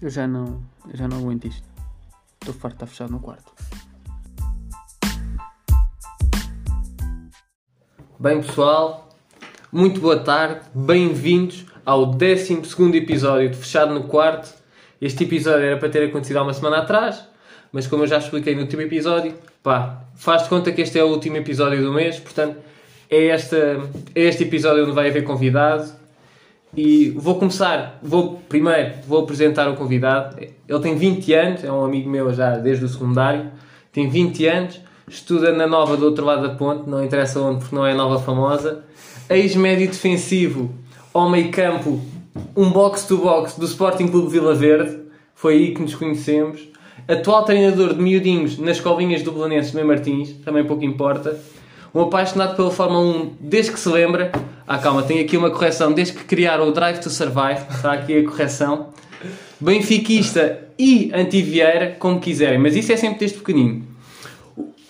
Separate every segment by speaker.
Speaker 1: Eu já não, eu já não aguento isto. Estou farto de estar fechado no quarto.
Speaker 2: Bem, pessoal, muito boa tarde, bem-vindos ao 12 episódio de Fechado no Quarto. Este episódio era para ter acontecido há uma semana atrás, mas como eu já expliquei no último episódio, pá, faz de conta que este é o último episódio do mês, portanto, é, esta, é este episódio onde vai haver convidado. E vou começar, vou, primeiro vou apresentar o convidado. Ele tem 20 anos, é um amigo meu já desde o secundário, tem 20 anos, estuda na Nova do outro lado da ponte, não interessa onde porque não é a Nova famosa. Ex-médio defensivo, ao meio campo, um box-to-box do Sporting Clube Vila Verde, foi aí que nos conhecemos. Atual treinador de miudinhos nas covinhas do Belenenses de Mem Martins, também pouco importa um apaixonado pela Fórmula 1 desde que se lembra. Ah, calma, tem aqui uma correção. Desde que criaram o Drive to Survive, está aqui a correção. Benfiquista e anti-Vieira, como quiserem, mas isso é sempre desde pequenino.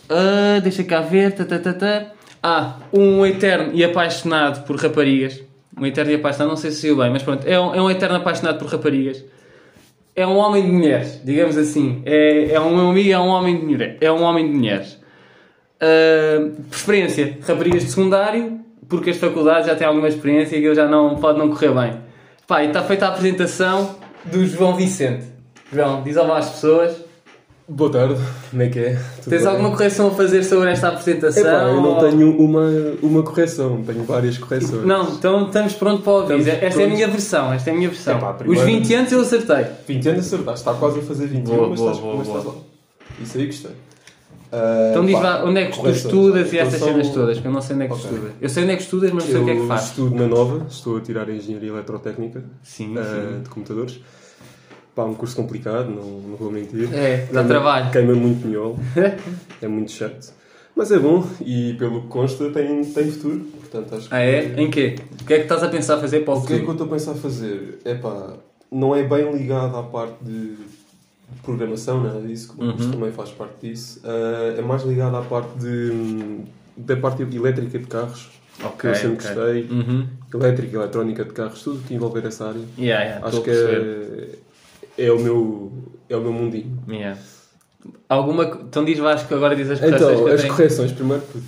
Speaker 2: Ah, deixa cá ver. Tá, tá, tá, tá. Ah, um eterno e apaixonado por raparigas. Um eterno e apaixonado, não sei se saiu bem, mas pronto. É um, é um eterno apaixonado por raparigas. É um homem de mulheres, digamos assim. É, é um meu amigo, é um homem de mulheres. É um homem de mulheres. Uh, preferência, raparigas de secundário, porque as faculdades já têm alguma experiência e eu já não pode não correr bem. Pá, e está feita a apresentação do João Vicente. João, diz olá às pessoas.
Speaker 3: Boa tarde, como é que é? Tudo
Speaker 2: Tens
Speaker 3: bem?
Speaker 2: alguma correção a fazer sobre esta apresentação?
Speaker 3: Epá, eu não
Speaker 2: Ou-
Speaker 3: tenho uma, uma correção, tenho várias correções.
Speaker 2: Não, então estamos pronto para ouvir.
Speaker 3: Estamos
Speaker 2: Esta é a
Speaker 3: prontos.
Speaker 2: minha versão, esta é a minha versão.
Speaker 3: Epá,
Speaker 2: Os
Speaker 3: primeiro-
Speaker 2: 20 anos eu acertei.
Speaker 3: 20 anos acertaste, está quase a fazer 21,
Speaker 4: Boa,
Speaker 3: mas,
Speaker 4: boa,
Speaker 3: estás,
Speaker 4: boa,
Speaker 3: mas
Speaker 4: boa.
Speaker 3: estás lá. Isso aí gostei. Ah,
Speaker 2: Então diz lá, onde é que tu estudas e estas cenas todas? Que eu não sei onde é que tu
Speaker 3: então Ok.
Speaker 2: estudas. Eu sei onde é que estudas, mas não sei
Speaker 3: um Eu
Speaker 2: o que é que fazes.
Speaker 3: estudo na Nova, estou a tirar Engenharia Eletrotécnica
Speaker 2: Sim,
Speaker 3: eh,
Speaker 2: sim.
Speaker 3: de computadores. Pá, um curso complicado, não, não vou mentir.
Speaker 2: É, dá
Speaker 3: Queima-
Speaker 2: trabalho.
Speaker 3: Queima muito miolo, é muito chato. Mas é bom e pelo que consta tem, tem futuro, portanto acho que...
Speaker 2: Ah, é? Em quê? O que é que estás a pensar fazer para o
Speaker 3: O que é que eu
Speaker 2: futuro?
Speaker 3: estou a pensar fazer? É pá, não é bem ligado à parte de programação, nada disso, que o
Speaker 2: Uhum.
Speaker 3: curso também faz parte disso. Ah, é mais ligado à parte de. hum, da parte elétrica de carros, que
Speaker 2: Ok,
Speaker 3: eu sempre
Speaker 2: ok.
Speaker 3: gostei.
Speaker 2: Uhum.
Speaker 3: Elétrica, eletrónica de carros, tudo que envolver essa área.
Speaker 2: Yeah, yeah,
Speaker 3: Acho
Speaker 2: estou
Speaker 3: que
Speaker 2: a perceber.
Speaker 3: é, é o meu. É o meu mundinho.
Speaker 2: Yeah. Alguma... co- Então diz Vasco, agora diz as correções
Speaker 3: Então,
Speaker 2: que eu
Speaker 3: as
Speaker 2: tenho.
Speaker 3: correções, primeiro, puto,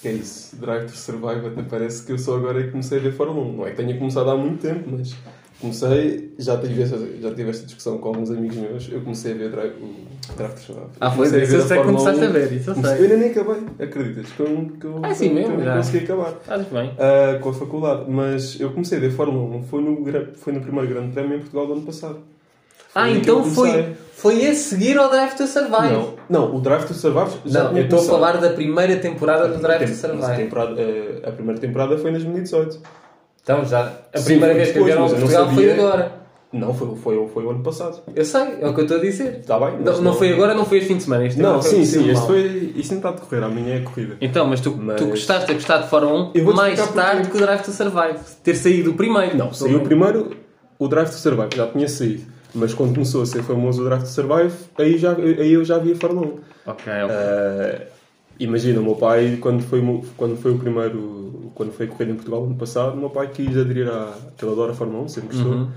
Speaker 3: que é isso, Drive to Survive, até parece que eu só agora é que comecei a ver Fórmula 1. Não é que tenha começado há muito tempo, mas comecei, já tive, essa, já tive esta discussão com alguns amigos meus, eu comecei a ver Drive, o Drive to Survive.
Speaker 2: Ah, foi?
Speaker 3: Comecei a
Speaker 2: Isso eu
Speaker 3: a
Speaker 2: sei que
Speaker 3: Fórmula
Speaker 2: começaste
Speaker 3: 1.
Speaker 2: a ver, isso eu
Speaker 3: Comecei-
Speaker 2: sei.
Speaker 3: ainda nem acabei, acreditas, que eu, que eu,
Speaker 2: Ah, assim
Speaker 3: que eu
Speaker 2: mesmo?
Speaker 3: nem
Speaker 2: Já.
Speaker 3: consegui acabar.
Speaker 2: Estás bem.
Speaker 3: ah, com a faculdade, mas eu comecei a ver Fórmula 1, foi no, gra- foi no primeiro Grande Prémio em Portugal do ano passado.
Speaker 2: Ah,
Speaker 3: aí que eu
Speaker 2: então foi,
Speaker 3: comecei.
Speaker 2: foi a seguir ao Drive to Survive.
Speaker 3: Não, não, o Drive to Survive já
Speaker 2: Não,
Speaker 3: tinha
Speaker 2: eu estou a
Speaker 3: começado.
Speaker 2: falar da primeira temporada do Drive to
Speaker 3: Tem- mas A,
Speaker 2: Survive.
Speaker 3: temporada- eh, a primeira temporada foi em 2018.
Speaker 2: Então já, a
Speaker 3: Sim,
Speaker 2: primeira
Speaker 3: foi
Speaker 2: vez que
Speaker 3: depois,
Speaker 2: vieram a
Speaker 3: mas eu não
Speaker 2: Portugal foi
Speaker 3: sabia.
Speaker 2: agora.
Speaker 3: Não, foi, foi, foi o ano passado.
Speaker 2: Eu sei, é o que eu estou a dizer.
Speaker 3: Está bem? mas
Speaker 2: Não, não foi agora, não foi este fim de semana. Este
Speaker 3: Não,
Speaker 2: foi
Speaker 3: sim,
Speaker 2: este
Speaker 3: sim.
Speaker 2: semana.
Speaker 3: Isto, foi, isto não está a decorrer, amanhã é corrida.
Speaker 2: Então, mas tu,
Speaker 3: Mas-
Speaker 2: tu gostaste a gostar de Fórmula 1
Speaker 3: Eu vou-te
Speaker 2: mais
Speaker 3: explicar porquê.
Speaker 2: tarde que o Drive to Survive. Ter saído o primeiro. Não,
Speaker 3: Saiu primeiro o Drive to Survive, já tinha saído. Mas quando começou a ser famoso o Drive to Survive, aí, já, aí eu já via Fórmula 1.
Speaker 2: Ok,
Speaker 3: Ah, imagina, o meu pai, quando foi, mo- quando foi o primeiro, quando foi correr em Portugal ano passado, o meu pai quis aderir à. que ele adora a Fórmula 1, sempre gostou,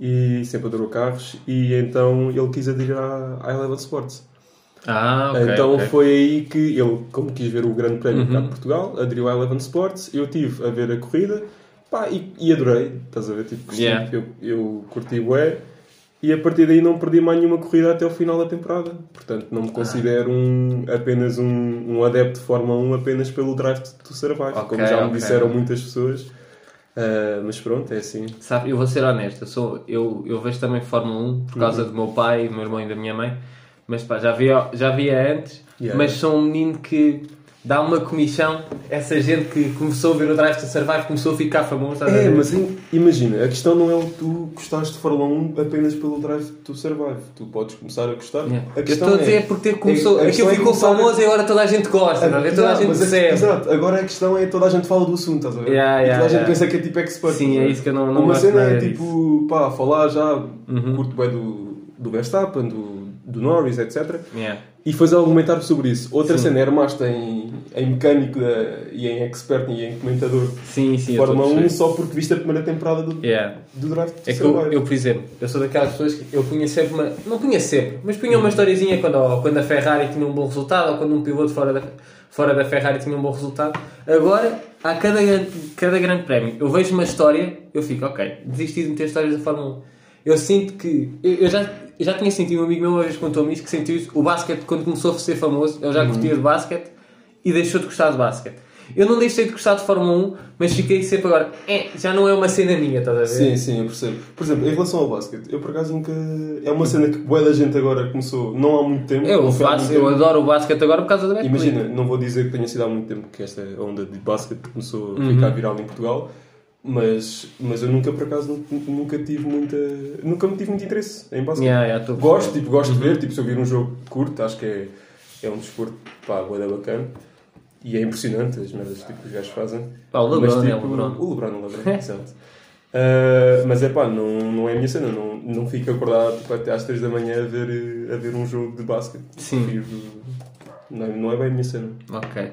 Speaker 3: e sempre adorou carros, e então ele quis aderir à, à Eleven Sports.
Speaker 2: Ah, ok.
Speaker 3: então
Speaker 2: ok. Uhum.
Speaker 3: foi aí que ele, como quis ver o Grande Prémio cá de Portugal, aderiu à Eleven Sports, eu tive a ver a corrida pá, e, e adorei, estás a ver? Tipo, curti,
Speaker 2: Yeah.
Speaker 3: eu, eu curti bué e a partir daí não perdi mais nenhuma corrida até o final da temporada. Portanto,
Speaker 2: Ah.
Speaker 3: não me considero um, apenas um, um adepto de Fórmula 1 apenas pelo Drive to- to Survive,
Speaker 2: Ok,
Speaker 3: como já me
Speaker 2: ok.
Speaker 3: disseram muitas pessoas. Ah, mas pronto, é assim.
Speaker 2: Sabe, eu vou ser honesto, eu, sou, eu, eu vejo também Fórmula 1 por causa
Speaker 3: Uhum.
Speaker 2: do meu pai, do meu irmão e da minha mãe, mas pá, já via, já via antes,
Speaker 3: Yeah.
Speaker 2: mas sou um menino que dá uma comissão. Essa gente que começou a ver o Drive to Survive começou a ficar famoso. estás a
Speaker 3: É,
Speaker 2: ver?
Speaker 3: mas im- imagina, a questão não é o tu gostaste de Fórmula 1 apenas pelo drive to survive. Tu podes começar a gostar.
Speaker 2: Yeah.
Speaker 3: A
Speaker 2: Eu estou a dizer
Speaker 3: é-
Speaker 2: porque ter começou,
Speaker 3: é- a
Speaker 2: aquilo
Speaker 3: questão é
Speaker 2: ficou
Speaker 3: começar a-
Speaker 2: famoso e agora toda a gente gosta, estás a ver? toda a
Speaker 3: Yeah,
Speaker 2: gente
Speaker 3: mas é
Speaker 2: percebe.
Speaker 3: Exato, agora a questão é toda a gente fala do assunto, estás a ver?
Speaker 2: Yeah,
Speaker 3: e
Speaker 2: yeah,
Speaker 3: toda a
Speaker 2: yeah.
Speaker 3: gente pensa que é tipo expert.
Speaker 2: Sim, é isso que eu não, não
Speaker 3: Uma
Speaker 2: gosto
Speaker 3: cena
Speaker 2: nada
Speaker 3: é
Speaker 2: disso. Uhum.
Speaker 3: tipo, pá, falar já, curto bem do, do Verstappen, do, do do Norris, etc.
Speaker 2: Yeah.
Speaker 3: E fez argumentar sobre isso. Outra cena era mais em, em mecânico eh, e em expert e em comentador
Speaker 2: Sim, sim.
Speaker 3: de
Speaker 2: eu estou a
Speaker 3: Fórmula 1
Speaker 2: perceber.
Speaker 3: só porque viste a primeira temporada do,
Speaker 2: Yeah.
Speaker 3: do Drive to
Speaker 2: É que eu,
Speaker 3: Survive.
Speaker 2: eu, por exemplo, eu sou daquelas pessoas que eu punha sempre uma. Não punha sempre, mas punha uma historiazinha quando, ó, quando a Ferrari tinha um bom resultado ou quando um piloto fora da, fora da Ferrari tinha um bom resultado. Agora, a cada, gran- cada grande prémio, eu vejo uma história, eu fico, ok, desisti de meter histórias da Fórmula 1. Eu sinto que. Eu, eu já, eu já tinha sentido, um amigo meu uma vez contou-me isso, que sentiu isso. O basquete, quando começou a ser famoso, eu já curtia de basquete e deixou de gostar de basquete. Eu não deixei de gostar de Fórmula 1, mas fiquei sempre agora, é, já não é uma cena minha, estás a ver?
Speaker 3: Sim, sim, eu percebo. Por exemplo, em relação ao basquete, eu por acaso nunca. É uma cena que boa da gente agora começou, não há muito tempo.
Speaker 2: Eu
Speaker 3: não foi há
Speaker 2: faço, É,
Speaker 3: muito
Speaker 2: eu é
Speaker 3: tempo.
Speaker 2: adoro o basquete agora por causa da Betclic.
Speaker 3: Imagina, não vou dizer que tenha sido há muito tempo que esta onda de basquete começou a ficar viral em Portugal, mas, mas eu nunca, por acaso, nu- nunca tive muita. Nunca me tive muito interesse em basquete.
Speaker 2: Yeah, yeah, tô a
Speaker 3: Gosto,
Speaker 2: perceber.
Speaker 3: tipo, gosto de ver, tipo, se eu vir um jogo curto, acho que é, é um desporto, pá, boa da bacana. E é impressionante as merdas tipo, que os gajos fazem. tipo,
Speaker 2: Pá, o LeBron, né, o LeBron.
Speaker 3: O LeBron, é o LeBron, exato. Ah, mas é pá, não, não é a minha cena, não, não fico acordado tipo, até às 3 da manhã a ver, eh, a ver um jogo de basquete.
Speaker 2: Sim.
Speaker 3: Prefiro- Não, não é bem a minha cena.
Speaker 2: Ok.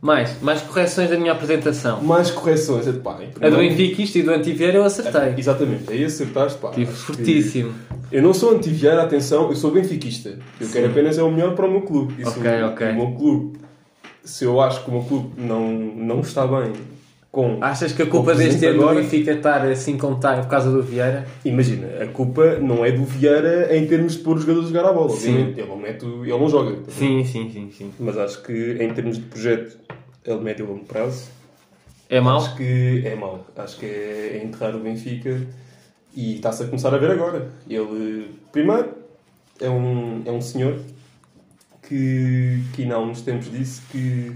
Speaker 2: Mais, mais correções da minha apresentação.
Speaker 3: Mais correções, é pá, em
Speaker 2: A
Speaker 3: primeiro-
Speaker 2: do Henrique isto e do Antivier eu acertei.
Speaker 3: Exatamente, aí acertaste, pá.
Speaker 2: Tive
Speaker 3: acho que-
Speaker 2: fortíssimo.
Speaker 3: Eu não sou anti-Vieira, atenção, eu sou benfiquista. Eu quero apenas é o melhor para o meu clube. Isso
Speaker 2: Ok,
Speaker 3: o,
Speaker 2: ok.
Speaker 3: o meu clube. Se eu acho que o meu clube não, não está bem com.
Speaker 2: Achas que a
Speaker 3: com o
Speaker 2: culpa deste
Speaker 3: presente
Speaker 2: ano
Speaker 3: agora-
Speaker 2: do Benfica estar assim como está é por causa do Vieira?
Speaker 3: Imagina, a culpa não é do Vieira em termos de pôr os jogadores a jogar à bola.
Speaker 2: Sim.
Speaker 3: Obviamente, ele não, mete, o- ele não joga.
Speaker 2: Sim, sim, sim, sim.
Speaker 3: Mas acho que em termos de projeto, ele mete a longo prazo.
Speaker 2: É mau?
Speaker 3: Acho que é mau. Acho que é é enterrar o Benfica e está-se a começar a ver agora. Ele, primeiro, é um, é um senhor que, que ainda há uns tempos disse que,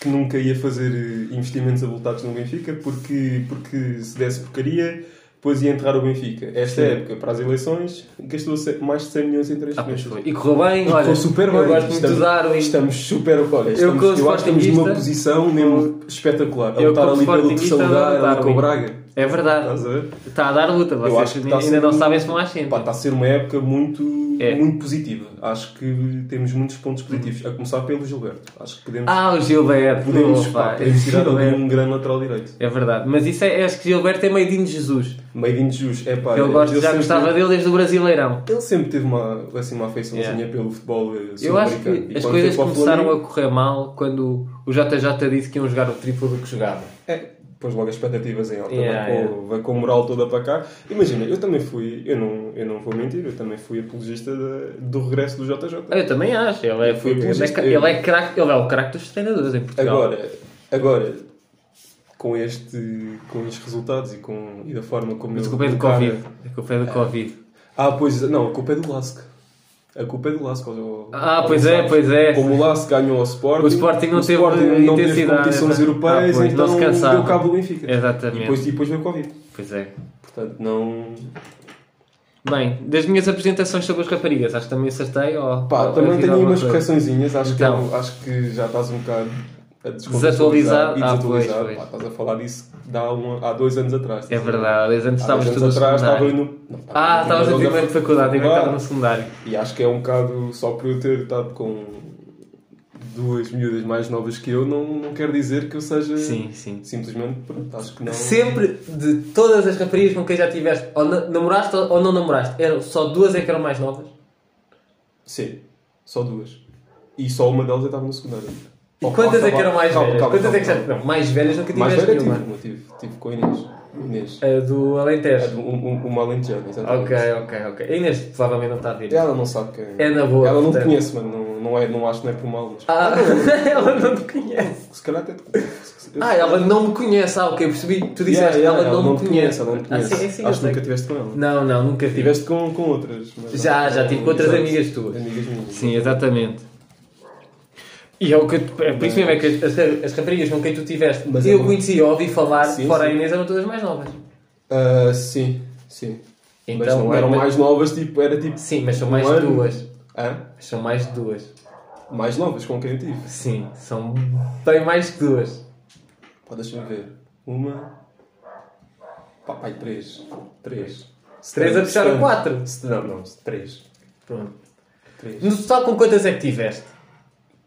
Speaker 3: que nunca ia fazer eh, investimentos avultados no Benfica porque, porque se desse porcaria, depois ia enterrar o Benfica. Esta época, para as eleições, gastou ce- mais de 100 milhões em três
Speaker 2: Ah, pois
Speaker 3: meses.
Speaker 2: foi. E correu bem,
Speaker 3: E
Speaker 2: olha.
Speaker 3: correu super
Speaker 2: eu
Speaker 3: bem. é um-
Speaker 2: gosto muito
Speaker 3: estamos,
Speaker 2: de Darwin.
Speaker 3: estamos super olha, estamos,
Speaker 2: como
Speaker 3: eu acho que estamos numa
Speaker 2: sportingista-
Speaker 3: posição mesmo espetacular. Ele
Speaker 2: Eu
Speaker 3: estar
Speaker 2: como
Speaker 3: um ali pelo
Speaker 2: sportingista,
Speaker 3: terceiro lugar,
Speaker 2: adoro
Speaker 3: ali com o
Speaker 2: é Darwin.
Speaker 3: Braga.
Speaker 2: É
Speaker 3: Estás
Speaker 2: verdade.
Speaker 3: a ver?
Speaker 2: Está a dar luta,
Speaker 3: Eu acho que
Speaker 2: vocês
Speaker 3: está a
Speaker 2: ainda
Speaker 3: ser
Speaker 2: não
Speaker 3: um-
Speaker 2: sabem se vão à
Speaker 3: Pá,
Speaker 2: gente.
Speaker 3: está a ser uma época muito,
Speaker 2: É.
Speaker 3: muito positiva. Acho que temos muitos pontos positivos. A começar pelo Gilberto. Acho que podemos,
Speaker 2: Ah, o Gilberto.
Speaker 3: podemos,
Speaker 2: Opa,
Speaker 3: pá, podemos tirar ali
Speaker 2: Gilberto.
Speaker 3: um grande lateral direito.
Speaker 2: É verdade, mas isso é, acho que Gilberto é meio Dinho de Jesus.
Speaker 3: Meio de injus. É pá,
Speaker 2: eu
Speaker 3: ele
Speaker 2: gosto, já
Speaker 3: sempre-
Speaker 2: gostava dele desde o Brasileirão.
Speaker 3: Ele sempre teve uma, assim, uma afeiçãozinha
Speaker 2: Yeah.
Speaker 3: pelo futebol eh,
Speaker 2: Eu acho
Speaker 3: sul-americano.
Speaker 2: que
Speaker 3: E
Speaker 2: as
Speaker 3: quando
Speaker 2: coisas
Speaker 3: foi para o
Speaker 2: começaram
Speaker 3: Flamengo-
Speaker 2: a correr mal quando o JJ disse que iam jogar o triplo do que jogava.
Speaker 3: É, pôs logo as expectativas em alta,
Speaker 2: Yeah,
Speaker 3: vai, com, vai com a moral toda para cá. Imagina, eu também fui, eu não, eu não vou mentir, eu também fui apologista da- do regresso do JJ.
Speaker 2: Eu também acho, ele é,
Speaker 3: Foi
Speaker 2: ele é,
Speaker 3: apologista.
Speaker 2: ca- ele é craque, ele é o craque dos treinadores em Portugal.
Speaker 3: Agora, agora com, este, com estes resultados e, com, e da forma como
Speaker 2: mas a
Speaker 3: ele-
Speaker 2: culpa é do
Speaker 3: o cara-
Speaker 2: Covid. A culpa é do Covid.
Speaker 3: Ah, pois, não, a culpa é do Lasco. A culpa é do Lasco. ao-
Speaker 2: Ah,
Speaker 3: ao
Speaker 2: pois é,
Speaker 3: Lasco.
Speaker 2: pois é.
Speaker 3: Como o Lasco ganhou ao Sporting,
Speaker 2: O Sporting não teve
Speaker 3: não teve
Speaker 2: intensidade,
Speaker 3: competições
Speaker 2: é verdade. Ah,
Speaker 3: europeias,
Speaker 2: pois, não
Speaker 3: então
Speaker 2: se cansava.
Speaker 3: deu cabo do Benfica.
Speaker 2: Exatamente.
Speaker 3: E depois, e depois veio o Covid.
Speaker 2: Pois é.
Speaker 3: Portanto, não...
Speaker 2: Bem, das minhas apresentações sobre as raparigas, acho que também acertei. Ou,
Speaker 3: Pá,
Speaker 2: ou
Speaker 3: também
Speaker 2: havia
Speaker 3: tenho aí
Speaker 2: alguma
Speaker 3: umas
Speaker 2: coisa?
Speaker 3: correçõezinhas, acho, que,
Speaker 2: Então.
Speaker 3: eu- acho que já estás um bocado a
Speaker 2: Desatualizado?
Speaker 3: e
Speaker 2: Ah, pois,
Speaker 3: desatualizado.
Speaker 2: pois.
Speaker 3: Pá, estás a falar disso de há, um- há dois anos atrás.
Speaker 2: É verdade, antes
Speaker 3: Há dois
Speaker 2: estávamos
Speaker 3: anos
Speaker 2: todos
Speaker 3: atrás estava eu
Speaker 2: no.
Speaker 3: no. não, estava
Speaker 2: Ah,
Speaker 3: no
Speaker 2: estavas no primeiro de faculdade, então eu
Speaker 3: faculdade.
Speaker 2: estava no secundário.
Speaker 3: E acho que é um bocado só por eu ter estado com duas miúdas mais novas que eu, não, não quer dizer que eu seja.
Speaker 2: Sim, sim.
Speaker 3: Simplesmente, pronto, acho que não.
Speaker 2: Então- Sempre de todas as raparigas com quem já tiveste, ou na- namoraste ou ou não namoraste, eram só duas é que eram mais novas?
Speaker 3: Sim, só duas. E só uma delas eu estava no secundário.
Speaker 2: E quantas é que eram mais velhas? quantas é que já não, Mais velhas nunca
Speaker 3: Mais
Speaker 2: tiveste
Speaker 3: velha tive,
Speaker 2: nenhuma.
Speaker 3: uma, tive, tive com a Inês. Inês.
Speaker 2: A do
Speaker 3: É
Speaker 2: Alentejo.
Speaker 3: de um, um, uma alentejana, exatamente.
Speaker 2: Ok, ok, ok. A Inês provavelmente não está a vir.
Speaker 3: Ela não sabe quem
Speaker 2: É na boa,
Speaker 3: Ela não
Speaker 2: portanto.
Speaker 3: te conhece, mano. Não, não, é, não acho que não é por mal, mas.
Speaker 2: Ah, ela não te conhece.
Speaker 3: Se calhar até te conhece.
Speaker 2: Ah, ela não me conhece. Ah, ok, percebi. Tu disseste,
Speaker 3: Yeah, yeah,
Speaker 2: ela, não, me
Speaker 3: te
Speaker 2: conhece.
Speaker 3: Ela não te
Speaker 2: Ah,
Speaker 3: conhece.
Speaker 2: sim, sim, eu
Speaker 3: acho que
Speaker 2: sei.
Speaker 3: nunca estiveste com ela.
Speaker 2: Não, não, nunca tive.
Speaker 3: Estiveste com, com outras. mas-
Speaker 2: Já, já tive com outras
Speaker 3: Exato.
Speaker 2: amigas tuas.
Speaker 3: Amigas minhas.
Speaker 2: Sim, exatamente. E é o que. É por isso mesmo é que as, as raparigas com quem tu tiveste,
Speaker 3: Mas é
Speaker 2: eu
Speaker 3: bom.
Speaker 2: conheci ou ouvi falar,
Speaker 3: Sim,
Speaker 2: fora
Speaker 3: sim.
Speaker 2: a Inês, eram todas mais novas.
Speaker 3: Ah, sim, sim. mas
Speaker 2: Então,
Speaker 3: não
Speaker 2: olha,
Speaker 3: eram
Speaker 2: mas-
Speaker 3: mais novas, tipo, era tipo.
Speaker 2: Sim, mas são mais
Speaker 3: Um ano.
Speaker 2: duas.
Speaker 3: Hã?
Speaker 2: São mais de duas.
Speaker 3: Mais novas com quem eu tive.
Speaker 2: Sim, são bem mais que duas.
Speaker 3: Pá, deixa-me ver. Uma. Pá, pai, três. Três.
Speaker 2: Três a puxar a
Speaker 3: Stand-
Speaker 2: quatro.
Speaker 3: Stand- Não, não, três.
Speaker 2: Pronto.
Speaker 1: Três.
Speaker 2: No total, com quantas é que tiveste?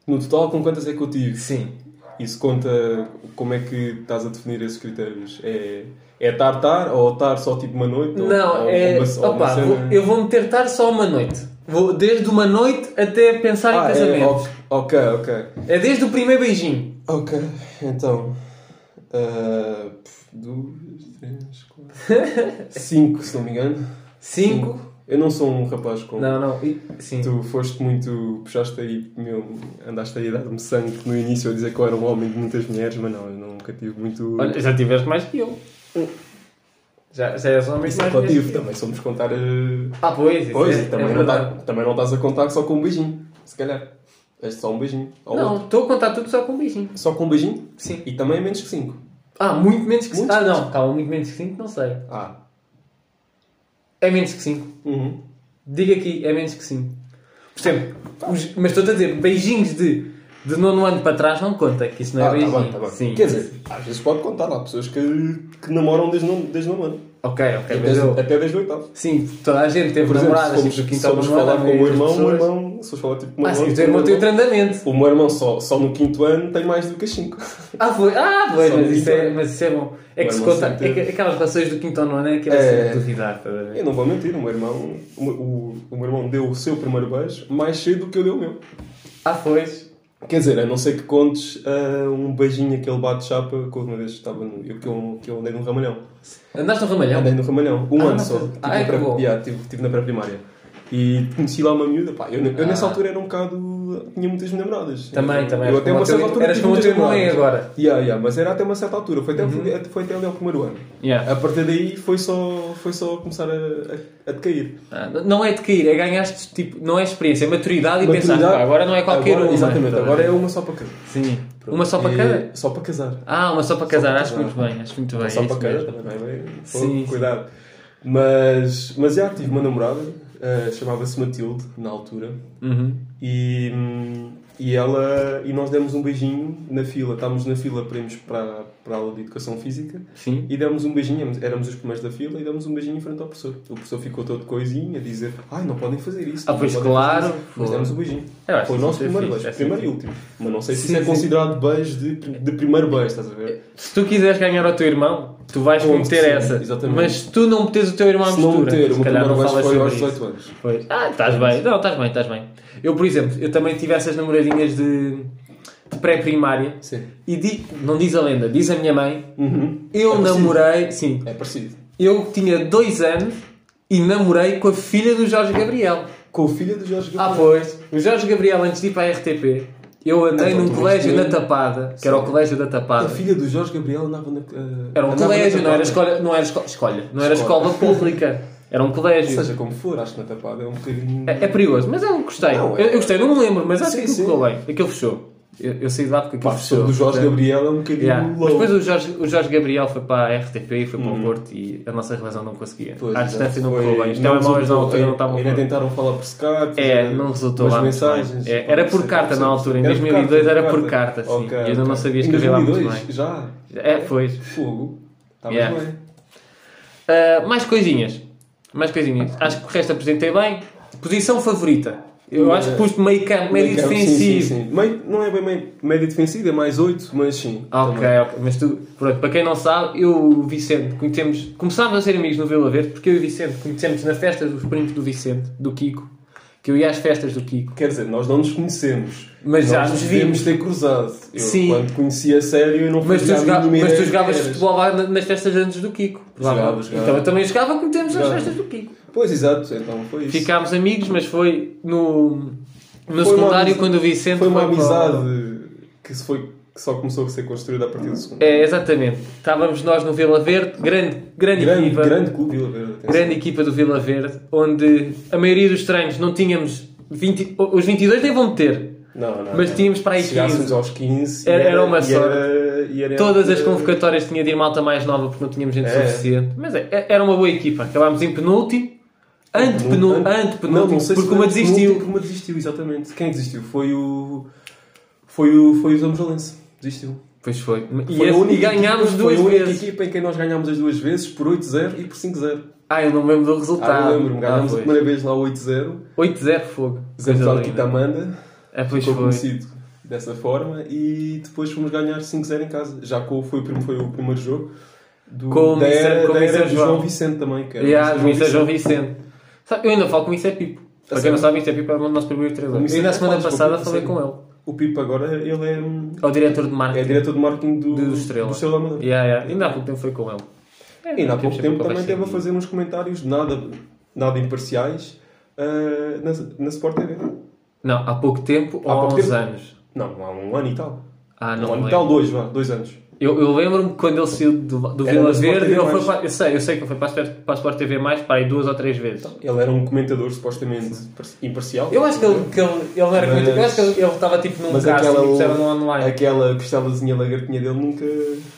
Speaker 3: No total, com quantas é que eu tive?
Speaker 2: Sim.
Speaker 3: Isso conta como é que estás a definir esses critérios? É, é tar tar ou tar só tipo uma noite? Ou-
Speaker 2: Não,
Speaker 3: ou
Speaker 2: é.
Speaker 3: uma- ou uma
Speaker 2: opá,
Speaker 3: cena?
Speaker 2: vou- eu vou meter tarde só uma noite. Vou desde uma noite até pensar
Speaker 3: Ah,
Speaker 2: em
Speaker 3: é,
Speaker 2: casamento.
Speaker 3: ok, ok, ok.
Speaker 2: É desde o primeiro beijinho.
Speaker 3: Ok, então. ah, pff, duas, três, quatro. cinco, se não me engano.
Speaker 2: Cinco.
Speaker 3: Eu não sou um rapaz com.
Speaker 2: Não, não. e- Sim.
Speaker 3: Tu foste muito. puxaste aí, meu. andaste aí a dar-me sangue no início a dizer que eu era um homem de muitas mulheres, mas não, eu nunca tive muito.
Speaker 2: Olha, já tiveste mais que eu. Já, já és homem
Speaker 3: Isso é
Speaker 2: mais
Speaker 3: relativo,
Speaker 2: velho que eu.
Speaker 3: também somos contar. eh,
Speaker 2: Ah, pois. isso
Speaker 3: Pois,
Speaker 2: é,
Speaker 3: e também,
Speaker 2: é
Speaker 3: não
Speaker 2: verdade.
Speaker 3: tá- também não estás a contar só com um beijinho, se calhar. És só um beijinho. Ou
Speaker 2: Não,
Speaker 3: outro.
Speaker 2: estou a contar tudo só com um beijinho.
Speaker 3: Só com um beijinho?
Speaker 2: Sim.
Speaker 3: E também é menos que cinco.
Speaker 2: Ah, muito menos que
Speaker 3: Muito
Speaker 2: 5. Ah, não, calma, muito menos que 5, não sei.
Speaker 3: Ah.
Speaker 2: É menos que 5.
Speaker 3: Uhum.
Speaker 2: Diga aqui, é menos que 5. Por exemplo, os- mas estou a dizer, beijinhos de, de nono ano para trás não conta, que isso não é
Speaker 3: Ah, tá
Speaker 2: beijinho.
Speaker 3: bem, tá bem.
Speaker 2: Sim.
Speaker 3: Quer dizer, às vezes pode contar lá pessoas que, que namoram desde não, desde não ano.
Speaker 2: Ok, ok, É, mas
Speaker 3: Desde-
Speaker 2: eu.
Speaker 3: até desde o oitavo.
Speaker 2: Sim, toda a gente teve
Speaker 3: Por exemplo, se
Speaker 2: namoradas,
Speaker 3: formos,
Speaker 2: tipo, do
Speaker 3: se
Speaker 2: quinto ao
Speaker 3: formos
Speaker 2: nono ano. a
Speaker 3: falar com o
Speaker 2: maioria
Speaker 3: meu
Speaker 2: das
Speaker 3: irmão, o meu
Speaker 2: pessoas-
Speaker 3: irmão, se fores falar tipo com o meu
Speaker 2: Ah, sim, o
Speaker 3: irmão,
Speaker 2: teu irmão tem o trandamento.
Speaker 3: o meu irmão só, só no quinto ano tem mais do que as cinco.
Speaker 2: Ah, foi. Ah, foi,
Speaker 3: Só
Speaker 2: mas
Speaker 3: no
Speaker 2: isso,
Speaker 3: quinto
Speaker 2: é,
Speaker 3: ano.
Speaker 2: mas isso é bom. É que
Speaker 3: Mas
Speaker 2: se
Speaker 3: não
Speaker 2: conta.
Speaker 3: sei ter-
Speaker 2: É que, aquelas relações do quinto ao nono é que é,
Speaker 3: É.
Speaker 2: sempre duvidar, estás a ver?
Speaker 3: Eu não vou mentir, o meu irmão, o, meu- o, o meu irmão deu o seu primeiro beijo mais cedo do que eu dei o meu.
Speaker 2: Ah, pois.
Speaker 3: Quer dizer, a não ser que contes ah, um beijinho aquele bate-chapa que a última vez estava no, eu, que, eu, que eu andei no Ramalhão.
Speaker 2: Andaste no ramalhão?
Speaker 3: Andei no Ramalhão, um
Speaker 2: É? Ah,
Speaker 3: ano
Speaker 2: não
Speaker 3: só.
Speaker 2: foi-
Speaker 3: Tive
Speaker 2: ah,
Speaker 3: na
Speaker 2: é que
Speaker 3: pré-
Speaker 2: bom.
Speaker 3: yeah, tive, tive na pré-primária. E conheci lá uma miúda, pá, eu, eu nessa
Speaker 2: Ah.
Speaker 3: altura era um bocado. tinha muitas namoradas.
Speaker 2: Também,
Speaker 3: eu,
Speaker 2: também,
Speaker 3: Eu
Speaker 2: eras
Speaker 3: até
Speaker 2: como
Speaker 3: uma
Speaker 2: o teu-
Speaker 3: certa altura.
Speaker 2: eras
Speaker 3: tive
Speaker 2: como o teu irmão
Speaker 3: muitas
Speaker 2: é
Speaker 3: namoradas.
Speaker 2: agora. Uhum.
Speaker 3: Yeah, yeah, mas era até uma certa altura, foi até, foi até ali ao primeiro ano.
Speaker 2: Yeah.
Speaker 3: A partir daí foi só, foi só começar a, a, a decair.
Speaker 2: Ah, não é de cair, é ganhaste, tipo, não é experiência, é maturidade, e pensaste,
Speaker 3: Maturidade-
Speaker 2: pá, agora não é qualquer
Speaker 3: agora-
Speaker 2: uma.
Speaker 3: Exatamente,
Speaker 2: Tá
Speaker 3: agora
Speaker 2: bem.
Speaker 3: é uma só para cada.
Speaker 2: Sim, uma só para
Speaker 3: E-
Speaker 2: cada?
Speaker 3: Só para casar.
Speaker 2: Ah, uma só para casar,
Speaker 3: para
Speaker 2: acho
Speaker 3: casar.
Speaker 2: muito bem, acho muito bem.
Speaker 3: só
Speaker 2: é
Speaker 3: para
Speaker 2: isso
Speaker 3: cada
Speaker 2: mesmo.
Speaker 3: também, não é bem?
Speaker 2: Sim,
Speaker 3: Pô, Cuidado. Mas, mas já tive uma namorada, eh, chamava-se Matilde, na altura,
Speaker 2: Uhum.
Speaker 3: e, hum, e, ela, e nós demos um beijinho na fila. Estávamos na fila para irmos para, para a aula de Educação Física
Speaker 2: Sim.
Speaker 3: e demos um beijinho, éramos- éramos os primeiros da fila e demos um beijinho em frente ao professor. O professor ficou todo coisinho a dizer: Ai, não podem fazer isso.
Speaker 2: Ah,
Speaker 3: não
Speaker 2: pois
Speaker 3: podem
Speaker 2: claro,
Speaker 3: fazer isso." Mas
Speaker 2: pô.
Speaker 3: demos um beijinho.
Speaker 2: Eu acho
Speaker 3: Foi o
Speaker 2: que
Speaker 3: nosso
Speaker 2: isso é
Speaker 3: primeiro
Speaker 2: fixe,
Speaker 3: beijo,
Speaker 2: é
Speaker 3: primeiro e último. Mas não sei se
Speaker 2: Sim,
Speaker 3: isso é
Speaker 2: sim. É,
Speaker 3: considerado beijo de, de primeiro beijo, estás a ver?
Speaker 2: Se tu quiseres ganhar ao teu irmão, tu vais
Speaker 3: Bom,
Speaker 2: meter
Speaker 3: sim,
Speaker 2: essa.
Speaker 3: exatamente.
Speaker 2: Mas se tu não metes o teu irmão à
Speaker 3: Se não
Speaker 2: mistura,
Speaker 3: meter, o
Speaker 2: se
Speaker 3: meu
Speaker 2: calhar
Speaker 3: primeiro
Speaker 2: não
Speaker 3: beijo
Speaker 2: falas
Speaker 3: foi aos
Speaker 2: sobre isso.
Speaker 3: 18 anos.
Speaker 2: Pois. Ah, estás
Speaker 3: então é
Speaker 2: bem. Não, estás bem, estás bem. Eu, por exemplo, eu também tive essas namoradinhas de, de pré-primária.
Speaker 3: Sim.
Speaker 2: E di- não diz a lenda, diz a minha mãe.
Speaker 3: Uhum.
Speaker 2: Eu
Speaker 3: É parecido.
Speaker 2: namorei, sim,
Speaker 3: É parecido.
Speaker 2: eu tinha dois anos e namorei com a filha do Jorge Gabriel.
Speaker 3: Com o filho do Jorge
Speaker 2: Ah,
Speaker 3: Gabriel.
Speaker 2: pois. O Jorge Gabriel, antes de ir para a RTP, eu andei
Speaker 3: Então,
Speaker 2: num
Speaker 3: tu
Speaker 2: colégio
Speaker 3: viste
Speaker 2: da
Speaker 3: mesmo?
Speaker 2: Tapada, que era o
Speaker 3: Sim.
Speaker 2: colégio da
Speaker 3: a
Speaker 2: Tapada.
Speaker 3: filha do Jorge Gabriel andava na. eh,
Speaker 2: Ah. Era um
Speaker 3: andava na
Speaker 2: colégio, não
Speaker 3: tapada.
Speaker 2: era escola, não era esco- escolha, não era
Speaker 3: Escola.
Speaker 2: escola pública. Era um colégio.
Speaker 3: Seja como for, acho que na tapada é um bocadinho.
Speaker 2: É, é perigoso, mas eu gostei.
Speaker 3: Não, é-
Speaker 2: eu, eu gostei, não me lembro, mas acho
Speaker 3: Sim,
Speaker 2: que aquilo
Speaker 3: sim.
Speaker 2: ficou bem. Aquilo fechou. Eu, eu saí de lá porque
Speaker 3: Pá,
Speaker 2: aquilo
Speaker 3: a
Speaker 2: fechou.
Speaker 3: pessoa do Jorge
Speaker 2: Portanto,
Speaker 3: Gabriel é um bocadinho
Speaker 2: yeah. Mas
Speaker 3: louco.
Speaker 2: depois o Jorge, o Jorge Gabriel foi para a RTP e foi para o Porto e a nossa relação não conseguia.
Speaker 3: Uhum. Pois,
Speaker 2: à
Speaker 3: exato.
Speaker 2: distância não
Speaker 3: Foi-
Speaker 2: correu bem. Os telemóveis na
Speaker 3: resultou.
Speaker 2: altura não estavam
Speaker 3: Ainda
Speaker 2: bem.
Speaker 3: tentaram falar por Skype.
Speaker 2: É,
Speaker 3: fazer
Speaker 2: não resultou
Speaker 3: umas
Speaker 2: lá. muito
Speaker 3: mensagens.
Speaker 2: bem. É, era por
Speaker 3: Sim,
Speaker 2: carta
Speaker 3: sim.
Speaker 2: na altura, em
Speaker 3: Era por
Speaker 2: 2002
Speaker 3: carta,
Speaker 2: era por carta, sim.
Speaker 3: Ok,
Speaker 2: E ainda não
Speaker 3: ok.
Speaker 2: sabias
Speaker 3: Em
Speaker 2: escrever lá muito
Speaker 3: 2002,
Speaker 2: bem.
Speaker 3: Já?
Speaker 2: É, foi.
Speaker 3: Fogo. Estava
Speaker 2: Yeah.
Speaker 3: bem.
Speaker 2: Ah, mais coisinhas. Mais coisinhas. Acho que o resto apresentei bem. Posição favorita. Eu acho que pus meio campo, meio
Speaker 3: Meio campo, sim,
Speaker 2: defensivo.
Speaker 3: sim, sim. Meio- não é bem meio- média defensiva, é mais 8, mas sim.
Speaker 2: Ah, Ok,
Speaker 3: também.
Speaker 2: ok. Mas tu, pronto, para quem não sabe, eu e o Vicente conhecemos, começámos a ser amigos no Vila Verde, porque eu e o Vicente conhecemos na festa dos primos do Vicente, do Kiko, que eu ia às festas do Kiko.
Speaker 3: Quer dizer, nós não nos conhecemos.
Speaker 2: Mas
Speaker 3: Nós
Speaker 2: já nos vimos.
Speaker 3: devíamos ter cruzado. Eu,
Speaker 2: Sim.
Speaker 3: Quando conhecia a sério, eu não
Speaker 2: Mas tu,
Speaker 3: fazia a
Speaker 2: joga-
Speaker 3: mínima
Speaker 2: mas tu
Speaker 3: ideia
Speaker 2: jogavas
Speaker 3: que eras.
Speaker 2: futebol lá na- nas festas antes do Kiko. provavelmente.
Speaker 3: jogava.
Speaker 2: Então eu também jogava conhecemos nas
Speaker 3: Jogava.
Speaker 2: festas do Kiko.
Speaker 3: Pois, exato. Então foi isso.
Speaker 2: Ficámos amigos, mas foi no, no
Speaker 3: Foi uma
Speaker 2: secundário
Speaker 3: amizade-
Speaker 2: quando o Vicente
Speaker 3: Foi uma
Speaker 2: para o-
Speaker 3: amizade que, se foi, que só começou a ser construída a partir do segundo.
Speaker 2: É, exatamente. Estávamos nós no Vila Verde, grande, grande,
Speaker 3: grande,
Speaker 2: equipa.
Speaker 3: grande clube, Vila Verde. atenção.
Speaker 2: grande equipa do Vila Verde, onde a maioria dos treinos não tínhamos 20, os 22 nem vão ter.
Speaker 3: Não, não,
Speaker 2: Mas
Speaker 3: não.
Speaker 2: tínhamos para aí
Speaker 3: Chegássemos
Speaker 2: 15.
Speaker 3: aos 15. e
Speaker 2: Era- era uma
Speaker 3: e
Speaker 2: sorte.
Speaker 3: era- e era-
Speaker 2: Todas as convocatórias tinha de ir malta mais nova porque não tínhamos gente
Speaker 3: É.
Speaker 2: suficiente. Mas é, é- era uma boa equipa. Acabámos em penúltimo, antepenú-
Speaker 3: Não, não, não
Speaker 2: antepenúltimo,
Speaker 3: sei se
Speaker 2: porque
Speaker 3: foi
Speaker 2: uma
Speaker 3: antepenúltimo,
Speaker 2: desistiu.
Speaker 3: Porque uma desistiu, exatamente. Quem é desistiu? Foi o. Foi o, foi o Zambujalense. Desistiu.
Speaker 2: Pois foi. E,
Speaker 3: foi
Speaker 2: esse-
Speaker 3: a única
Speaker 2: e ganhámos
Speaker 3: equipa,
Speaker 2: duas
Speaker 3: foi a única
Speaker 2: vezes.
Speaker 3: equipa em que nós ganhámos as duas vezes por 8-0 e por 5-0.
Speaker 2: Ah, eu não me lembro do resultado.
Speaker 3: Ah, eu lembro-me, ganhámos a
Speaker 2: foi.
Speaker 3: primeira vez lá 8-0.
Speaker 2: 8-0 fogo. tá, Coisa
Speaker 3: Zé Vitor
Speaker 2: linda.
Speaker 3: Quitamanda
Speaker 2: É, pois
Speaker 3: tá- ficou
Speaker 2: foi.
Speaker 3: conhecido dessa forma e depois fomos ganhar 5-0 em casa. Já com, foi, o prim- foi o primeiro jogo do,
Speaker 2: Com o
Speaker 3: da
Speaker 2: Mister-
Speaker 3: era,
Speaker 2: com o
Speaker 3: da
Speaker 2: Mister
Speaker 3: era do
Speaker 2: João.
Speaker 3: João Vicente também. Que era
Speaker 2: E há
Speaker 3: o
Speaker 2: o Mister João Vicente. Sabe, Eu ainda falo com o Mister Pipo. Para quem
Speaker 3: sério?
Speaker 2: não sabe, o Mister Pipo é o nosso primeiro
Speaker 3: O
Speaker 2: treinador.
Speaker 3: Mister
Speaker 2: Eu na
Speaker 3: Pipo,
Speaker 2: semana
Speaker 3: desculpa,
Speaker 2: passada
Speaker 3: a
Speaker 2: falei
Speaker 3: sério.
Speaker 2: com ele.
Speaker 3: O Pipo agora ele é, um-
Speaker 2: É o diretor de marketing
Speaker 3: é diretor de marketing do,
Speaker 2: do Estrela.
Speaker 3: do Estrela Amador.
Speaker 2: Yeah, yeah. Ainda há pouco tempo foi com ele. É,
Speaker 3: E ainda há pouco
Speaker 2: sempre
Speaker 3: tempo também
Speaker 2: conversa
Speaker 3: teve a
Speaker 2: de-
Speaker 3: fazer uns comentários nada, nada imparciais ah, na, na Sport TV.
Speaker 2: Não, há pouco tempo ou
Speaker 3: Há
Speaker 2: há
Speaker 3: pouco
Speaker 2: uns
Speaker 3: tempo?
Speaker 2: anos.
Speaker 3: Não, há um ano e tal.
Speaker 2: Ah,
Speaker 3: um
Speaker 2: não
Speaker 3: ano
Speaker 2: me
Speaker 3: e tal,
Speaker 2: lembro.
Speaker 3: dois, vá, dois anos.
Speaker 2: Eu, eu lembro-me quando ele saiu do, do
Speaker 3: Era
Speaker 2: Vila
Speaker 3: na Sport
Speaker 2: Verde,
Speaker 3: TV+.
Speaker 2: ele foi para, eu sei, eu sei que ele foi para a Sport- para a Sport TV+, mais, para aí duas ou três vezes.
Speaker 3: Ele era um comentador supostamente imparcial.
Speaker 2: Eu acho que ele, que ele, ele não era
Speaker 3: Mas-
Speaker 2: muito. Eu acho que ele, ele estava tipo num
Speaker 3: Mas
Speaker 2: casting,
Speaker 3: aquela,
Speaker 2: tipo, era no online.
Speaker 3: aquela costelazinha lagartinha dele nunca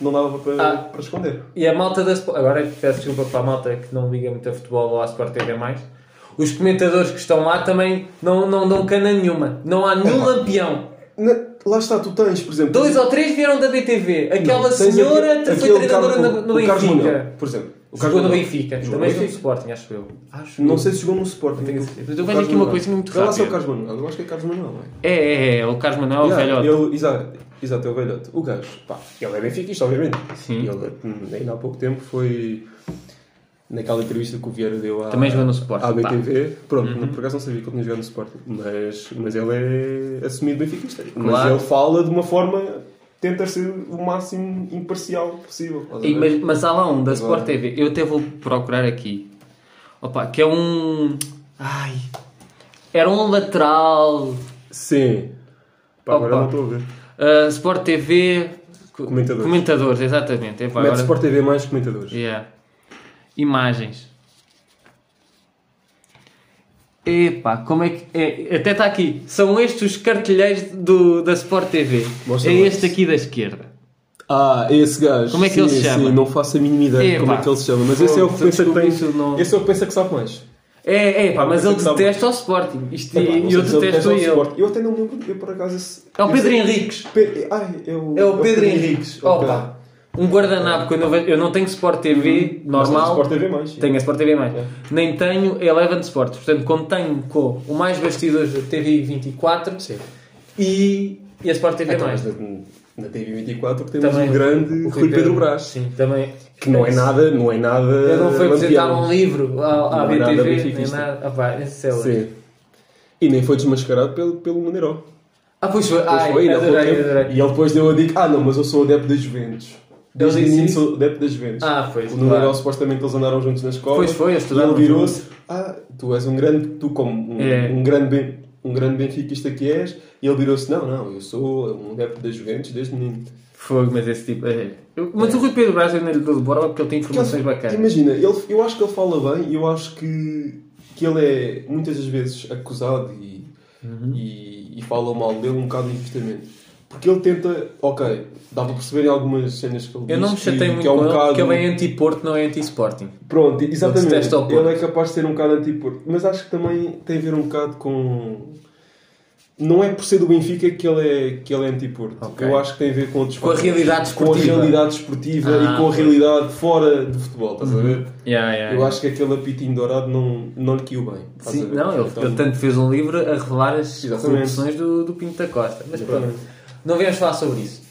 Speaker 3: não dava para,
Speaker 2: Ah.
Speaker 3: para esconder.
Speaker 2: E a malta da Sport. Agora peço desculpa para a malta que não liga muito a futebol ou à Sport TV. Mais. Os comentadores que estão lá também não, não dão cana nenhuma. Não há nenhum lampião.
Speaker 3: Na- lá está, tu tens, por exemplo.
Speaker 2: Dois ou três vieram da DTV.
Speaker 3: Não,
Speaker 2: Aquela
Speaker 3: tens
Speaker 2: senhora
Speaker 3: aquele-
Speaker 2: foi
Speaker 3: aquele
Speaker 2: treinadora
Speaker 3: Carlos-
Speaker 2: no, no
Speaker 3: o Carlos
Speaker 2: Benfica.
Speaker 3: Manuel, por exemplo. O
Speaker 2: Jogou no
Speaker 3: Manuel.
Speaker 2: Benfica.
Speaker 3: Jogou no
Speaker 2: Também jogou no
Speaker 3: Benfica.
Speaker 2: Sporting, acho eu. Acho
Speaker 3: Não
Speaker 2: eu.
Speaker 3: sei se jogou no Sporting.
Speaker 2: tenho certeza. Mas eu
Speaker 3: O
Speaker 2: vejo
Speaker 3: Carlos
Speaker 2: aqui uma
Speaker 3: Manuel.
Speaker 2: coisa muito
Speaker 3: Vê lá se é o
Speaker 2: rápida.
Speaker 3: Carlos Manuel. Eu acho que é Carlos Manuel, não é?
Speaker 2: É, é, é. O Carlos Manuel, o
Speaker 3: Yeah,
Speaker 2: velhote.
Speaker 3: Ele, exato, exato, é o velhote. O gajo, pá, ele é benfiquista, obviamente. Sim. Ele, hum, ainda há pouco tempo, foi naquela entrevista que o Vieira deu à,
Speaker 2: Também jogou no Sporting, Uhum.
Speaker 3: à BTV. Pronto, não- por acaso não sabia que ele tinha jogado no Sporting. Mas, mas ele é assumido benfiquista. Mas
Speaker 2: Claro.
Speaker 3: ele fala de uma forma, tenta ser o máximo imparcial possível. estás a
Speaker 2: E,
Speaker 3: ver?
Speaker 2: mas, mas há lá um da Sport
Speaker 3: Agora.
Speaker 2: TV, eu até vou procurar aqui. Opa, que é um. Ai. Era um lateral.
Speaker 3: Sim. Pá,
Speaker 2: Opa.
Speaker 3: agora não estou a ver.
Speaker 2: ah, Sport TV. co-
Speaker 3: Comentadores.
Speaker 2: Comentadores, exatamente. Epá,
Speaker 3: Mete
Speaker 2: agora-
Speaker 3: Sport TV mais comentadores.
Speaker 2: Yeah. Imagens. Epá, como é que. é, até está aqui. São estes os cartilheiros do, da Sport TV.
Speaker 3: Mostra
Speaker 2: é
Speaker 3: lá.
Speaker 2: este aqui da esquerda.
Speaker 3: Ah, esse gajo.
Speaker 2: Como é que ele se chama?
Speaker 3: não faço a mínima ideia de
Speaker 2: Epá.
Speaker 3: como é que ele se chama, mas esse é o que
Speaker 2: Fogo,
Speaker 3: pensa que
Speaker 2: desculpa,
Speaker 3: tem.
Speaker 2: isso não-
Speaker 3: Esse é o que pensa que sabe mais.
Speaker 2: É, é, pá, mas
Speaker 3: Mas
Speaker 2: ele
Speaker 3: é que sabe-
Speaker 2: detesta o Sporting. Isto, é,
Speaker 3: Epá, não
Speaker 2: e
Speaker 3: sei
Speaker 2: eu
Speaker 3: se ele
Speaker 2: detesto
Speaker 3: pensa no
Speaker 2: ele.
Speaker 3: Sport. Eu até não me lembro, eu por acaso. esse-
Speaker 2: É o
Speaker 3: esse-
Speaker 2: Pedro Henriques.
Speaker 3: Pe- Ah, é o,
Speaker 2: É o Pedro Henriques.
Speaker 3: Ok.
Speaker 2: Opa. Um guardanapo, quando eu, vejo, eu não tenho Sport TV
Speaker 3: Uhum. Mas tem
Speaker 2: normal,
Speaker 3: Sport TV mais.
Speaker 2: tenho a Sport TV mais.
Speaker 3: É.
Speaker 2: Nem tenho Eleven Sports. Portanto, quando tenho com o mais bastidores da TV 24
Speaker 3: Sim.
Speaker 2: e, e a Sport TV
Speaker 3: Então, mas
Speaker 2: mais.
Speaker 3: na, na TV24 temos
Speaker 2: Também.
Speaker 3: o grande
Speaker 2: O
Speaker 3: Rui Pedro, Brás.
Speaker 2: Sim, também.
Speaker 3: Que não é nada, não é nada.
Speaker 2: Ele não foi apresentar
Speaker 3: lampião.
Speaker 2: um livro à, à
Speaker 3: Não é nada
Speaker 2: BTV, nem
Speaker 3: benfiquista.
Speaker 2: nada. Ah, pá, esse é outro.
Speaker 3: Sim. E nem foi desmascarado pelo, pelo Maneiró.
Speaker 2: Ah, pois foi.
Speaker 3: Pois
Speaker 2: Ai,
Speaker 3: foi, ainda há pouco
Speaker 2: adorei,
Speaker 3: tempo.
Speaker 2: adorei.
Speaker 3: E ele depois deu a dica: ah, não, mas eu sou adepto das Juventus. Desde o
Speaker 2: disse
Speaker 3: início
Speaker 2: isso?
Speaker 3: sou adepto das Juventus.
Speaker 2: Ah, pois,
Speaker 3: O Nuno
Speaker 2: claro.
Speaker 3: Miguel, supostamente eles andaram juntos na escola.
Speaker 2: Pois foi, eles
Speaker 3: E ele
Speaker 2: estudaram
Speaker 3: virou-se: ah, tu és um grande, tu como um,
Speaker 2: É.
Speaker 3: um grande ben, um grande benfiquista que és. E ele virou-se: não, não, eu sou um adepto das Juventus desde menino.
Speaker 2: Fogo, mas esse tipo. é. Eu- Mas o Rui Pedro Brás eu não lhe dou de borla porque ele tem informações
Speaker 3: Porque ele-
Speaker 2: bacanas.
Speaker 3: Imagina, ele, eu acho que ele fala bem e eu acho que, que ele é muitas das vezes acusado e,
Speaker 2: Uhum.
Speaker 3: e, e falam mal dele um bocado injustamente. Porque ele tenta, ok, dá para perceber em algumas cenas que ele
Speaker 2: Eu não me
Speaker 3: diz
Speaker 2: chatei
Speaker 3: que,
Speaker 2: muito
Speaker 3: que é um
Speaker 2: com ele,
Speaker 3: bocado.
Speaker 2: porque ele é anti-Porto, não é anti-Sporting.
Speaker 3: Pronto,
Speaker 2: Ele
Speaker 3: exatamente.
Speaker 2: detesta o Porto.
Speaker 3: Ele é capaz de ser um bocado anti-Porto. Mas acho que também tem a ver um bocado com. Não é por ser do Benfica que ele é, que ele é anti-Porto.
Speaker 2: Ok.
Speaker 3: Eu acho que tem a ver com outros
Speaker 2: Com a
Speaker 3: fatores.
Speaker 2: realidade
Speaker 3: Com a
Speaker 2: esportiva.
Speaker 3: realidade esportiva
Speaker 2: Ah, Uhum.
Speaker 3: e com a
Speaker 2: pois.
Speaker 3: realidade fora de futebol, estás a ver?
Speaker 2: Yeah, yeah,
Speaker 3: Eu
Speaker 2: yeah.
Speaker 3: acho que aquele apitinho dourado não, não lhe caiu bem. estás
Speaker 2: Sim,
Speaker 3: a ver?
Speaker 2: não, ele,
Speaker 3: Então,
Speaker 2: ele tanto fez um livro a revelar as
Speaker 3: Exatamente.
Speaker 2: corrupções do, do Pinto da Costa. Mas pronto,
Speaker 3: Exatamente.
Speaker 2: não viemos falar sobre isso.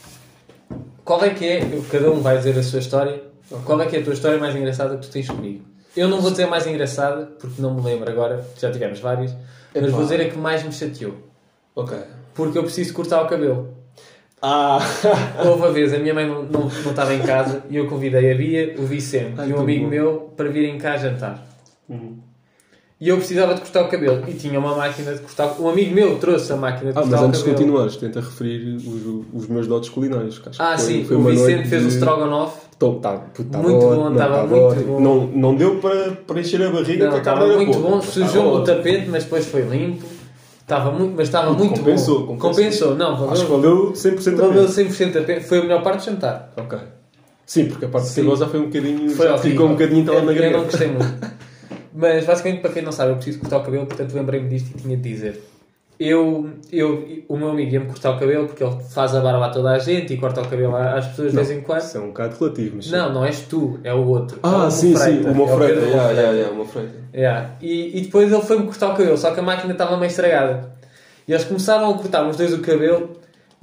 Speaker 2: Qual é que é, eu- cada um vai dizer a sua história, qual é que é a tua história mais engraçada que tu tens comigo? Eu não vou dizer mais engraçada, porque não me lembro agora, já tivemos várias, mas
Speaker 3: Epá.
Speaker 2: vou dizer a que mais me chateou.
Speaker 3: Ok.
Speaker 2: Porque eu preciso cortar o cabelo.
Speaker 3: Ah!
Speaker 2: Houve uma vez, a minha mãe não, não, não estava em casa e eu convidei a Bia, o Vicente
Speaker 3: Ai,
Speaker 2: e um
Speaker 3: que
Speaker 2: amigo
Speaker 3: bom. Uhum.
Speaker 2: meu para virem cá jantar. E eu precisava de cortar o cabelo. E tinha uma máquina de cortar. Um amigo meu trouxe a máquina de
Speaker 3: Ah,
Speaker 2: cortar
Speaker 3: mas
Speaker 2: o
Speaker 3: antes de
Speaker 2: cabelo.
Speaker 3: continuares, tenta referir os, os meus dotes culinários. Que acho
Speaker 2: Ah,
Speaker 3: que foi,
Speaker 2: sim,
Speaker 3: foi
Speaker 2: o
Speaker 3: uma
Speaker 2: Vicente
Speaker 3: noite
Speaker 2: fez
Speaker 3: de-
Speaker 2: um strogonoff.
Speaker 3: Tom, tá, puto, tá
Speaker 2: Muito
Speaker 3: ótimo,
Speaker 2: bom,
Speaker 3: não,
Speaker 2: tava
Speaker 3: tá
Speaker 2: muito
Speaker 3: ótimo.
Speaker 2: bom.
Speaker 3: Não, não deu para, para encher a barriga
Speaker 2: Não,
Speaker 3: que a
Speaker 2: estava
Speaker 3: carne era
Speaker 2: muito
Speaker 3: pouca,
Speaker 2: bom,
Speaker 3: mas tá
Speaker 2: sujou o
Speaker 3: ótimo.
Speaker 2: tapete, mas depois foi limpo. Estava muito, mas estava muito
Speaker 3: compensou,
Speaker 2: bom.
Speaker 3: compensou.
Speaker 2: Compensou, não,
Speaker 3: Acho que
Speaker 2: valeu,
Speaker 3: valeu 100% a
Speaker 2: valeu
Speaker 3: pena.
Speaker 2: 100% a pena. Foi a melhor parte do jantar.
Speaker 3: Ok. Sim, porque a parte de
Speaker 2: Sim.
Speaker 3: cebosa já foi um bocadinho.
Speaker 2: Foi
Speaker 3: já
Speaker 2: horrível. É,
Speaker 3: ficou um bocadinho
Speaker 2: Eu-
Speaker 3: então na
Speaker 2: Eu não
Speaker 3: garganta.
Speaker 2: gostei muito. Mas basicamente, para quem não sabe, eu preciso cortar o cabelo, portanto lembrei-me disto e tinha de dizer. eu, eu, o meu amigo ia-me cortar o cabelo porque ele faz a barba a toda a gente e corta o cabelo às pessoas de vez em quando.
Speaker 3: Isso é um bocado relativo, mas. sim.
Speaker 2: Não, não és tu, é o outro.
Speaker 3: Ah,
Speaker 2: É o
Speaker 3: sim, sim,
Speaker 2: Freita,
Speaker 3: o meu
Speaker 2: é o
Speaker 3: freio.
Speaker 2: Pedro
Speaker 3: Yeah,
Speaker 2: Freita.
Speaker 3: yeah, yeah, o meu freio.
Speaker 2: Yeah. E, e depois ele foi-me cortar o cabelo, só que a máquina estava meio estragada. E eles começaram a cortar os dois o cabelo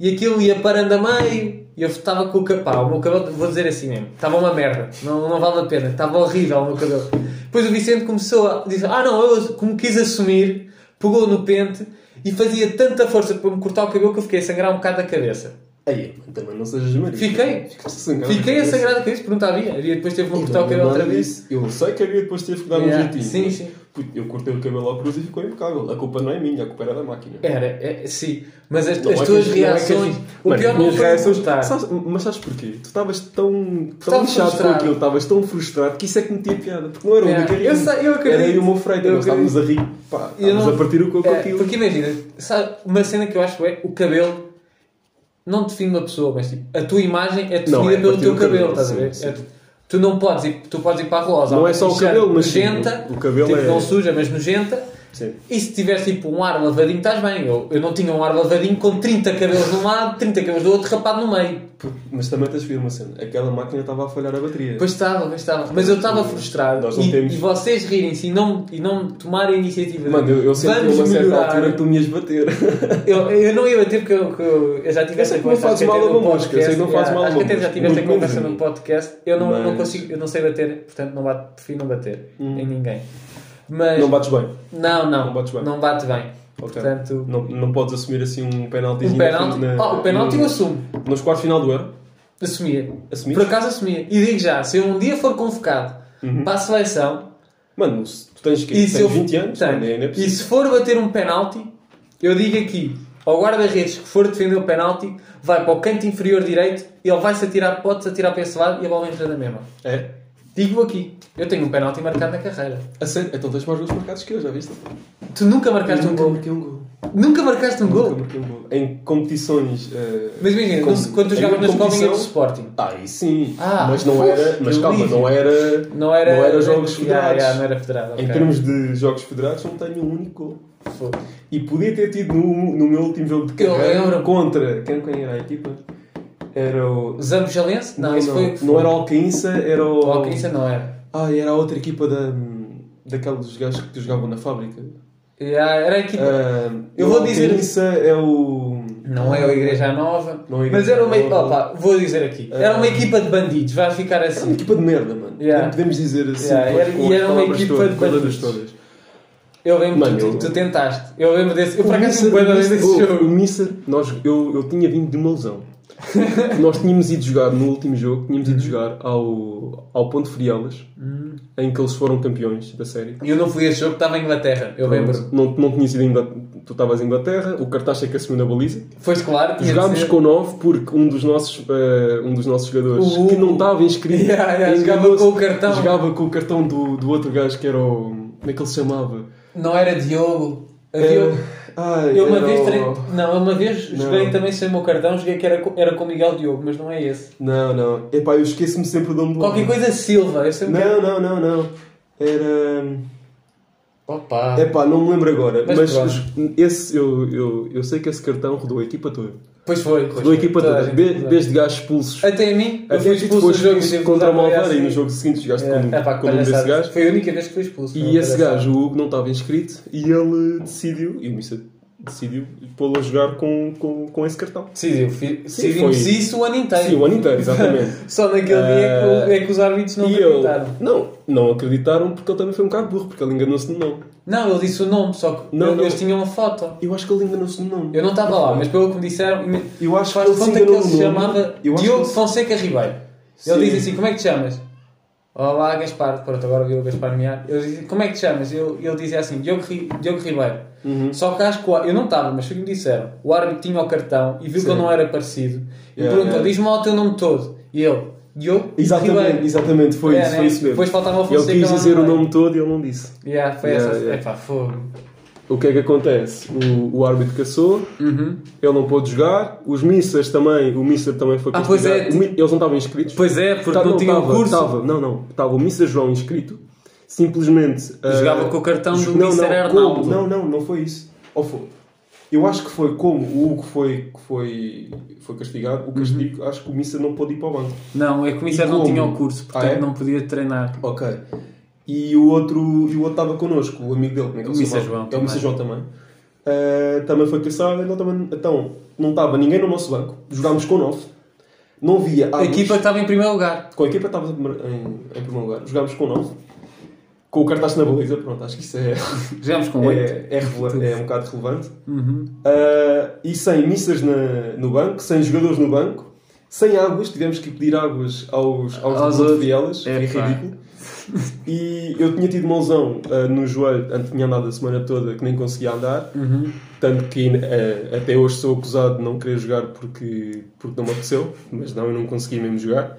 Speaker 2: e aquilo ia parando a meio. E eu estava com o capau, o meu cabelo, vou dizer assim mesmo, estava uma merda, não, não vale a pena, estava horrível o meu cabelo. Depois o Vicente começou a dizer: Ah, não, eu, como quis assumir, pegou no pente e fazia tanta força para me cortar o cabelo que eu fiquei a sangrar um bocado a cabeça.
Speaker 3: Aí, mano, também não sejas marido.
Speaker 2: Fiquei.
Speaker 3: Ficaste a sangrar.
Speaker 2: Fiquei a sangrar a cabeça, porque não estava havia. Depois teve-me a cortar o cabelo outra vez.
Speaker 3: Eu sei que havia depois teve que dar
Speaker 2: Yeah,
Speaker 3: um jeitinho.
Speaker 2: sim,
Speaker 3: mas,
Speaker 2: sim.
Speaker 3: puto, Eu cortei o cabelo à cruz e ficou impecável. A culpa não é minha, a culpa era da máquina.
Speaker 2: Era, é, sim, mas as,
Speaker 3: Não
Speaker 2: as
Speaker 3: é que-
Speaker 2: tuas
Speaker 3: não é que-
Speaker 2: reações. o
Speaker 3: Mano,
Speaker 2: pior
Speaker 3: as
Speaker 2: não
Speaker 3: minhas
Speaker 2: foi
Speaker 3: reações-
Speaker 2: reações,
Speaker 3: sabes- mas sabes porquê? Tu estavas tão,
Speaker 2: Tava
Speaker 3: tão chato com
Speaker 2: frustrado.
Speaker 3: aquilo, estavas tão frustrado que isso é que metia piada. Porque não era o
Speaker 2: Yeah.
Speaker 3: único a rir.
Speaker 2: Eu sei, eu acredito.
Speaker 3: Era aí o meu freio,
Speaker 2: Eu
Speaker 3: nós estávamos a rir. Pá,
Speaker 2: Eu
Speaker 3: estávamos
Speaker 2: não-
Speaker 3: a partir o coco com
Speaker 2: É,
Speaker 3: aquilo.
Speaker 2: porque imagina, sabe, uma cena que eu acho é o cabelo não define uma pessoa, mas tipo, a tua imagem é definida
Speaker 3: Não, é a
Speaker 2: pelo
Speaker 3: partir
Speaker 2: teu
Speaker 3: do
Speaker 2: cabelo,
Speaker 3: cabelo,
Speaker 2: estás a
Speaker 3: sim,
Speaker 2: ver?
Speaker 3: sim.
Speaker 2: É, tu- tu não podes ir, tu podes ir para a rosa.
Speaker 3: Não
Speaker 2: ou
Speaker 3: é só o
Speaker 2: t-shirt
Speaker 3: cabelo, mas sim,
Speaker 2: nojenta,
Speaker 3: o- o cabelo
Speaker 2: tipo,
Speaker 3: é-
Speaker 2: não suja, mas nojenta.
Speaker 3: Sim.
Speaker 2: E se tiveres tipo um ar lavadinho, estás bem. Eu, eu não tinha um ar lavadinho com 30 cabelos de um lado, 30 cabelos do outro, rapado no meio.
Speaker 3: Mas também tens de ver uma cena. Aquela máquina estava a falhar a bateria.
Speaker 2: Pois estava, pois estava. Mas eu estava frustrado.
Speaker 3: Nós não
Speaker 2: E,
Speaker 3: temos-
Speaker 2: e vocês rirem-se e não, e não tomarem a iniciativa.
Speaker 3: Mano, eu, eu senti
Speaker 2: Vamos
Speaker 3: uma certa
Speaker 2: melhorar.
Speaker 3: altura que tu me ias bater.
Speaker 2: Eu, eu não ia bater porque eu, que eu- eu já tive
Speaker 3: Eu
Speaker 2: essa
Speaker 3: sei que não
Speaker 2: conversa.
Speaker 3: fazes
Speaker 2: acho que
Speaker 3: mal
Speaker 2: até
Speaker 3: a
Speaker 2: no
Speaker 3: uma mosca, eu sei que não
Speaker 2: podcast,
Speaker 3: fazes mal
Speaker 2: yeah,
Speaker 3: a uma
Speaker 2: Acho que até já
Speaker 3: mosca.
Speaker 2: tive essa
Speaker 3: Muito menos
Speaker 2: conversa
Speaker 3: a mim.
Speaker 2: no podcast. Eu não, não
Speaker 3: Mas- Hum.
Speaker 2: consigo, eu não sei bater, portanto não bato, prefiro não bater em ninguém. Mas
Speaker 3: Não bates bem.
Speaker 2: não, não,
Speaker 3: não bates bem.
Speaker 2: não bate bem.
Speaker 3: Ok.
Speaker 2: Portanto,
Speaker 3: Não, não podes assumir assim um penaltizinho.
Speaker 2: um penalti.
Speaker 3: na-
Speaker 2: Oh, o penalti
Speaker 3: no-
Speaker 2: eu assumo.
Speaker 3: Nos quartos final do Euro.
Speaker 2: Assumia.
Speaker 3: Assumiste?
Speaker 2: Por acaso assumia. E digo já, se eu um dia for convocado
Speaker 3: Uhum.
Speaker 2: para a seleção,
Speaker 3: Mano, se tu tens, que,
Speaker 2: E
Speaker 3: tens
Speaker 2: se eu-
Speaker 3: 20 anos,
Speaker 2: Tenho.
Speaker 3: mano, é, não é
Speaker 2: e
Speaker 3: possível.
Speaker 2: se for bater um penalti, eu digo aqui ao guarda-redes que for defender o penalti, vai para o canto inferior direito, ele vai-se atirar, pode-se atirar para esse lado e a bola entra na mesma.
Speaker 3: É?
Speaker 2: Digo aqui, eu tenho um penalti marcado na carreira.
Speaker 3: A sério? Então tens mais gols marcados que eu, já viste?
Speaker 2: Tu nunca marcaste
Speaker 3: Eu
Speaker 2: um
Speaker 3: nunca
Speaker 2: gol.
Speaker 3: marquei um gol.
Speaker 2: Nunca marcaste um
Speaker 3: Nunca
Speaker 2: gol.
Speaker 3: marquei um gol. Em competições... eh,
Speaker 2: Mas imagina,
Speaker 3: com-
Speaker 2: quando- quando tu
Speaker 3: em
Speaker 2: jogavas na escola vinha do
Speaker 3: competição-
Speaker 2: Sporting.
Speaker 3: Ah, aí sim.
Speaker 2: Ah,
Speaker 3: mas não
Speaker 2: uf,
Speaker 3: era... Mas
Speaker 2: que
Speaker 3: calma,
Speaker 2: alívio.
Speaker 3: não era...
Speaker 2: Não era,
Speaker 3: não era jogos
Speaker 2: Yeah,
Speaker 3: federados.
Speaker 2: yeah, não era federado.
Speaker 3: Em
Speaker 2: ok.
Speaker 3: termos de jogos federados, não tenho um único gol. E podia ter tido no, no meu último jogo de
Speaker 2: Eu
Speaker 3: carreira
Speaker 2: lembro.
Speaker 3: contra quem, quem era a equipa? Era o.
Speaker 2: Zambujalense? Não, isso foi o que
Speaker 3: não
Speaker 2: foi.
Speaker 3: era o Alcaínça, era o.
Speaker 2: O Alcaíça não era.
Speaker 3: Ah, era a outra equipa da, daqueles gajos que jogavam na fábrica.
Speaker 2: Yeah, era a equipa.
Speaker 3: Ah,
Speaker 2: Eu
Speaker 3: o
Speaker 2: vou dizer-
Speaker 3: Alcaínça é o.
Speaker 2: Não é a Igreja Nova,
Speaker 3: Não é a Igreja
Speaker 2: mas era uma
Speaker 3: Nova.
Speaker 2: opa, vou dizer aqui,
Speaker 3: Eh,
Speaker 2: era uma equipa de bandidos, vai ficar
Speaker 3: Era É uma
Speaker 2: assim.
Speaker 3: equipa de merda, mano.
Speaker 2: Yeah.
Speaker 3: Não podemos dizer assim.
Speaker 2: Yeah,
Speaker 3: com-
Speaker 2: era-
Speaker 3: com
Speaker 2: e
Speaker 3: as
Speaker 2: era uma
Speaker 3: palavras
Speaker 2: equipa
Speaker 3: todas,
Speaker 2: de
Speaker 3: com as
Speaker 2: bandidos.
Speaker 3: todas.
Speaker 2: Eu lembro
Speaker 3: Mano,
Speaker 2: que tu,
Speaker 3: eu-
Speaker 2: tu tentaste, eu lembro desse, eu
Speaker 3: O
Speaker 2: por acaso
Speaker 3: Missa-
Speaker 2: me lembro
Speaker 3: o
Speaker 2: bem
Speaker 3: Missa-
Speaker 2: desse
Speaker 3: oh, O
Speaker 2: jogo.
Speaker 3: Missa, nós, eu, eu tinha vindo de uma lesão. nós tínhamos ido jogar no último jogo, tínhamos
Speaker 2: Uhum.
Speaker 3: ido jogar ao, ao Ponte Frielas,
Speaker 2: Hum.
Speaker 3: em que eles foram campeões da série.
Speaker 2: E eu não fui a esse jogo, estava em Inglaterra, eu lembro.
Speaker 3: Não, não tinha sido ainda. Tu estavas em Inglaterra, o cartaz é que assumiu na baliza.
Speaker 2: Foi claro, tinha de
Speaker 3: Jogámos
Speaker 2: ser.
Speaker 3: com 9 porque um dos nossos, eh, um dos nossos jogadores
Speaker 2: O Hugo.
Speaker 3: que não estava inscrito
Speaker 2: Uh, Yeah, yeah, jogava
Speaker 3: enganou-se.
Speaker 2: com o cartão.
Speaker 3: Jogava com o cartão do, do outro gajo que era o. Como é que ele se chamava? Eh,
Speaker 2: Não era Diogo.
Speaker 3: Era-
Speaker 2: Diogo.
Speaker 3: Ai,
Speaker 2: Eu uma
Speaker 3: era
Speaker 2: vez,
Speaker 3: o-
Speaker 2: tre- não, eu uma vez
Speaker 3: Não.
Speaker 2: joguei também sem o meu cartão, joguei que era com, era com o Miguel Diogo, mas não é esse.
Speaker 3: Não, não. Epá, eu esqueço-me sempre do nome do
Speaker 2: Qualquer
Speaker 3: homem.
Speaker 2: coisa Silva, eu sempre
Speaker 3: Não, não, não, não. Era.
Speaker 2: Opa.
Speaker 3: Epá, não me lembro agora.
Speaker 2: Ah. Mas
Speaker 3: Mas,
Speaker 2: pronto.
Speaker 3: esse, eu, eu, eu sei que esse cartão rodou a equipa toda.
Speaker 2: Pois foi, pois
Speaker 3: Rodou a
Speaker 2: foi.
Speaker 3: equipa
Speaker 2: Toda a
Speaker 3: toda.
Speaker 2: gente-
Speaker 3: de-
Speaker 2: toda a gente.
Speaker 3: desde gajos expulsos.
Speaker 2: Até a mim, eu
Speaker 3: Até
Speaker 2: fui
Speaker 3: que
Speaker 2: expulso
Speaker 3: tu
Speaker 2: no
Speaker 3: foste
Speaker 2: jogo
Speaker 3: expulso
Speaker 2: tive
Speaker 3: contra
Speaker 2: de
Speaker 3: o
Speaker 2: dar uma
Speaker 3: Malvar e
Speaker 2: olhada
Speaker 3: no
Speaker 2: assim.
Speaker 3: jogo seguinte jogaste
Speaker 2: É,
Speaker 3: com,
Speaker 2: é pá,
Speaker 3: com o nome desse
Speaker 2: palhaçada.
Speaker 3: gajo.
Speaker 2: Foi a única vez que fui expulso.
Speaker 3: E
Speaker 2: foi
Speaker 3: esse
Speaker 2: palhaçada.
Speaker 3: gajo, o Hugo, não estava inscrito e ele decidiu, e o Missa decidiu, pô-lo a jogar com, com, com esse cartão.
Speaker 2: Decidiu, fi- decidimos
Speaker 3: foi-
Speaker 2: isso o ano inteiro.
Speaker 3: Sim, o ano inteiro, exatamente.
Speaker 2: Só naquele dia é que, é que os árbitros não
Speaker 3: e ele,
Speaker 2: acreditaram.
Speaker 3: não, não acreditaram porque ele também foi um bocado burro, porque ele enganou-se no nome.
Speaker 2: Não, ele disse o nome, só que
Speaker 3: Não,
Speaker 2: eles
Speaker 3: não.
Speaker 2: tinham uma foto.
Speaker 3: Eu acho que ele enganou-se no nome.
Speaker 2: Eu não estava lá, mas pelo que me disseram,
Speaker 3: Eu acho
Speaker 2: faz
Speaker 3: que ele se
Speaker 2: conta que
Speaker 3: enganou
Speaker 2: ele se
Speaker 3: no nome.
Speaker 2: chamava
Speaker 3: Eu acho
Speaker 2: Diogo
Speaker 3: que ele-
Speaker 2: Fonseca Ribeiro.
Speaker 3: Sim.
Speaker 2: Ele diz assim: Como é que te chamas? Olá, Gaspar. Pronto, agora viu o Gaspar Mear. Ele diz: Como é que te chamas? Ele, ele dizia assim: Diogo, Ri- Diogo Ribeiro.
Speaker 3: Hum. Uhum.
Speaker 2: Só que acho que o, ar- eu não estava, mas foi o que me disseram. O árbitro tinha o cartão e viu que
Speaker 3: Sim.
Speaker 2: ele não era parecido. E
Speaker 3: Yeah,
Speaker 2: perguntou:
Speaker 3: yeah.
Speaker 2: Diz-me lá o teu nome todo. E ele: Diogo
Speaker 3: Exatamente,
Speaker 2: Ribeiro.
Speaker 3: exatamente, foi
Speaker 2: É,
Speaker 3: isso,
Speaker 2: né?
Speaker 3: foi isso mesmo.
Speaker 2: Depois faltava o
Speaker 3: ele
Speaker 2: Fonseca
Speaker 3: quis
Speaker 2: lá no
Speaker 3: dizer o
Speaker 2: meio.
Speaker 3: nome todo e ele não disse.
Speaker 2: Yeah, foi
Speaker 3: Yeah,
Speaker 2: essa.
Speaker 3: yeah.
Speaker 2: Epá, fogo.
Speaker 3: O que é que acontece? O, o árbitro caçou, ele não pôde jogar, os missas também, o Missa também foi
Speaker 2: Ah,
Speaker 3: castigado.
Speaker 2: pois é,
Speaker 3: O mi- eles não estavam inscritos.
Speaker 2: Pois é, porque
Speaker 3: Tá-
Speaker 2: não tinha o
Speaker 3: tava-
Speaker 2: curso.
Speaker 3: tava- não, não, estava o Missa João inscrito, simplesmente... ah,
Speaker 2: Jogava com o cartão do
Speaker 3: jo- não,
Speaker 2: Missa
Speaker 3: não,
Speaker 2: Arnaldo.
Speaker 3: como? Não, não, não foi isso. Ou foi? Eu acho que foi como o Hugo foi, que foi, foi castigado, o castigo,
Speaker 2: Uhum.
Speaker 3: acho que o Missa não pôde ir para o banco.
Speaker 1: Não, é que o Mister
Speaker 3: E
Speaker 1: não
Speaker 3: como?
Speaker 1: tinha o curso, portanto
Speaker 3: Ah, é?
Speaker 1: não podia treinar.
Speaker 3: Ok. E o outro e o outro estava connosco, o amigo dele. Como é que
Speaker 1: O
Speaker 3: ele se
Speaker 1: Missa
Speaker 3: chama?
Speaker 1: João
Speaker 3: É o Missa
Speaker 1: também.
Speaker 3: João também. Ah, também foi caçado. Então, também, então, não estava ninguém no nosso banco. Jogámos com nove. Não havia
Speaker 2: A
Speaker 3: árbitros.
Speaker 2: equipa que estava em primeiro lugar.
Speaker 3: Com a equipa estava em, em primeiro lugar. Jogámos com nove. Com o cartaz na baliza. Pronto, acho que isso é,
Speaker 1: Jogámos com oito.
Speaker 3: é, é, revela- é um bocado relevante.
Speaker 1: Uhum.
Speaker 3: Ah, e sem missas na- no banco, sem jogadores no banco, sem águas, tivemos que pedir águas aos, aos,
Speaker 1: Aos
Speaker 3: aos
Speaker 1: outros.
Speaker 3: fielas,
Speaker 1: É,
Speaker 3: é,
Speaker 1: pá.
Speaker 3: ridículo. E eu tinha tido uma lesão ah, no joelho, antes tinha andado a semana toda que nem conseguia andar, tanto que ah, até hoje sou acusado de não querer jogar porque, porque não me apeteceu, mas não, eu não consegui mesmo jogar.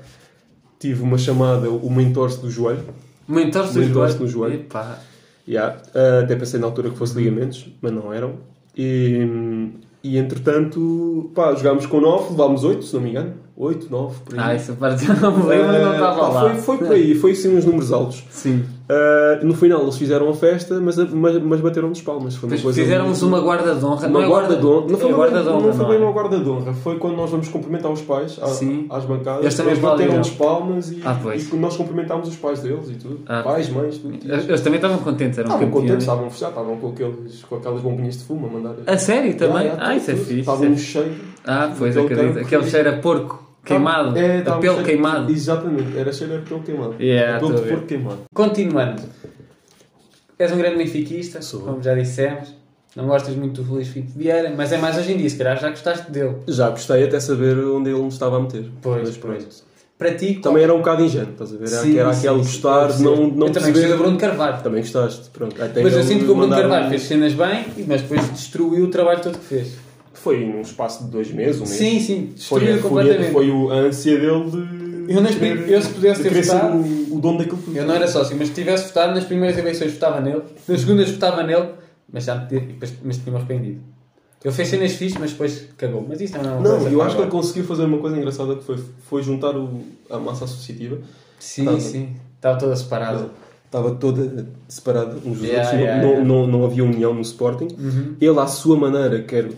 Speaker 3: Tive uma chamada, uma entorse do joelho,
Speaker 2: Mentor
Speaker 3: Uma entorse no joelho.
Speaker 2: Epá.
Speaker 3: Yeah. Ah, até pensei na altura que fosse ligamentos, mas não eram. E, e entretanto, pá, jogámos com 9, levámos 8, se não me engano. 8, 9, por aí.
Speaker 2: Ah, essa parte eu não me lembro, não
Speaker 3: Ah,
Speaker 2: estava
Speaker 3: pá,
Speaker 2: lá.
Speaker 3: Foi, foi por aí, foi assim uns números altos.
Speaker 1: Sim.
Speaker 3: Ah, no final eles fizeram a festa, mas, mas, mas bateram-nos palmas. Foi uma
Speaker 2: Mas
Speaker 3: coisa
Speaker 2: fizeram-nos uma guarda de honra.
Speaker 3: uma
Speaker 2: não é
Speaker 3: guarda de honra. Não
Speaker 2: Não
Speaker 3: foi,
Speaker 2: é
Speaker 3: bem-
Speaker 2: guarda de honra,
Speaker 3: não foi
Speaker 2: não
Speaker 3: bem
Speaker 2: é?
Speaker 3: uma guarda de honra, foi quando nós vamos cumprimentar os pais à-
Speaker 1: Sim.
Speaker 3: às bancadas.
Speaker 2: Eles também aplaudiram.
Speaker 3: bateram-nos palmas e,
Speaker 2: Ah, pois.
Speaker 3: e nós cumprimentámos os pais deles e tudo.
Speaker 2: Ah.
Speaker 3: Pais, mães, tudo.
Speaker 2: Eles eles também estavam contentes, eram
Speaker 3: Estavam contentes,
Speaker 2: campeões.
Speaker 3: estavam fechados, estavam com, aqueles, com aquelas bombinhas de fumo a mandar.
Speaker 2: A sério também?
Speaker 3: Ah, é,
Speaker 2: ah, isso é
Speaker 3: tudo,
Speaker 2: fixe.
Speaker 3: Estava
Speaker 2: isso é
Speaker 3: um
Speaker 2: fixe.
Speaker 3: cheiro.
Speaker 2: Ah, pois,
Speaker 3: Então,
Speaker 2: acredito.
Speaker 3: tem-
Speaker 2: Aquele cheiro a porco queimado,
Speaker 3: É,
Speaker 2: a
Speaker 3: estava um
Speaker 2: pelo
Speaker 3: cheiro-
Speaker 2: queimado.
Speaker 3: Exatamente, era cheiro a pelo queimado.
Speaker 2: Yeah,
Speaker 3: a
Speaker 2: estou
Speaker 3: pelo
Speaker 2: a
Speaker 3: de
Speaker 2: ver.
Speaker 3: porco queimado.
Speaker 2: Continuando. És um grande benfiquista,
Speaker 3: Sou.
Speaker 2: como já dissemos. Não gostas muito do Luís Filipe Vieira, mas é mais hoje em dia, se calhar já gostaste dele.
Speaker 3: Já gostei até saber onde ele me estava a meter.
Speaker 2: Pois,
Speaker 3: pronto.
Speaker 2: Para ti,
Speaker 3: Também era um bocado ingênuo, estás a ver? Era,
Speaker 2: Sim,
Speaker 3: era
Speaker 2: sim,
Speaker 3: aquele
Speaker 2: sim,
Speaker 3: gostar
Speaker 2: pode
Speaker 3: de não,
Speaker 2: ser.
Speaker 3: não
Speaker 2: Eu também gostei do Bruno Carvalho.
Speaker 3: Também gostaste, pronto. Até
Speaker 2: Mas eu
Speaker 3: ele
Speaker 2: sinto que o Bruno
Speaker 3: mandar um-
Speaker 2: Carvalho fez cenas bem, mas depois destruiu o trabalho todo que fez.
Speaker 3: Foi num espaço de dois meses, um mês.
Speaker 2: Sim, sim,
Speaker 3: foi,
Speaker 2: destruiu
Speaker 3: a fúria,
Speaker 2: completamente.
Speaker 3: foi o- a ânsia dele de.
Speaker 2: Eu nas prim- eu se pudesse
Speaker 3: de
Speaker 2: ter
Speaker 3: querer ser
Speaker 2: votado-
Speaker 3: o, o dono daquilo tudo.
Speaker 2: Eu não era sócio, mas se tivesse votado, nas primeiras eleições votava nele, nas segundas votava nele, mas já me tinha- mas tinha-me arrependido. Ele fez cenas fixas, mas depois cagou. Mas isso também não é uma
Speaker 3: Não,
Speaker 2: coisa
Speaker 3: eu
Speaker 2: para
Speaker 3: acho que ele
Speaker 2: agora.
Speaker 3: conseguiu fazer uma coisa engraçada que foi, foi juntar o- a massa associativa.
Speaker 2: Sim,
Speaker 3: Tá.
Speaker 2: sim. Estava toda separada.
Speaker 3: Estava toda separada uns dos
Speaker 2: Yeah,
Speaker 3: outros,
Speaker 2: yeah,
Speaker 3: não,
Speaker 2: yeah. Uhum.
Speaker 3: Não, não havia união no Sporting. Ele, à sua maneira, quer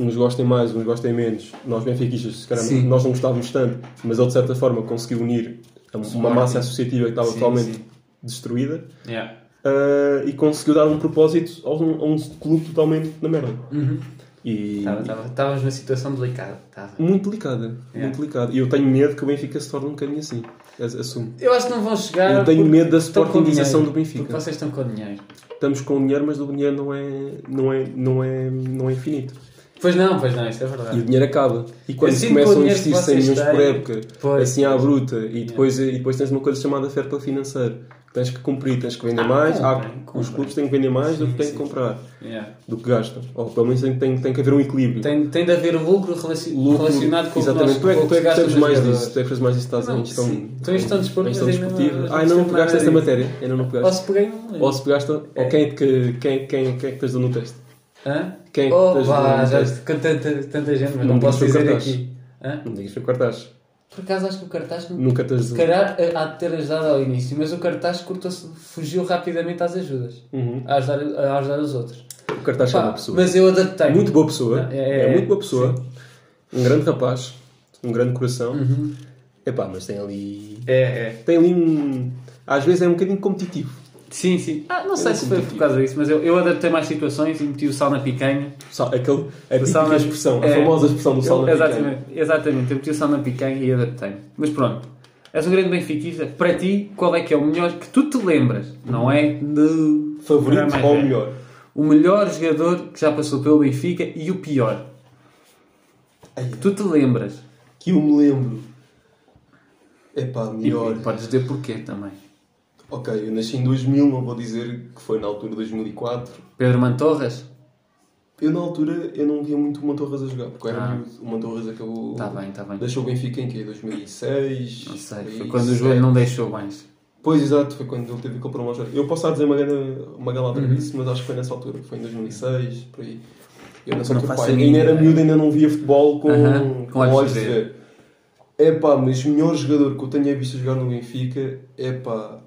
Speaker 3: uns gostem mais, uns gostem menos, nós benfiquistas, se calhar,
Speaker 2: Sim.
Speaker 3: nós não gostávamos tanto, mas ele, de certa forma, conseguiu unir a- uma
Speaker 2: Sporting.
Speaker 3: massa associativa que estava
Speaker 2: Sim,
Speaker 3: totalmente
Speaker 2: sim.
Speaker 3: destruída
Speaker 2: Yeah.
Speaker 3: ah, e conseguiu dar um propósito a um, a um clube totalmente na merda.
Speaker 2: Uhum.
Speaker 3: E,
Speaker 2: Estava- estava- Estávamos numa situação delicada. estava.
Speaker 3: Muito delicada,
Speaker 2: Yeah.
Speaker 3: muito delicada. E eu tenho medo que o Benfica se torne um bocadinho assim, as- assumo.
Speaker 2: Eu acho que não vão chegar.
Speaker 3: Eu tenho
Speaker 2: porque
Speaker 3: medo da
Speaker 2: estão com
Speaker 3: sportingização
Speaker 2: dinheiro,
Speaker 3: do Benfica.
Speaker 2: Porque vocês estão com dinheiro.
Speaker 3: Estamos com dinheiro, mas o dinheiro não é, não é, não é, não é infinito.
Speaker 2: Pois não, pois não, isso é
Speaker 3: E o
Speaker 2: verdade.
Speaker 3: dinheiro acaba. E quando
Speaker 2: Eu sinto que Assim
Speaker 3: começam
Speaker 2: o
Speaker 3: a
Speaker 2: dinheiro
Speaker 3: investir
Speaker 2: que
Speaker 3: 100
Speaker 2: vocês
Speaker 3: milhões por
Speaker 2: têm-
Speaker 3: época,
Speaker 2: Pois. É.
Speaker 3: assim à bruta, e depois, e depois tens uma coisa chamada fair play financeiro. Tens que cumprir, tens que vender
Speaker 2: Ah,
Speaker 3: mais. Há-
Speaker 2: comprem,
Speaker 3: os
Speaker 2: comprem.
Speaker 3: clubes têm que vender mais do
Speaker 2: Sim,
Speaker 3: que têm
Speaker 2: sim.
Speaker 3: que comprar,
Speaker 2: Yeah.
Speaker 3: do que gastam. Ou pelo menos tem, tem, tem que haver um equilíbrio.
Speaker 2: Tem, tem de haver lucro, relaci-
Speaker 3: Lucro-
Speaker 2: relacionado com
Speaker 3: Exatamente.
Speaker 2: o
Speaker 3: Tu
Speaker 2: que
Speaker 3: é,
Speaker 2: nós
Speaker 3: que- tu é que percebes mais disso. Tu é que Então, percebes mais disso. Estás
Speaker 2: Não,
Speaker 3: em gestão,
Speaker 2: sim. Estou em gestão de desporto,
Speaker 3: gestão
Speaker 2: mas ainda
Speaker 3: desportiva.
Speaker 2: não- não
Speaker 3: Ah, ainda não
Speaker 2: percebo nada
Speaker 3: pegaste esta
Speaker 2: disso.
Speaker 3: matéria. Ainda não
Speaker 2: Ou
Speaker 3: pegaste.
Speaker 2: se peguei, não lembro.
Speaker 3: Ou se pegaste, ou quem é que, quem, quem, quem é que tens dado no teste?
Speaker 2: Hã?
Speaker 3: Quem é que
Speaker 2: oh,
Speaker 3: tens
Speaker 2: vá,
Speaker 3: no
Speaker 2: já
Speaker 3: teste?
Speaker 2: com tanta, tanta gente, mas
Speaker 3: Não
Speaker 2: não, posso
Speaker 3: digas o
Speaker 2: dizer
Speaker 3: cartaz.
Speaker 2: aqui. Hã?
Speaker 3: Não digas que cartaz.
Speaker 2: Por acaso acho que o cartaz não.
Speaker 3: Nunca tens
Speaker 2: Se
Speaker 3: dado.
Speaker 2: calhar eh, há de ter ajudado ao início, mas o cartaz cortou-se, fugiu rapidamente às ajudas,
Speaker 3: Uhum.
Speaker 2: a ajudar, a ajudar os outros.
Speaker 3: O cartaz é
Speaker 2: Pá,
Speaker 3: uma pessoa.
Speaker 2: mas eu adaptei.
Speaker 3: Muito boa pessoa.
Speaker 2: Ah,
Speaker 3: É,
Speaker 2: é, é,
Speaker 3: muito boa pessoa. Um grande rapaz. Um grande coração.
Speaker 2: Uhum.
Speaker 3: Epá, mas tem ali...
Speaker 2: É, é.
Speaker 3: Tem ali um... Às vezes é um bocadinho competitivo.
Speaker 2: Sim, sim. Ah, não sei
Speaker 3: Era
Speaker 2: se foi por
Speaker 3: competitivo.
Speaker 2: causa disso, mas eu, eu adaptei mais situações e meti o sal na picanha.
Speaker 3: Só, aquele, é a típica
Speaker 2: sal na-
Speaker 3: expressão.
Speaker 2: é.
Speaker 3: A famosa expressão do sal
Speaker 2: Eu-
Speaker 3: na picanha.
Speaker 2: exatamente, exatamente, eu meti o sal na picanha e adaptei. Mas pronto, és um grande benfiquista. Para ti, qual é que é o melhor que tu te lembras? Não é de. Não é
Speaker 3: Favorito
Speaker 2: mais
Speaker 3: ou
Speaker 2: velho.
Speaker 3: melhor?
Speaker 2: O melhor jogador que já passou pelo Benfica e o pior.
Speaker 3: Ai,
Speaker 2: Que tu te lembras.
Speaker 3: que eu me lembro. Epá, melhor.
Speaker 2: E podes dizer porquê também.
Speaker 3: Ok, eu nasci em 2000, não vou dizer que foi na altura de 2004.
Speaker 2: Pedro Mantorras?
Speaker 3: Eu, na altura, eu não via muito o Mantorras a jogar, porque eu era
Speaker 2: Ah.
Speaker 3: miúdo. O Mantorras acabou...
Speaker 2: Está Tá bem, está bem.
Speaker 3: Deixou o Benfica em quê? 2006?
Speaker 2: Não sei, foi
Speaker 3: 2007.
Speaker 2: quando o joelho não deixou mais.
Speaker 3: Pois, exato, foi quando ele teve aquele problema. ao joelho. Eu posso estar a dizer uma, grande, uma galada
Speaker 2: Uhum.
Speaker 3: disso, mas acho que foi nessa altura. Foi em 2006, por aí. Eu nessa
Speaker 2: Não
Speaker 3: altura,
Speaker 2: faço a
Speaker 3: pá, ainda
Speaker 2: mínima
Speaker 3: era
Speaker 2: ideia.
Speaker 3: miúdo, ainda não via futebol com,
Speaker 2: Aham, com
Speaker 3: com
Speaker 2: olhos de
Speaker 3: olhos de
Speaker 2: ver.
Speaker 3: ver. É pá, mas o melhor jogador que eu tenha visto jogar no Benfica é pá,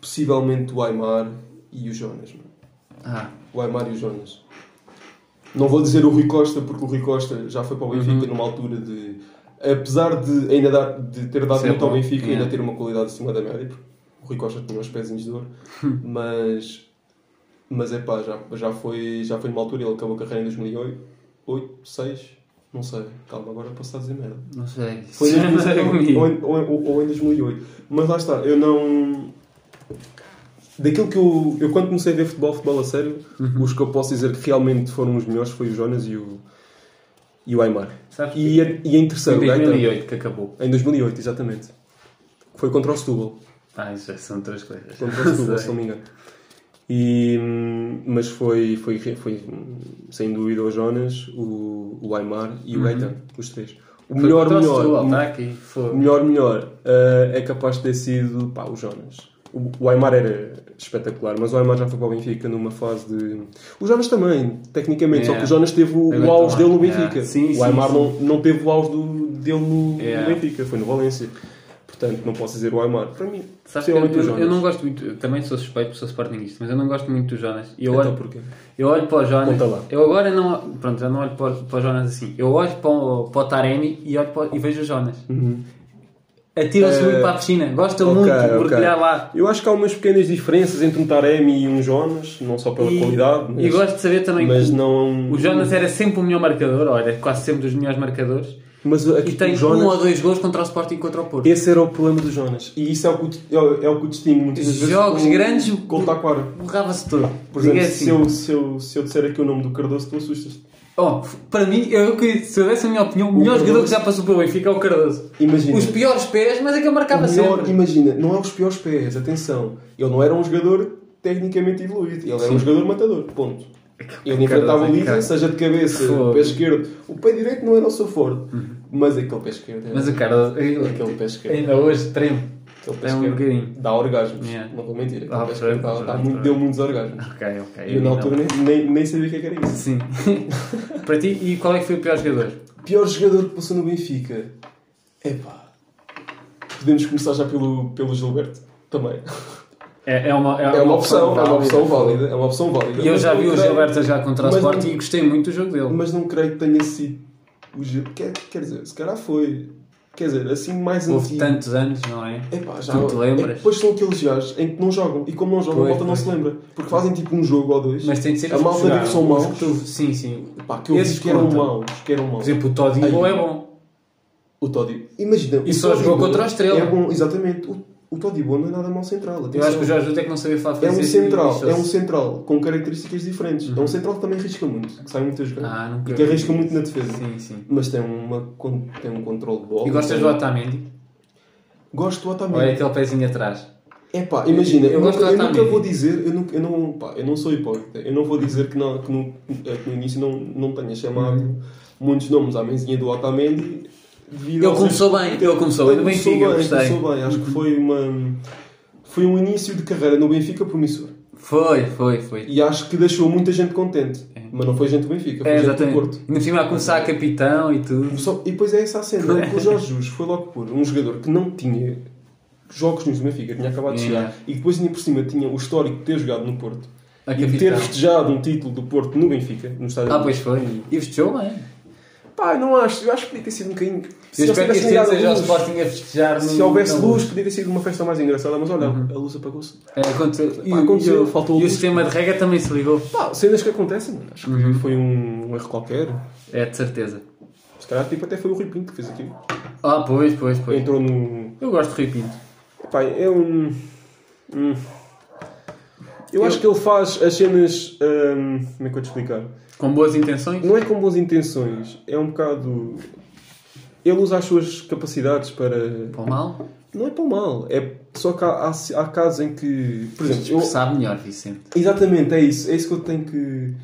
Speaker 3: possivelmente o Aymar e o Jonas. mano.
Speaker 2: Ah,
Speaker 3: O Aymar e o Jonas. Não vou dizer o Rui Costa, porque o Rui Costa já foi para o Benfica numa altura de. Apesar de ainda dar- de ter dado
Speaker 2: Ser
Speaker 3: muito ao
Speaker 2: bom,
Speaker 3: Benfica,
Speaker 1: yeah.
Speaker 3: ainda ter uma qualidade acima da média, porque o Rui Costa tinha uns pezinhos de ouro, mas. Mas é pá, já, já, foi, já foi numa altura, ele acabou a carreira em 2008, 2006, não sei, calma, agora posso estar a dizer merda.
Speaker 2: Não sei.
Speaker 3: Foi em
Speaker 2: Não sei
Speaker 3: 2008,
Speaker 2: é comigo.
Speaker 3: ou, em- ou em- ou- ou em 2008. Mas lá está, eu não. Daquilo que eu. Eu quando comecei a ver futebol, futebol a sério,
Speaker 2: Uhum.
Speaker 3: os que eu posso dizer que realmente foram os melhores foi o Jonas e o. e o Aymar.
Speaker 2: Sabes
Speaker 3: E é, e é interessante,
Speaker 2: Em
Speaker 3: o Gaeta,
Speaker 2: 2008 que acabou.
Speaker 3: em 2008, exatamente. Foi contra o Setúbal.
Speaker 2: Ah, isso já são três coisas.
Speaker 3: Contra o Setúbal,
Speaker 2: Sei.
Speaker 3: se não me engano. E, hum, mas foi, foi, foi hum, sem dúvida o Jonas, o, o Aymar e o Gaeta, os três. O
Speaker 2: Uhum. Foi
Speaker 3: melhor,
Speaker 2: contra o
Speaker 3: melhor,
Speaker 2: Setúbal,
Speaker 3: o-
Speaker 2: tá aqui, foi.
Speaker 3: o melhor, melhor, eh, é capaz de ter sido pá, o Jonas. O, o Aymar era espetacular, mas o Aymar já foi para o Benfica numa fase de. O Jonas também, tecnicamente, só
Speaker 2: Yeah.
Speaker 3: que o Jonas teve o,
Speaker 2: Teve
Speaker 3: o
Speaker 2: muito
Speaker 3: auge dele no
Speaker 2: bom,
Speaker 3: Benfica.
Speaker 2: yeah. é Sim, sim,
Speaker 3: o Aymar
Speaker 2: sim. É.
Speaker 3: Não, não teve o auge do, dele no,
Speaker 2: Yeah.
Speaker 3: no Benfica, foi no Valência. Portanto, não posso dizer o Aymar. Para mim,
Speaker 2: Sabes que eu,
Speaker 3: possivelmente o
Speaker 2: eu,
Speaker 3: Jonas.
Speaker 2: eu não gosto muito, eu também sou suspeito, sou sportinguista, mas eu não gosto muito do Jonas. E eu
Speaker 3: Então
Speaker 2: olho,
Speaker 3: porquê?
Speaker 2: eu olho para o Jonas.
Speaker 3: Conta lá.
Speaker 2: Eu agora não. Pronto, já não olho para, o- para o Jonas assim. Eu olho para o, para o Taremi e, olho para, o- e vejo o Jonas. Atiram-se
Speaker 3: Uhum. Eh,
Speaker 2: muito para a piscina, gostam
Speaker 3: Ok,
Speaker 2: muito de
Speaker 3: ok.
Speaker 2: mergulhar lá.
Speaker 3: Eu acho que há umas pequenas diferenças entre um Taremi e um Jonas, não só pela
Speaker 2: E,
Speaker 3: qualidade, mas,
Speaker 2: e gosto de saber também
Speaker 3: mas
Speaker 2: que
Speaker 3: não.
Speaker 2: o Jonas era sempre o melhor marcador, ou era quase sempre dos melhores marcadores.
Speaker 3: Mas aqui
Speaker 2: E tem
Speaker 3: o Jonas...
Speaker 2: um ou dois gols contra o Sporting e contra o Porto.
Speaker 3: Esse era o problema do Jonas. E isso é o que, o di- é o- é o que o distingue muitas das vezes.
Speaker 2: Jogos
Speaker 3: com-
Speaker 2: grandes-
Speaker 3: Com o Taquara.
Speaker 2: Borrava-se todo.
Speaker 3: Por exemplo,
Speaker 2: Diga assim.
Speaker 3: se, eu, se, eu, se eu disser aqui o nome do Cardoso, tu assustas.
Speaker 2: Oh, para mim, eu, que- se eu desse a minha opinião, o melhor
Speaker 3: Cardoso-
Speaker 2: jogador que já passou pelo Benfica é o Cardoso.
Speaker 3: Uhum. Imagina.
Speaker 2: Os piores pés, mas é que eu
Speaker 3: O
Speaker 2: marcava
Speaker 3: melhor-
Speaker 2: sempre.
Speaker 3: imagina, não é os piores pés, atenção. Ele não era um jogador tecnicamente evoluído. Ele era um jogador matador. Ponto. Ele enfrentava o
Speaker 2: Cardoso,
Speaker 3: Lisa,
Speaker 2: cara.
Speaker 3: seja de cabeça,
Speaker 2: Fogo. Uhum.
Speaker 3: pé esquerdo. O pé direito não era o seu forte. Mas é aquele pé esquerdo era.
Speaker 2: Mas o Cardoso, eu-
Speaker 3: Aquele pé esquerdo.
Speaker 2: ainda hoje treme.
Speaker 3: Aquele pé
Speaker 2: Tem um
Speaker 3: esquerdo
Speaker 2: bocadinho.
Speaker 3: dá orgasmos.
Speaker 2: Yeah.
Speaker 3: Não vou mentir. Aquele
Speaker 2: Ah,
Speaker 3: pé esquerdo
Speaker 2: pronto,
Speaker 3: dá- dá
Speaker 2: pronto,
Speaker 3: muito-
Speaker 2: pronto.
Speaker 3: deu muitos orgasmos.
Speaker 2: Ok, ok.
Speaker 3: E eu na altura nem, nem, nem sabia o que é que era isso.
Speaker 2: Sim. para ti, e qual é que foi o pior jogador?
Speaker 3: Pior jogador que passou no Benfica. Epá. Podemos começar já pelo, pelo Gilberto. Também.
Speaker 2: É, é uma, é
Speaker 3: É uma opção, é uma
Speaker 2: válida.
Speaker 3: opção válida. É uma opção válida.
Speaker 2: E eu
Speaker 3: Mas
Speaker 2: já
Speaker 3: não
Speaker 2: vi o
Speaker 3: creio-
Speaker 2: Gilberto a jogar contra o
Speaker 3: mas
Speaker 2: Sporting
Speaker 3: não-
Speaker 2: e gostei muito do jogo dele.
Speaker 3: Mas não creio que tenha sido o Gil. Quer, quer dizer, se calhar foi. Quer dizer, assim mais
Speaker 2: Houve
Speaker 3: antigo.
Speaker 2: tantos anos, não é?
Speaker 3: Epá, já.
Speaker 2: Tu te
Speaker 3: é que
Speaker 2: lembras?
Speaker 3: depois são aqueles gajos em que não jogam. E como não jogam,
Speaker 2: Pois,
Speaker 3: a malta não
Speaker 2: pois.
Speaker 3: se lembra. Porque fazem tipo um jogo ou dois.
Speaker 2: Mas tem de ser
Speaker 3: A
Speaker 2: os que
Speaker 3: malta vê que
Speaker 2: jogaram.
Speaker 3: são
Speaker 2: Os
Speaker 3: maus.
Speaker 2: que tu- Sim, sim.
Speaker 3: Epá, que eu
Speaker 2: Esses
Speaker 3: vi que eram
Speaker 2: contam.
Speaker 3: maus. Que eram
Speaker 2: Por
Speaker 3: maus.
Speaker 2: exemplo, o Todi
Speaker 3: Aí.
Speaker 2: é bom.
Speaker 3: O Todi. Imagina.
Speaker 2: E
Speaker 3: o
Speaker 2: só
Speaker 3: Todi
Speaker 2: jogou
Speaker 3: Boa
Speaker 2: contra a Estrela.
Speaker 3: É bom, exatamente. O, o Todi Boa não é nada mal central.
Speaker 2: Eu
Speaker 3: atenção.
Speaker 2: acho que o Jorge Júlio é que não sabia falar
Speaker 3: É um
Speaker 2: francês. e-
Speaker 3: central,
Speaker 2: e- Uhum.
Speaker 3: é um central com características diferentes. É um central que também arrisca muito, que sai muito a jogar.
Speaker 2: Ah, nunca
Speaker 3: e que
Speaker 2: vi.
Speaker 3: arrisca muito na defesa.
Speaker 2: Sim, sim.
Speaker 3: Mas tem, uma, con- tem um controle de bola.
Speaker 2: E gostas do
Speaker 3: tem...
Speaker 2: Otamendi?
Speaker 3: Gosto do
Speaker 2: Ou é
Speaker 3: Otamendi.
Speaker 2: aquele pezinho atrás?
Speaker 3: É pá, imagina,
Speaker 2: Eu
Speaker 3: eu,
Speaker 2: gosto
Speaker 3: nunca,
Speaker 2: do
Speaker 3: eu nunca
Speaker 2: Otamendi.
Speaker 3: vou dizer, eu, nunca, eu, não, pá, eu não sou hipócrita, eu não vou dizer que, não, que, no, eh, que no início não, não tenha chamado
Speaker 2: Uhum.
Speaker 3: muitos nomes à menzinha do Otamendi. devido
Speaker 2: Ele
Speaker 3: ao-
Speaker 2: começou bem, ele começou bem no
Speaker 3: começou
Speaker 2: Benfica,
Speaker 3: bem,
Speaker 2: gostei.
Speaker 3: começou bem. acho que foi uma. Foi um início de carreira no Benfica promissor.
Speaker 2: Foi, foi, foi.
Speaker 3: E acho que deixou muita gente contente. Mas não foi gente do Benfica, foi
Speaker 2: É,
Speaker 3: gente do Porto.
Speaker 2: exatamente. E no cima a começar a capitão e tudo.
Speaker 3: Só- e depois é essa a cena. é que O Jorge Jus foi logo por um jogador que não tinha jogos no Benfica, tinha acabado de chegar.
Speaker 2: Yeah. É
Speaker 3: E depois ainda por cima tinha o histórico de ter jogado no Porto.
Speaker 2: A
Speaker 3: e de ter
Speaker 2: capitão.
Speaker 3: festejado um título do Porto no Benfica, no estádio.
Speaker 2: Ah, pois foi. E vestiu bem.
Speaker 3: Pá, eu não acho. Eu acho que podia ter sido um bocadinho...
Speaker 2: Eu
Speaker 3: eles
Speaker 2: espero que
Speaker 3: tivessem
Speaker 2: este ano
Speaker 3: ligado a
Speaker 2: seja o
Speaker 3: luz,
Speaker 2: Sporting a festejar.
Speaker 3: Se
Speaker 2: no-
Speaker 3: houvesse
Speaker 2: na
Speaker 3: luz, podia ter sido uma festa mais engraçada. Mas olha, a luz apagou-se.
Speaker 2: É, aconteceu. E, o-
Speaker 3: aconteceu,
Speaker 2: e o-
Speaker 3: faltou
Speaker 2: e o
Speaker 3: luz.
Speaker 2: sistema de regra também se ligou.
Speaker 3: Pá, cenas que acontecem. Acho que
Speaker 2: Uhum.
Speaker 3: foi um, um erro qualquer.
Speaker 2: É, de certeza.
Speaker 3: Se calhar tipo, até foi o Rui Pinto que fez aquilo.
Speaker 2: Ah, pois, pois, pois.
Speaker 3: Entrou no...
Speaker 2: Eu gosto de Rui Pinto.
Speaker 3: Pá, é um. um- Eu, acho que ele faz as cenas. hum, como é que eu te explicar?
Speaker 2: Com boas intenções.
Speaker 3: Não é com boas intenções, é um bocado. Ele usa as suas capacidades para.
Speaker 2: Para o mal.
Speaker 3: Não é para o mal, é só que há, há- há casos em que. Por exemplo, eu-
Speaker 2: Sabe melhor, Vicente.
Speaker 3: Exatamente, é isso. É isso que eu tenho que.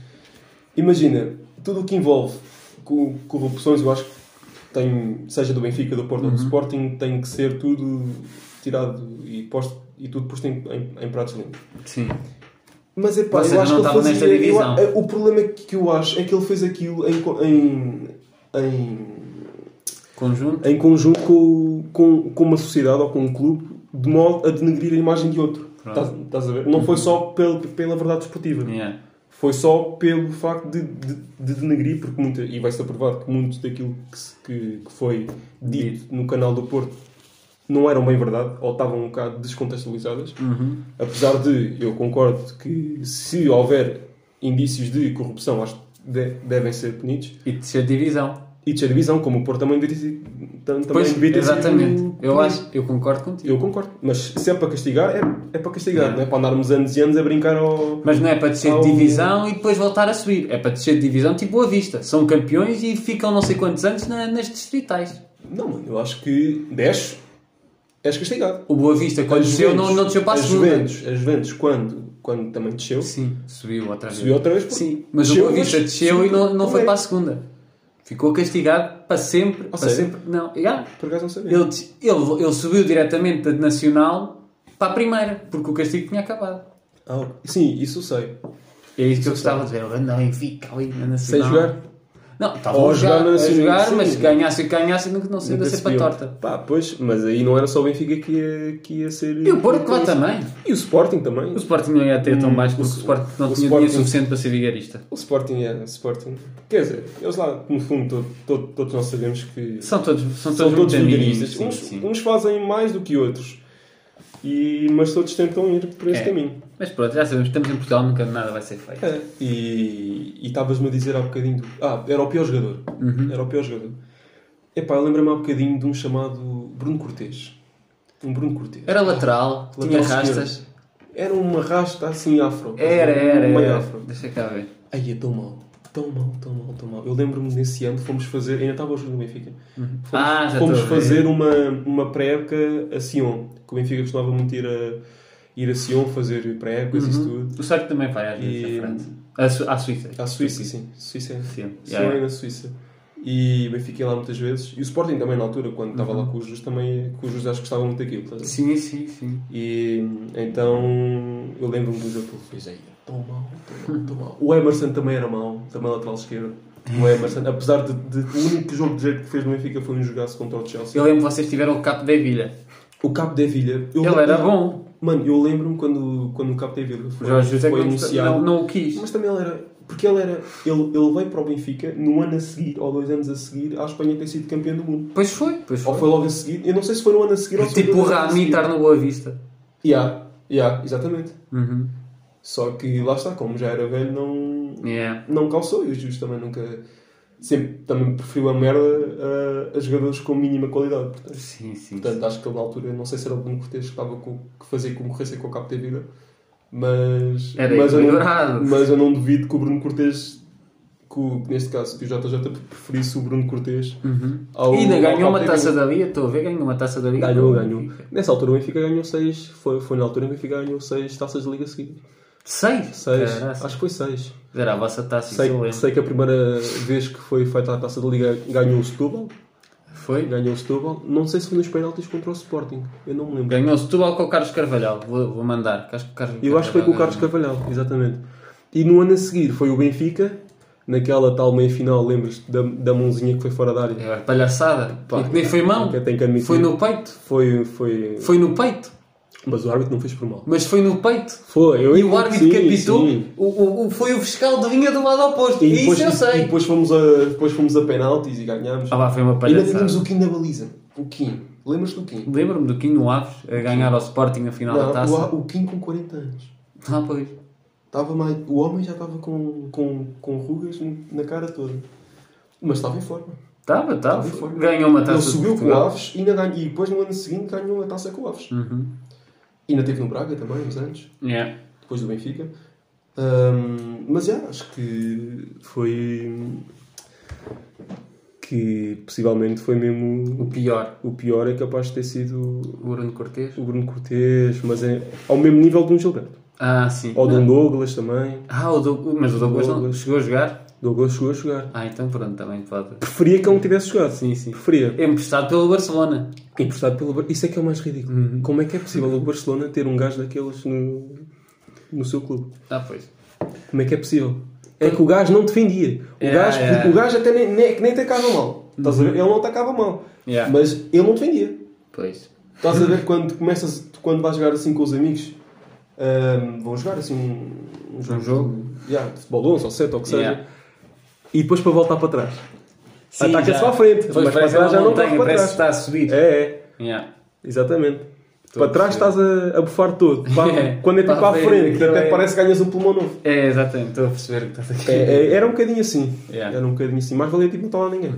Speaker 3: Imagina, tudo o que envolve co- corrupções, eu acho que tem, seja do Benfica, do Porto ou do
Speaker 2: Uhum.
Speaker 3: Sporting, tem que ser tudo tirado e, posto, e tudo posto em, em, em pratos limpos.
Speaker 2: Sim.
Speaker 3: Mas é pá,
Speaker 2: Vocês
Speaker 3: eu acho
Speaker 2: não
Speaker 3: que ele
Speaker 2: estavam
Speaker 3: fazia,
Speaker 2: nesta
Speaker 3: eu-
Speaker 2: divisão.
Speaker 3: é, o problema que eu acho é que ele fez aquilo em, co- em, em,
Speaker 2: Conjunto.
Speaker 3: em conjunto com, com, com uma sociedade ou com um clube de modo a denegrir a imagem de outro.
Speaker 2: Pronto. Uhum.
Speaker 3: Estás, estás a ver? Não foi só pela, pela verdade desportiva
Speaker 2: Yeah.
Speaker 3: Foi só pelo facto de, de, de denegrir, porque muita, e vai-se aprovado que muito daquilo que, se- que, que foi dito no canal do Porto não eram bem verdade, ou estavam um bocado descontextualizadas.
Speaker 2: Uhum.
Speaker 3: Apesar de, eu concordo que se houver indícios de corrupção, acho que de- devem ser punidos.
Speaker 2: E de ser divisão.
Speaker 3: E de ser divisão, como o Porto também devia ter sido- tam- também
Speaker 2: Pois,
Speaker 3: devia ter sido um
Speaker 2: exatamente. Eu
Speaker 3: punido.
Speaker 2: acho, eu concordo contigo.
Speaker 3: Eu concordo, mas se é para castigar, é, é para castigar, não é para andarmos anos e anos a brincar ao.
Speaker 2: Mas não é para descer
Speaker 3: ao-
Speaker 2: de divisão e depois voltar a subir. É para descer de divisão tipo Boa Vista. São campeões e ficam não sei quantos anos na- nas distritais.
Speaker 3: Não, mano, eu acho que 10 és castigado.
Speaker 2: O Boa Vista, quando desceu, não, não desceu para a
Speaker 3: as
Speaker 2: segunda.
Speaker 3: Juventus, as Juventus, quando, quando também desceu,
Speaker 2: Sim, subiu outra vez.
Speaker 3: subiu outra vez. porque
Speaker 2: Sim, mas o
Speaker 3: desceu,
Speaker 2: Boa Vista
Speaker 3: mas
Speaker 2: desceu e
Speaker 3: subiu
Speaker 2: não, não foi
Speaker 3: primeiro.
Speaker 2: para a segunda. Ficou castigado para sempre. para
Speaker 3: sério?
Speaker 2: sempre. Não, já.
Speaker 3: Por acaso não sabia.
Speaker 2: Ele, des- ele, ele subiu diretamente da Nacional para a primeira, porque o castigo tinha acabado.
Speaker 3: Ah, ok. sim, isso eu sei.
Speaker 2: E é isso que eu gostava de ver. Ele anda em fica ali na
Speaker 3: Sei
Speaker 2: Nacional.
Speaker 3: jogar.
Speaker 2: Não, estava
Speaker 3: Ou
Speaker 2: a jogar,
Speaker 3: jogar na
Speaker 2: a
Speaker 3: Nacional,
Speaker 2: jogar
Speaker 3: sim.
Speaker 2: mas se ganhasse e ganhasse, nunca não sei,
Speaker 3: Nunca
Speaker 2: da
Speaker 3: se
Speaker 2: cepa
Speaker 3: viu.
Speaker 2: torta.
Speaker 3: Pá, pois, mas aí não era só o Benfica que ia, que ia ser. Então,
Speaker 2: E o Porto lá também.
Speaker 3: E o Sporting também.
Speaker 2: O Sporting não ia ter tão baixo porque o,
Speaker 3: Hum, o-
Speaker 2: Sporting não
Speaker 3: o
Speaker 2: tinha
Speaker 3: Sporting-
Speaker 2: dinheiro suficiente para ser vigarista.
Speaker 3: O Sporting é o Sporting. Quer dizer, eles lá, no fundo, todo- todo- todos nós sabemos que
Speaker 2: São todos, são todos,
Speaker 3: são todos
Speaker 2: muito amigos.
Speaker 3: vigaristas. Um
Speaker 2: sim,
Speaker 3: Uns,
Speaker 2: sim.
Speaker 3: uns fazem mais do que outros. E, mas todos tentam ir por esse
Speaker 2: É.
Speaker 3: caminho.
Speaker 2: Mas pronto, já sabemos que estamos em Portugal, nunca nada vai ser feito.
Speaker 3: É. E e estavas-me a dizer há bocadinho. do- Ah, era o pior jogador.
Speaker 2: Uhum.
Speaker 3: Era o pior jogador. Epá, eu lembro-me há bocadinho de um chamado Bruno Cortês. Um Bruno Cortês.
Speaker 2: Era lateral, tinha
Speaker 3: Lateral
Speaker 2: rastas.
Speaker 3: esquerdo. Era uma rasta assim afro. Um
Speaker 2: Era, era,
Speaker 3: Meio
Speaker 2: era.
Speaker 3: afro.
Speaker 2: Deixa cá ver.
Speaker 3: Aí é tão mal, tão mal, tão mal, tão mal. Eu lembro-me nesse ano fomos fazer, ainda estava o jogo do Benfica. Fomos,
Speaker 2: Ah, já
Speaker 3: fomos
Speaker 2: estou a ver.
Speaker 3: fazer uma, uma pré-época a Sion, que o Benfica costumava muito ir a, ir a Sion fazer pré-épocas e isso tudo.
Speaker 2: Uhum. O Sartre também vai às vezes
Speaker 3: E-
Speaker 2: à França. À, Su- à Suíça.
Speaker 3: À Suíça, sim. Suíça é.
Speaker 2: Sim.
Speaker 3: Sion é na Suíça. E o Benfica ia lá muitas vezes. E o Sporting também, na altura, quando estava lá com os Jus, também, com os Jus acho que gostavam muito daquilo. estás a ver?
Speaker 2: Sim, sim, sim.
Speaker 3: E então eu lembro-me do jogo que ele fez aí. Tão mal, tão mal, tão mal. O Emerson também era mau, também lateral esquerdo. O
Speaker 2: É.
Speaker 3: Emerson, apesar de, de- o único jogo de jeito que fez no Benfica foi um jogaço contra o Chelsea.
Speaker 2: Eu lembro que vocês tiveram o capo da Evilha.
Speaker 3: O Capo da Vila. eu-
Speaker 2: Ele era bom.
Speaker 3: Mano, eu lembro-me quando, quando o Capo da Vila
Speaker 2: O
Speaker 3: foi,
Speaker 2: Jorge José
Speaker 3: foi
Speaker 2: que não gosta- não,
Speaker 3: anunciado.
Speaker 2: não o quis.
Speaker 3: Mas também ele era. Porque ele era. Ele, ele veio para o Benfica no ano a seguir, ou dois anos a seguir, a Espanha ter sido campeão do mundo.
Speaker 2: Pois foi, pois
Speaker 3: Ou
Speaker 2: foi.
Speaker 3: foi logo a seguir, eu não sei se foi no ano a seguir ou se foi
Speaker 2: Tipo
Speaker 3: no
Speaker 2: o
Speaker 3: ano a
Speaker 2: Rami
Speaker 3: seguir.
Speaker 2: estar no Boa Vista.
Speaker 3: Yeah, yeah, exatamente.
Speaker 2: Uhum.
Speaker 3: Só que lá está, como já era velho, não,
Speaker 2: Yeah.
Speaker 3: não calçou. E os Jus também nunca. Sempre também preferiu a merda a, a jogadores com mínima qualidade. Portanto,
Speaker 2: Sim, sim.
Speaker 3: portanto, acho que ele na altura, não sei se era o Bruno Cortes que estava com, que fazia concorrência com o Capo da Vida, mas.
Speaker 2: Era
Speaker 3: mas, eu não,
Speaker 2: equilibrado.
Speaker 3: mas eu não duvido que o Bruno Cortes, que, o- que neste caso, que o JJ preferisse o Bruno Cortes
Speaker 2: Uhum.
Speaker 3: ao.
Speaker 2: E ainda ganhou uma taça
Speaker 3: da
Speaker 2: da Liga, estou a ver, ganhou uma taça da Liga.
Speaker 3: Ganhou, ganhou. Nessa altura o Benfica ganhou 6. Foi, foi na altura em que o Benfica ganhou 6 taças de liga seguidas.
Speaker 2: Seis?
Speaker 3: 6.
Speaker 2: Caraca.
Speaker 3: Acho que foi 6.
Speaker 2: Era a vossa taça, isso eu
Speaker 3: Sei,
Speaker 2: lembro.
Speaker 3: sei que a primeira vez que foi feita a taça da Liga ganhou o Setúbal.
Speaker 2: Foi?
Speaker 3: Ganhou o Setúbal. Não sei se foi nos penaltis contra o Sporting. Eu não me lembro.
Speaker 2: Ganhou Setúbal com o Carlos Carvalhal. Vou, vou mandar. Acho que o Carlos
Speaker 3: Eu acho que foi com o Carlos Carvalhal, exatamente. E no ano a seguir foi o Benfica, naquela tal meia final, lembras-te da, da mãozinha que foi fora da área?
Speaker 2: É, palhaçada.
Speaker 3: Pá, é,
Speaker 2: e que nem foi mão.
Speaker 3: eu tenho que admitir.
Speaker 2: Foi no peito.
Speaker 3: Foi, foi.
Speaker 2: Foi no peito.
Speaker 3: Mas o árbitro não fez por mal.
Speaker 2: Mas foi no peito.
Speaker 3: Foi, eu
Speaker 2: E o árbitro que
Speaker 3: sim,
Speaker 2: apitou
Speaker 3: sim.
Speaker 2: o, o, o- foi o fiscal de linha do lado oposto.
Speaker 3: E
Speaker 2: E
Speaker 3: depois,
Speaker 2: isso eu
Speaker 3: e
Speaker 2: sei.
Speaker 3: depois fomos a, depois fomos a penaltis e ganhámos.
Speaker 2: Ah lá, foi uma
Speaker 3: Ainda
Speaker 2: palhaçada.
Speaker 3: tínhamos o Kim na baliza. O Kim. Lembras-te do Kim?
Speaker 2: Lembro-me do Quinho Aves a ganhar ao Sporting na final da
Speaker 3: Não, o,
Speaker 2: taça.
Speaker 3: A- o Kim com 40 anos.
Speaker 2: Ah, pois.
Speaker 3: Tava mais, o homem já estava com, com, com rugas na cara toda. Mas estava em forma.
Speaker 2: Estava,
Speaker 3: Estava em
Speaker 2: estava.
Speaker 3: forma.
Speaker 2: Ganhou uma taça
Speaker 3: Ele
Speaker 2: de
Speaker 3: subiu com o
Speaker 2: Portugal.
Speaker 3: Aves e, ainda ganhou- e depois no ano seguinte ganhou a taça com o Aves.
Speaker 2: Uhum.
Speaker 3: E ainda teve no Braga também, uns anos,
Speaker 2: Yeah.
Speaker 3: depois do Benfica. Ahm, mas já, acho que foi. que possivelmente foi
Speaker 2: O
Speaker 3: mesmo.
Speaker 2: pior.
Speaker 3: O pior é capaz de ter sido
Speaker 2: O Bruno Cortês.
Speaker 3: o Bruno Cortes, mas é ao mesmo nível de um Gilberto.
Speaker 2: Ah, sim.
Speaker 3: Ou de um Douglas também.
Speaker 2: Ah, o Douglas. Mas o Douglas não
Speaker 3: Douglas.
Speaker 2: chegou a jogar?
Speaker 3: Douglas chegou a jogar.
Speaker 2: Ah, então pronto, também pode. É
Speaker 3: Preferia que ele não tivesse jogado. Sim, sim. Preferia.
Speaker 2: Emprestado pelo Barcelona.
Speaker 3: Emprestado pelo Bar- Isso é que é o mais ridículo. Como é que é possível o Barcelona ter um gajo daqueles no, no seu clube?
Speaker 2: Ah, pois.
Speaker 3: Como é que é possível? É que o gajo não defendia. O,
Speaker 2: Yeah,
Speaker 3: gajo,
Speaker 2: yeah.
Speaker 3: o gajo até nem, nem, que nem atacava mal. Estás a ver? Ele não atacava mal.
Speaker 2: Yeah.
Speaker 3: Mas ele não defendia.
Speaker 2: Pois.
Speaker 3: Uhum. Estás a ver quando começas, quando vais jogar assim com os amigos Ahm, vão jogar assim um, um jogo,
Speaker 2: jogo?
Speaker 3: yeah, de futebol 11 ou 7 ou o que seja.
Speaker 2: Yeah.
Speaker 3: E depois para voltar para trás.
Speaker 2: Sim,
Speaker 3: Ataca-se
Speaker 2: já.
Speaker 3: para a frente,
Speaker 2: Pois,
Speaker 3: mas para
Speaker 2: parece
Speaker 3: trás
Speaker 2: uma
Speaker 3: já não
Speaker 2: montanha,
Speaker 3: corre para
Speaker 2: parece
Speaker 3: trás.
Speaker 2: que está a subir.
Speaker 3: É, é,
Speaker 2: Yeah.
Speaker 3: exatamente.
Speaker 2: Estou a
Speaker 3: para trás
Speaker 2: perceber.
Speaker 3: estás a, a bufar todo. Para-
Speaker 2: É.
Speaker 3: Quando é para,
Speaker 2: Para a
Speaker 3: para a
Speaker 2: frente,
Speaker 3: frente,
Speaker 2: aquilo
Speaker 3: até
Speaker 2: é-
Speaker 3: parece que ganhas um pulmão novo.
Speaker 2: É, exatamente, estou a perceber o que estás aqui.
Speaker 3: É, é, era um bocadinho assim.
Speaker 2: Yeah. Uhum.
Speaker 3: Era um bocadinho assim. Mais valia tipo não estar lá ninguém.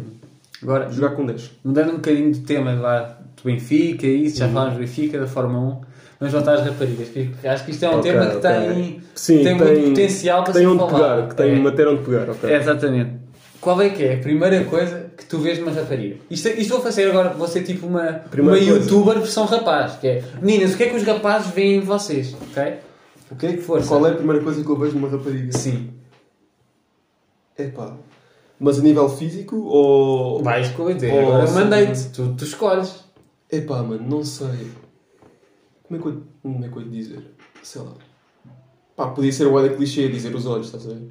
Speaker 2: Agora,
Speaker 3: Jogar com 10.
Speaker 2: mudando um bocadinho de tema lá do Benfica e
Speaker 3: Uhum.
Speaker 2: isso, já falámos do Benfica, da Fórmula 1, vamos voltar às raparigas, que acho que isto é um
Speaker 3: Ok,
Speaker 2: tema que
Speaker 3: ok.
Speaker 2: tem,
Speaker 3: Sim,
Speaker 2: tem, muito potencial para
Speaker 3: que tem
Speaker 2: ser
Speaker 3: onde
Speaker 2: falado.
Speaker 3: pegar, que tem
Speaker 2: É.
Speaker 3: matéria onde pegar. ok.
Speaker 2: É, exatamente. Qual é que é a primeira coisa que tu vês numa rapariga? Isto, isto vou fazer agora, vou ser tipo uma, uma
Speaker 3: Primeira coisa.
Speaker 2: youtuber versão rapaz, que é Meninas, o que é que os rapazes veem em vocês? Ok? O que é que for?
Speaker 3: Qual é a primeira coisa que eu vejo numa rapariga?
Speaker 2: Sim.
Speaker 3: Epá. Mas a nível físico ou.
Speaker 2: Vai escolher.
Speaker 3: ou-
Speaker 2: agora mandei-te, tu, tu escolhes.
Speaker 3: Epá, mano, não sei. Como é que eu, como é que eu ia dizer? Sei lá. Pá, podia ser o da clichê dizer os olhos, estás a ver?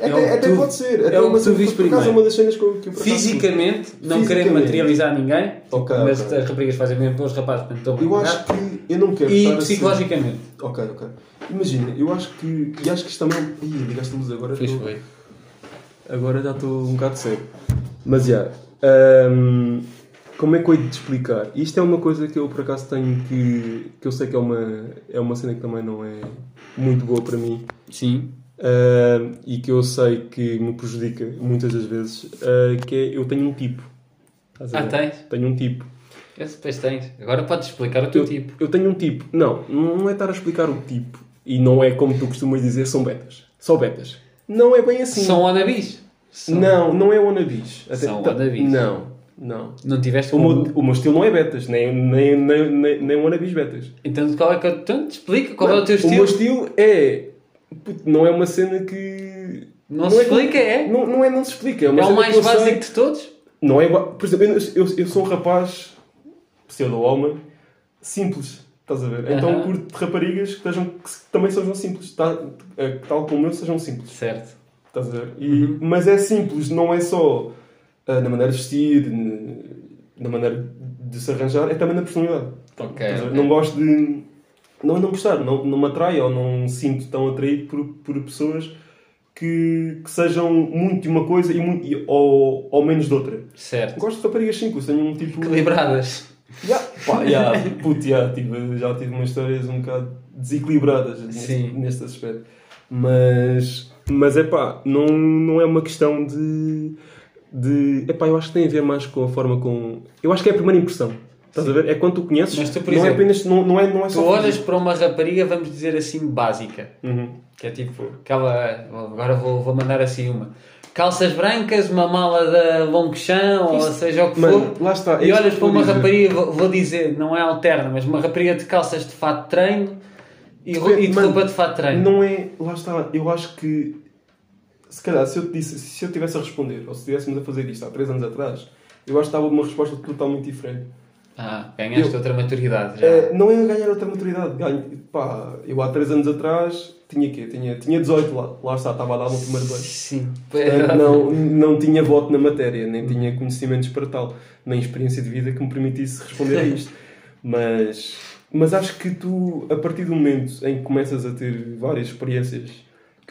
Speaker 2: É
Speaker 3: Até,
Speaker 2: o que
Speaker 3: até
Speaker 2: tu-
Speaker 3: pode ser.
Speaker 2: é
Speaker 3: Até
Speaker 2: o que
Speaker 3: uma-
Speaker 2: tu viste
Speaker 3: por acaso
Speaker 2: primeiro.
Speaker 3: é uma das cenas que eu, que eu por acaso-
Speaker 2: Fisicamente, não querendo
Speaker 3: Fisicamente.
Speaker 2: materializar ninguém,
Speaker 3: Ok,
Speaker 2: mas
Speaker 3: ok.
Speaker 2: as raparigas fazem mesmo com os rapazes, portanto estão a
Speaker 3: Eu
Speaker 2: brincar.
Speaker 3: acho que. Eu não quero
Speaker 2: E
Speaker 3: estar a ser-
Speaker 2: psicologicamente.
Speaker 3: Ok, ok. Imagina, eu acho que. E acho que isto também. Ih, ligaste-nos agora.
Speaker 2: Fez
Speaker 3: estou-
Speaker 2: bem.
Speaker 3: Agora já estou um bocado cego. Mas já. hum, como é que eu hei de te explicar? Isto é uma coisa que eu por acaso tenho que. que eu sei que é uma, é uma cena que também não é muito boa para mim.
Speaker 2: Sim.
Speaker 3: hum, e que eu sei que me prejudica muitas das vezes. hum, que é. Eu tenho um tipo. Estás a
Speaker 2: Ah,
Speaker 3: ver?
Speaker 2: tens?
Speaker 3: Tenho um tipo.
Speaker 2: Esse depois tens. Agora podes explicar o teu
Speaker 3: Eu,
Speaker 2: tipo.
Speaker 3: eu tenho um tipo. Não, não é estar a explicar o tipo. E não é como tu costumas dizer, são betas. Só betas. Não é bem assim.
Speaker 2: São anabis. São-
Speaker 3: Não, não é wannabes.
Speaker 2: São
Speaker 3: tá-
Speaker 2: wannabes.
Speaker 3: Não, não.
Speaker 2: Não tiveste
Speaker 3: O
Speaker 2: como...
Speaker 3: meu, o meu estilo não é betas, nem, nem, nem, nem, nem wannabes betas.
Speaker 2: Então qual é que... Então te explica qual é o teu
Speaker 3: O
Speaker 2: estilo.
Speaker 3: meu estilo é... puto, Não é uma cena que...
Speaker 2: Não se
Speaker 3: é-
Speaker 2: explica, é?
Speaker 3: Não, não é não se explica. É, uma
Speaker 2: É o
Speaker 3: cena
Speaker 2: mais
Speaker 3: que eu sei-
Speaker 2: básico de todos?
Speaker 3: Não é... igual- Por exemplo, eu, eu, eu sou um rapaz, pseudo-homem, simples. Estás a ver? Então
Speaker 2: Aham.
Speaker 3: curto de raparigas que, estejam, que se- também sejam simples. Tá, eh, que tal como eu, sejam simples.
Speaker 2: Certo.
Speaker 3: Estás a ver? E-
Speaker 2: Uhum.
Speaker 3: Mas é simples, não é só ah, na maneira de vestir, n- na maneira de se arranjar, é também na personalidade.
Speaker 2: Ok.
Speaker 3: Estás a ver? Não gosto de. Não, não gostar, não, não me atrai ou não me sinto tão atraído por, por pessoas que, que sejam muito de uma coisa e muito, e- ou, ou menos de outra.
Speaker 2: Certo.
Speaker 3: Gosto de raparigas simples, tenho um tipo.
Speaker 2: Equilibradas.
Speaker 3: Yeah, pá, yeah, puto, yeah, tive- já tive umas histórias um bocado desequilibradas neste,
Speaker 2: Sim.
Speaker 3: neste aspecto. Mas, mas é pá, não, não é uma questão de. de é pá, eu acho que tem a ver mais com a forma com. Eu acho que é a primeira impressão. Estás a ver? É quando tu conheces.
Speaker 2: Mas tu, por
Speaker 3: não é
Speaker 2: exemplo,
Speaker 3: apenas. Não, não é, não é
Speaker 2: Tu
Speaker 3: só.
Speaker 2: olhas
Speaker 3: físico.
Speaker 2: para uma rapariga, vamos dizer assim, básica.
Speaker 3: Uhum.
Speaker 2: Que é tipo, aquela. Agora vou, vou mandar assim uma. Calças brancas, uma mala da Longchamp, ou seja o que
Speaker 3: Mano,
Speaker 2: for.
Speaker 3: lá está, é
Speaker 2: E
Speaker 3: isso
Speaker 2: olhas
Speaker 3: que
Speaker 2: para
Speaker 3: eu
Speaker 2: uma
Speaker 3: digo.
Speaker 2: rapariga, vou, vou dizer, não é alterna, mas uma rapariga de calças de fato de treino e, ro- e de
Speaker 3: Mano,
Speaker 2: roupa de fato de treino.
Speaker 3: Não é. Lá está, eu acho que. Se calhar, se eu te disse, se eu tivesse a responder, ou se estivéssemos a fazer isto há 3 anos atrás, eu acho que estava uma resposta totalmente diferente.
Speaker 2: Ah, ganhaste
Speaker 3: Eu-
Speaker 2: outra maturidade já.
Speaker 3: É, não é ganhar outra maturidade. Ganho, pá, eu há 3 anos atrás tinha quê? Tinha, tinha 18 lá. Lá está, estava a dar o meu primeiro banho.
Speaker 2: Sim.
Speaker 3: Portanto, Não, não tinha voto na matéria, nem tinha conhecimentos para tal, nem experiência de vida que me permitisse responder a isto. Mas, mas acho que tu, a partir do momento em que começas a ter várias experiências,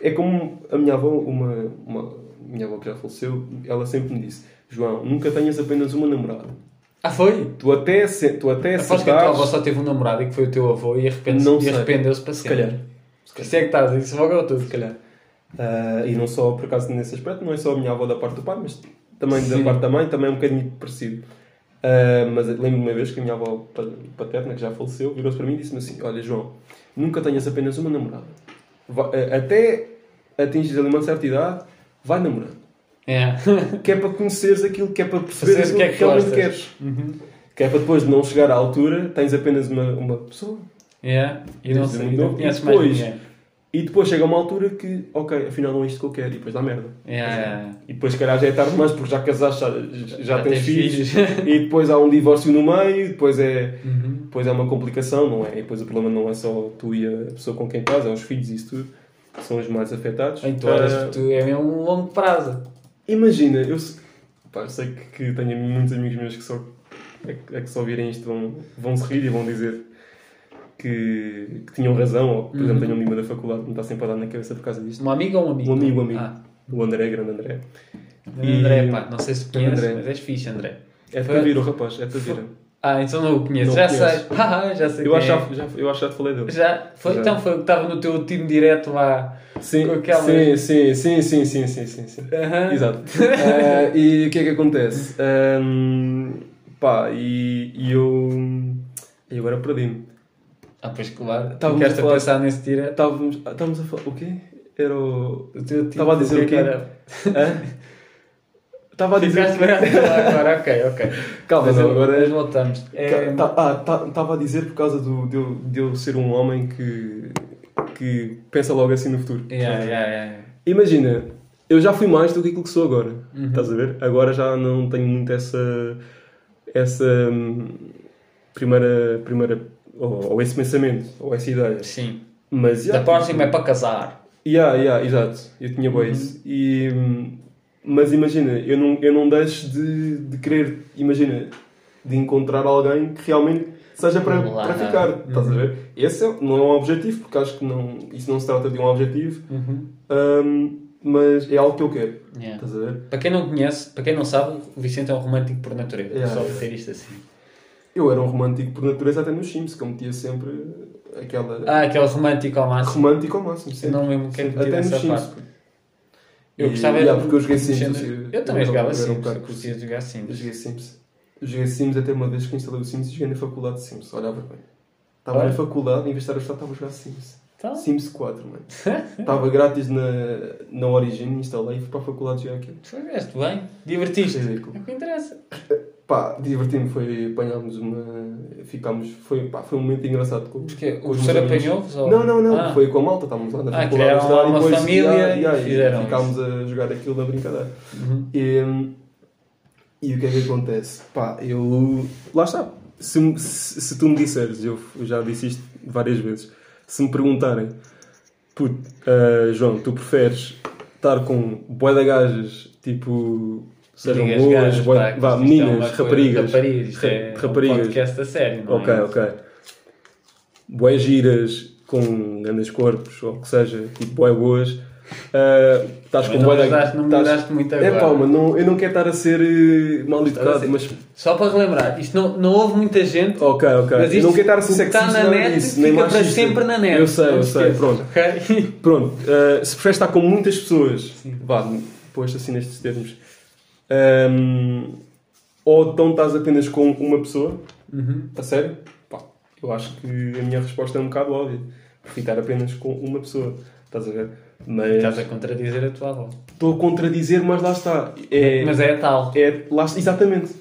Speaker 3: é como a minha avó, uma, uma minha avó que já faleceu, ela sempre me disse: João, nunca tenhas apenas uma namorada.
Speaker 2: Ah, foi?
Speaker 3: Tu até, se, tu até
Speaker 2: Aposto que a tua
Speaker 3: aceitares-
Speaker 2: avó só teve um namorado e que foi o teu avô e arrepende-
Speaker 3: É Não
Speaker 2: e
Speaker 3: sei.
Speaker 2: arrependeu-se para
Speaker 3: Se
Speaker 2: sempre.
Speaker 3: calhar.
Speaker 2: Isso é que estás, isso fogou tudo.
Speaker 3: Se calhar. Ah, e não só, por acaso, nesse aspecto, não é só a minha avó da parte do pai, mas também
Speaker 2: Sim.
Speaker 3: da parte da mãe, também é um bocadinho parecido. Ah, mas lembro-me uma vez que a minha avó pa- paterna, que já faleceu, virou-se para mim e disse-me assim: Olha, João, nunca tenhas apenas uma namorada. Va- ah, até atingires ali uma certa idade, vai namorando.
Speaker 2: É.
Speaker 3: Que é para conheceres aquilo, que é para perceber
Speaker 2: Perceberes o que
Speaker 3: aquilo
Speaker 2: é
Speaker 3: que,
Speaker 2: que
Speaker 3: realmente
Speaker 2: gostas. Uhum.
Speaker 3: queres. Que é para depois de não chegar à altura, tens apenas uma, uma pessoa.
Speaker 2: É, e não,
Speaker 3: Desde
Speaker 2: sei,
Speaker 3: muito
Speaker 2: não
Speaker 3: novo.
Speaker 2: conheces
Speaker 3: E
Speaker 2: mais
Speaker 3: depois-
Speaker 2: ninguém.
Speaker 3: E depois chega uma altura que, ok, afinal não é isto que eu quero, e depois dá merda.
Speaker 2: É,
Speaker 3: E depois, se calhar, já é tarde demais porque já casaste, já, já,
Speaker 2: Já
Speaker 3: tens
Speaker 2: tens
Speaker 3: filhos.
Speaker 2: filhos.
Speaker 3: e depois há um divórcio no meio, depois é,
Speaker 2: Uhum.
Speaker 3: depois é uma complicação, não é? E depois o problema não é só tu e a pessoa com quem estás, é os filhos e isso tudo, que são os mais afetados.
Speaker 2: Em tu olhas
Speaker 3: Ah,
Speaker 2: que tu é mesmo um longo prazo.
Speaker 3: Imagina, eu, se- pá, eu sei que, que tenho muitos amigos meus que só, é, que- é que só virem isto vão, vão se rir e vão dizer que, que tinham razão, ou que, por
Speaker 2: Uhum.
Speaker 3: exemplo, tenho um amigo meu da faculdade que me está sempre a dar na cabeça por causa disto.
Speaker 2: Um amigo ou um amigo?
Speaker 3: Um amigo, um amigo.
Speaker 2: Ah,
Speaker 3: O André, grande André. E-
Speaker 2: André, pá, não sei se conheces,
Speaker 3: André.
Speaker 2: mas és fixe, André.
Speaker 3: É de Tavira o rapaz, é de Tavira.
Speaker 2: Ah, então não o conheço.
Speaker 3: Não
Speaker 2: já
Speaker 3: o conheço.
Speaker 2: sei. Haha, já sei.
Speaker 3: Eu
Speaker 2: quem é.
Speaker 3: acho, já, já- eu acho que já te falei dele.
Speaker 2: Já? Foi,
Speaker 3: Já.
Speaker 2: Então foi o que estava no teu time direto lá.
Speaker 3: Sim,
Speaker 2: Com aquela-
Speaker 3: sim, sim, sim, sim, sim, sim, sim, sim.
Speaker 2: Aham.
Speaker 3: Exato. Eh, e o que é que acontece? Ahm, pá, e, e eu. E agora perdi-me.
Speaker 2: Ah, pois claro.
Speaker 3: Estávamos
Speaker 2: Ficaste
Speaker 3: a
Speaker 2: a
Speaker 3: falar-
Speaker 2: pensar nesse direto.
Speaker 3: Estávamos, estávamos a falar. O quê? Era o.
Speaker 2: O teu time,
Speaker 3: Estava a dizer o quê?
Speaker 2: Era...
Speaker 3: Hã? Estava a dizer.
Speaker 2: Ficaste bem a falar agora, ok, ok.
Speaker 3: Calma,
Speaker 2: Mas
Speaker 3: não,
Speaker 2: agora
Speaker 3: agora.
Speaker 2: voltamos. É,
Speaker 3: Tá- ah, tá- Estava a dizer por causa do, de, eu, de eu ser um homem que. que pensa logo assim no futuro.
Speaker 2: Yeah, yeah, yeah.
Speaker 3: Imagina, eu já fui mais do que aquilo que sou agora.
Speaker 2: Uhum.
Speaker 3: Estás a ver? Agora já não tenho muito essa. essa. hum, primeira. primeira ou, ou esse pensamento, ou essa ideia.
Speaker 2: Sim.
Speaker 3: Mas.
Speaker 2: Da
Speaker 3: yeah,
Speaker 2: próxima é para casar.
Speaker 3: Yeah, yeah, exato. Eu tinha
Speaker 2: Uhum.
Speaker 3: bué isso. E, hum, mas imagina, eu não, eu não deixo de, de querer, imagina, de encontrar alguém que realmente seja
Speaker 2: Lá.
Speaker 3: para,
Speaker 2: é? Uhum.
Speaker 3: para ficar, estás a ver? Esse é- não é um objetivo, porque acho que não, isso não se trata de um objetivo, hum, mas é algo que eu quero,
Speaker 2: Yeah.
Speaker 3: estás a ver?
Speaker 2: Para quem não conhece, para quem não sabe, o Vicente é um romântico por natureza.
Speaker 3: Yeah.
Speaker 2: Só dizer isto assim.
Speaker 3: Eu era um romântico por natureza até nos Sims, que eu metia sempre aquela...
Speaker 2: Ah, aquele romântico ao máximo.
Speaker 3: Romântico ao máximo, sempre.
Speaker 2: Não lembro o que é que
Speaker 3: sempre.
Speaker 2: tinha nessa
Speaker 3: Até nos Sims.
Speaker 2: parte. Eu
Speaker 3: E-
Speaker 2: gostava
Speaker 3: yeah, porque eu joguei Sims,
Speaker 2: Eu,
Speaker 3: eu-
Speaker 2: eu também
Speaker 3: eu
Speaker 2: jogava
Speaker 3: era um
Speaker 2: Sims.
Speaker 3: bocado
Speaker 2: Eu curtia de jogar
Speaker 3: Eu
Speaker 2: Sims.
Speaker 3: joguei Sims. Eu joguei Sims até uma vez que instalei o Sims e joguei na faculdade de Sims. Olhava bem. Estava
Speaker 2: Olha.
Speaker 3: na faculdade, em vez de estar a estudar, estava a jogar Sims.
Speaker 2: Tá.
Speaker 3: Sims 4, mano. Estava grátis na, na Origin, instalei e fui para a faculdade jogar aquilo.
Speaker 2: Fizeste bem. Divertiste.
Speaker 3: Ridículo.
Speaker 2: É o que interessa.
Speaker 3: Pá, diverti-me, foi apanhámos uma. Ficámos. Foi, pá, foi um momento engraçado com.
Speaker 2: Porque é, o
Speaker 3: com os meus
Speaker 2: professor
Speaker 3: amigos.
Speaker 2: apanhou-vos? ou-
Speaker 3: Não, não, não.
Speaker 2: Ah.
Speaker 3: Foi com a malta, estávamos lá na
Speaker 2: Ah,
Speaker 3: faculdade. a
Speaker 2: criaram
Speaker 3: estudar
Speaker 2: lá uma família
Speaker 3: e,
Speaker 2: e fizeram
Speaker 3: ficámos a jogar aquilo na brincadeira.
Speaker 2: Uhum.
Speaker 3: E, hum, e o que é que acontece? Pá, eu. Lá está. Se, me- se, se tu me disseres, eu f- eu já disse isto várias vezes, se me perguntarem, puto, ah, João, tu preferes estar com boi de gajas, tipo. Sejam
Speaker 2: Digas,
Speaker 3: boas,
Speaker 2: gajas, pá,
Speaker 3: bué- vá,
Speaker 2: isto é uma
Speaker 3: meninas,
Speaker 2: coisa-
Speaker 3: raparigas.
Speaker 2: Raparigas. isto é
Speaker 3: ra-
Speaker 2: um
Speaker 3: raparigas.
Speaker 2: podcast a sério, não
Speaker 3: Ok,
Speaker 2: é?
Speaker 3: ok. Boé giras com grandes corpos, ou o que seja, tipo boé boas. ah,
Speaker 2: Mas
Speaker 3: Estás com
Speaker 2: não
Speaker 3: boé da-
Speaker 2: mudaste- não
Speaker 3: estás-
Speaker 2: mudaste muito agora.
Speaker 3: É pá, mas não, eu não quero estar a ser eh, mal
Speaker 2: Estás a
Speaker 3: educado,
Speaker 2: ser-
Speaker 3: mas.
Speaker 2: Só para relembrar, isto não, não houve muita gente.
Speaker 3: Ok, ok.
Speaker 2: Mas isto
Speaker 3: Tá, não quero estar a ser
Speaker 2: o que está
Speaker 3: sexista,
Speaker 2: na
Speaker 3: nada
Speaker 2: net
Speaker 3: disso, nem
Speaker 2: fica para
Speaker 3: machista.
Speaker 2: sempre na net.
Speaker 3: Eu sei,
Speaker 2: Não
Speaker 3: eu
Speaker 2: te
Speaker 3: sei,
Speaker 2: esqueças,
Speaker 3: pronto.
Speaker 2: ok?
Speaker 3: Pronto, ah, se preferes estar com muitas pessoas, vá, posto assim nestes termos, ahm, ou então estás apenas com uma pessoa,
Speaker 2: Uhum.
Speaker 3: a sério, pá, eu acho que a minha resposta é um bocado óbvia. Prefiro estar apenas com uma pessoa, estás a ver? Mas
Speaker 2: Estás a contradizer a tua avó.
Speaker 3: estou a contradizer, mas lá está. É,
Speaker 2: Mas é tal.
Speaker 3: é, lá, exatamente.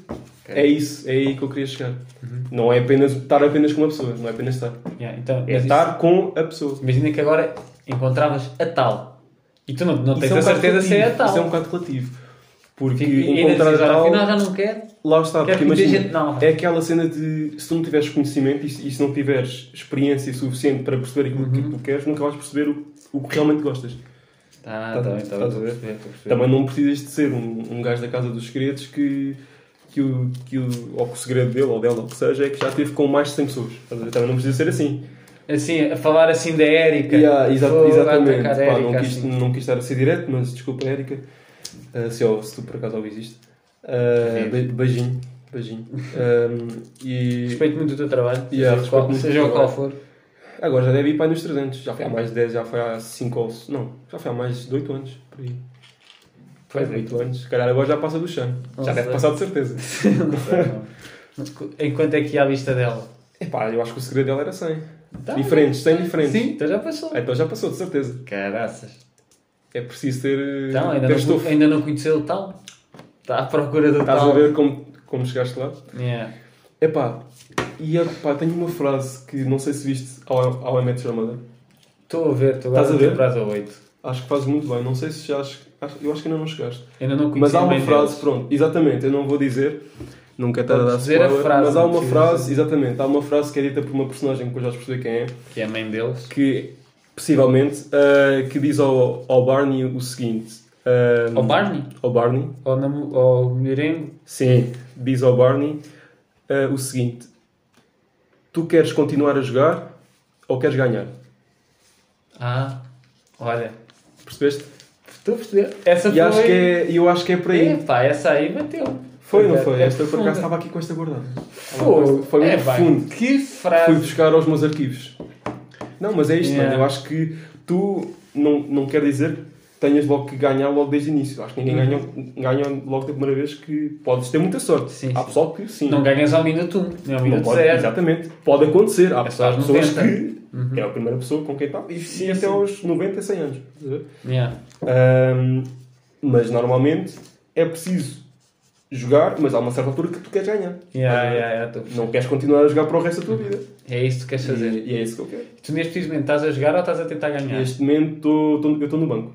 Speaker 3: É isso, é aí que eu queria chegar.
Speaker 2: Uhum.
Speaker 3: Não é apenas estar apenas com uma pessoa, não é apenas estar.
Speaker 2: Yeah, então,
Speaker 3: É
Speaker 2: mas
Speaker 3: estar com a pessoa.
Speaker 2: isso- imagina que agora encontravas a tal. E tu não, não tens
Speaker 3: Isso é um
Speaker 2: a
Speaker 3: bocado
Speaker 2: certeza se é a
Speaker 3: relativo,
Speaker 2: tal.
Speaker 3: Isso é um bocado relativo. Porque
Speaker 2: E ainda
Speaker 3: encontrar
Speaker 2: dizes,
Speaker 3: a
Speaker 2: olha,
Speaker 3: tal,
Speaker 2: afinal já não quero. Tá,
Speaker 3: lá está,
Speaker 2: Quero
Speaker 3: porque
Speaker 2: que
Speaker 3: imagina,
Speaker 2: muita gente não.
Speaker 3: é aquela cena de se tu não tiveres conhecimento e se, e se não tiveres experiência suficiente para perceber aquilo
Speaker 2: Uhum.
Speaker 3: que tu queres, nunca vais perceber o, o que realmente gostas.
Speaker 2: Tá, tá,
Speaker 3: Tá, tá,
Speaker 2: bem, tá, bem,
Speaker 3: estás a ver?
Speaker 2: estou estou a perceber.
Speaker 3: Também não precisas de ser um, um gajo da casa dos segredos que, que, o, que o, ou que o segredo dele ou dela, ou o que seja, é que já teve com mais de 100 pessoas. Estás a ver? Também não precisa ser assim.
Speaker 2: Assim, a falar assim da Érica.
Speaker 3: Yeah, exa-
Speaker 2: Vou
Speaker 3: exatamente.
Speaker 2: atacar a
Speaker 3: Pá, não,
Speaker 2: Érica,
Speaker 3: quis,
Speaker 2: assim.
Speaker 3: não quis estar a ser direto, mas desculpa, Érica, eh, se, ou- se tu por acaso ouvis isto. Eh,
Speaker 2: Sim.
Speaker 3: be- beijinho, beijinho. Ahm, e
Speaker 2: Respeito muito o teu trabalho,
Speaker 3: Yeah,
Speaker 2: seja, qual,
Speaker 3: respeito muito
Speaker 2: seja
Speaker 3: o
Speaker 2: o qual for.
Speaker 3: agora já deve ir para aí nos 300. Já foi há mais de 10, já foi há 5 ou. Não, já foi há mais de 8 anos. Por aí.
Speaker 2: Pois é.
Speaker 3: 8 anos. Se calhar agora já passa do chão.
Speaker 2: Não
Speaker 3: Já deve
Speaker 2: sei.
Speaker 3: passar de certeza.
Speaker 2: Enquanto é que ia à vista dela?
Speaker 3: Epá, eu acho que o segredo dela era 100.
Speaker 2: Tá.
Speaker 3: diferentes, 100 diferentes.
Speaker 2: Sim, então já passou.
Speaker 3: Então já passou, de certeza.
Speaker 2: Caraças.
Speaker 3: É preciso ter, eh,
Speaker 2: Então, ainda
Speaker 3: ter
Speaker 2: não,
Speaker 3: estofo.
Speaker 2: ainda não conheceu o tal? Está à procura do
Speaker 3: Estás
Speaker 2: tal.
Speaker 3: a ver como, como chegaste lá?
Speaker 2: Yeah.
Speaker 3: Epá, e é, pá, tenho uma frase que não sei se viste ao, ao I Met Your Mother.
Speaker 2: Estou a ver, estou
Speaker 3: Estás a
Speaker 2: agora
Speaker 3: ver?
Speaker 2: no prazo 8.
Speaker 3: Acho que fazes muito bem, não sei se já. acho- acho- Eu acho que ainda não chegaste.
Speaker 2: Ainda não conheci
Speaker 3: Mas há
Speaker 2: a
Speaker 3: uma
Speaker 2: mãe
Speaker 3: frase,
Speaker 2: deles.
Speaker 3: pronto, exatamente, eu não vou dizer, não quero estar a
Speaker 2: Podes
Speaker 3: dar
Speaker 2: dizer a
Speaker 3: spoiler,
Speaker 2: frase,
Speaker 3: mas há
Speaker 2: não
Speaker 3: uma
Speaker 2: precisas
Speaker 3: frase, exatamente, há uma frase que é dita por uma personagem que eu já percebi quem é,
Speaker 2: Que é a mãe deles.
Speaker 3: que possivelmente, ah, que diz ao, ao Barney o seguinte: ah,
Speaker 2: Ao Barney?
Speaker 3: Ao Barney,
Speaker 2: Ou, namo- ou Mirengo?
Speaker 3: Sim, eh, diz ao Barney ah, o seguinte: Tu queres continuar a jogar ou queres ganhar?
Speaker 2: Ah, olha.
Speaker 3: Percebeste?
Speaker 2: Estou a perceber. Essa
Speaker 3: E
Speaker 2: foi...
Speaker 3: acho que é, e eu acho que é por aí.
Speaker 2: Epá, essa aí bateu.
Speaker 3: Foi, não foi?
Speaker 2: É
Speaker 3: Esta por
Speaker 2: profunda.
Speaker 3: acaso estava aqui com esta guardada.
Speaker 2: Fogo.
Speaker 3: Foi muito
Speaker 2: É, pá,
Speaker 3: fundo.
Speaker 2: Que
Speaker 3: Fui
Speaker 2: frase.
Speaker 3: buscar aos meus arquivos. Não, mas é isto,
Speaker 5: Yeah.
Speaker 3: mano. Eu acho que tu não, não quer dizer que tenhas logo que ganhar logo desde o início. Acho que ninguém ganha, ganha logo da primeira vez que podes ter muita sorte.
Speaker 2: Uhum. Sim,
Speaker 3: Há
Speaker 2: sim.
Speaker 3: pessoal que sim.
Speaker 2: Não ganhas ao minuto 1, nem ao
Speaker 3: Não
Speaker 2: minuto
Speaker 3: pode,
Speaker 2: 0.
Speaker 3: exatamente. Pode acontecer. Há,
Speaker 2: É só
Speaker 3: há
Speaker 2: aos Uhum.
Speaker 3: pessoas
Speaker 2: 90.
Speaker 3: que é a primeira pessoa com quem está e, e até aos 90, 100 anos. Estás a ver?
Speaker 2: Yeah.
Speaker 3: Ahm, mas normalmente é preciso jogar, mas há uma certa altura que tu queres ganhar.
Speaker 2: Yeah, yeah, yeah, tô a perceber.
Speaker 3: Não queres continuar a jogar para o resto da tua vida.
Speaker 2: É isso que tu queres fazer.
Speaker 3: E, e é isso que eu quero.
Speaker 2: Tu neste momento estás a jogar ou estás a tentar ganhar?
Speaker 3: Neste momento tô- tô- eu estou no banco.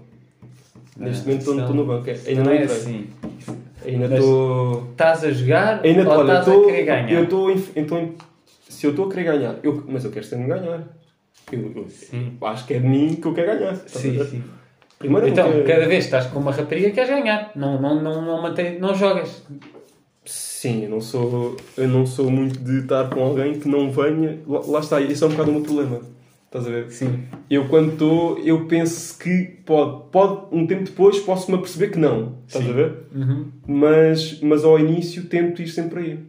Speaker 3: Neste
Speaker 2: Ah,
Speaker 3: momento estou
Speaker 2: então-
Speaker 3: no banco. Ainda
Speaker 2: não
Speaker 3: não
Speaker 2: é
Speaker 3: entrei.
Speaker 2: assim.
Speaker 3: Ainda
Speaker 2: Mas-
Speaker 3: estou.
Speaker 2: Estás a jogar
Speaker 3: Ainda
Speaker 2: ou
Speaker 3: olha,
Speaker 2: estás
Speaker 3: tô,
Speaker 2: a querer ganhar?
Speaker 3: eu estou. Então, se eu estou a querer ganhar, eu- mas eu quero sempre ganhar. Eu, eu-
Speaker 2: Sim.
Speaker 3: acho que é de mim que eu quero ganhar. Estás a
Speaker 2: Sim,
Speaker 3: ver?
Speaker 2: sim.
Speaker 3: Primeiro eu
Speaker 2: Então,
Speaker 3: quero-
Speaker 2: cada vez que estás com uma rapariga queres ganhar. Não, não, não, não, mantém, não jogas.
Speaker 3: Sim, eu não sou, eu não sou muito de estar com alguém que não venha. Lá, lá está, esse é um bocado o meu problema. Estás a ver?
Speaker 2: Sim.
Speaker 3: Eu quando estou, eu penso que pode, pode, um tempo depois posso-me aperceber que não. Estás a ver?
Speaker 2: Uhum.
Speaker 3: Mas, mas ao início tento ir sempre aí.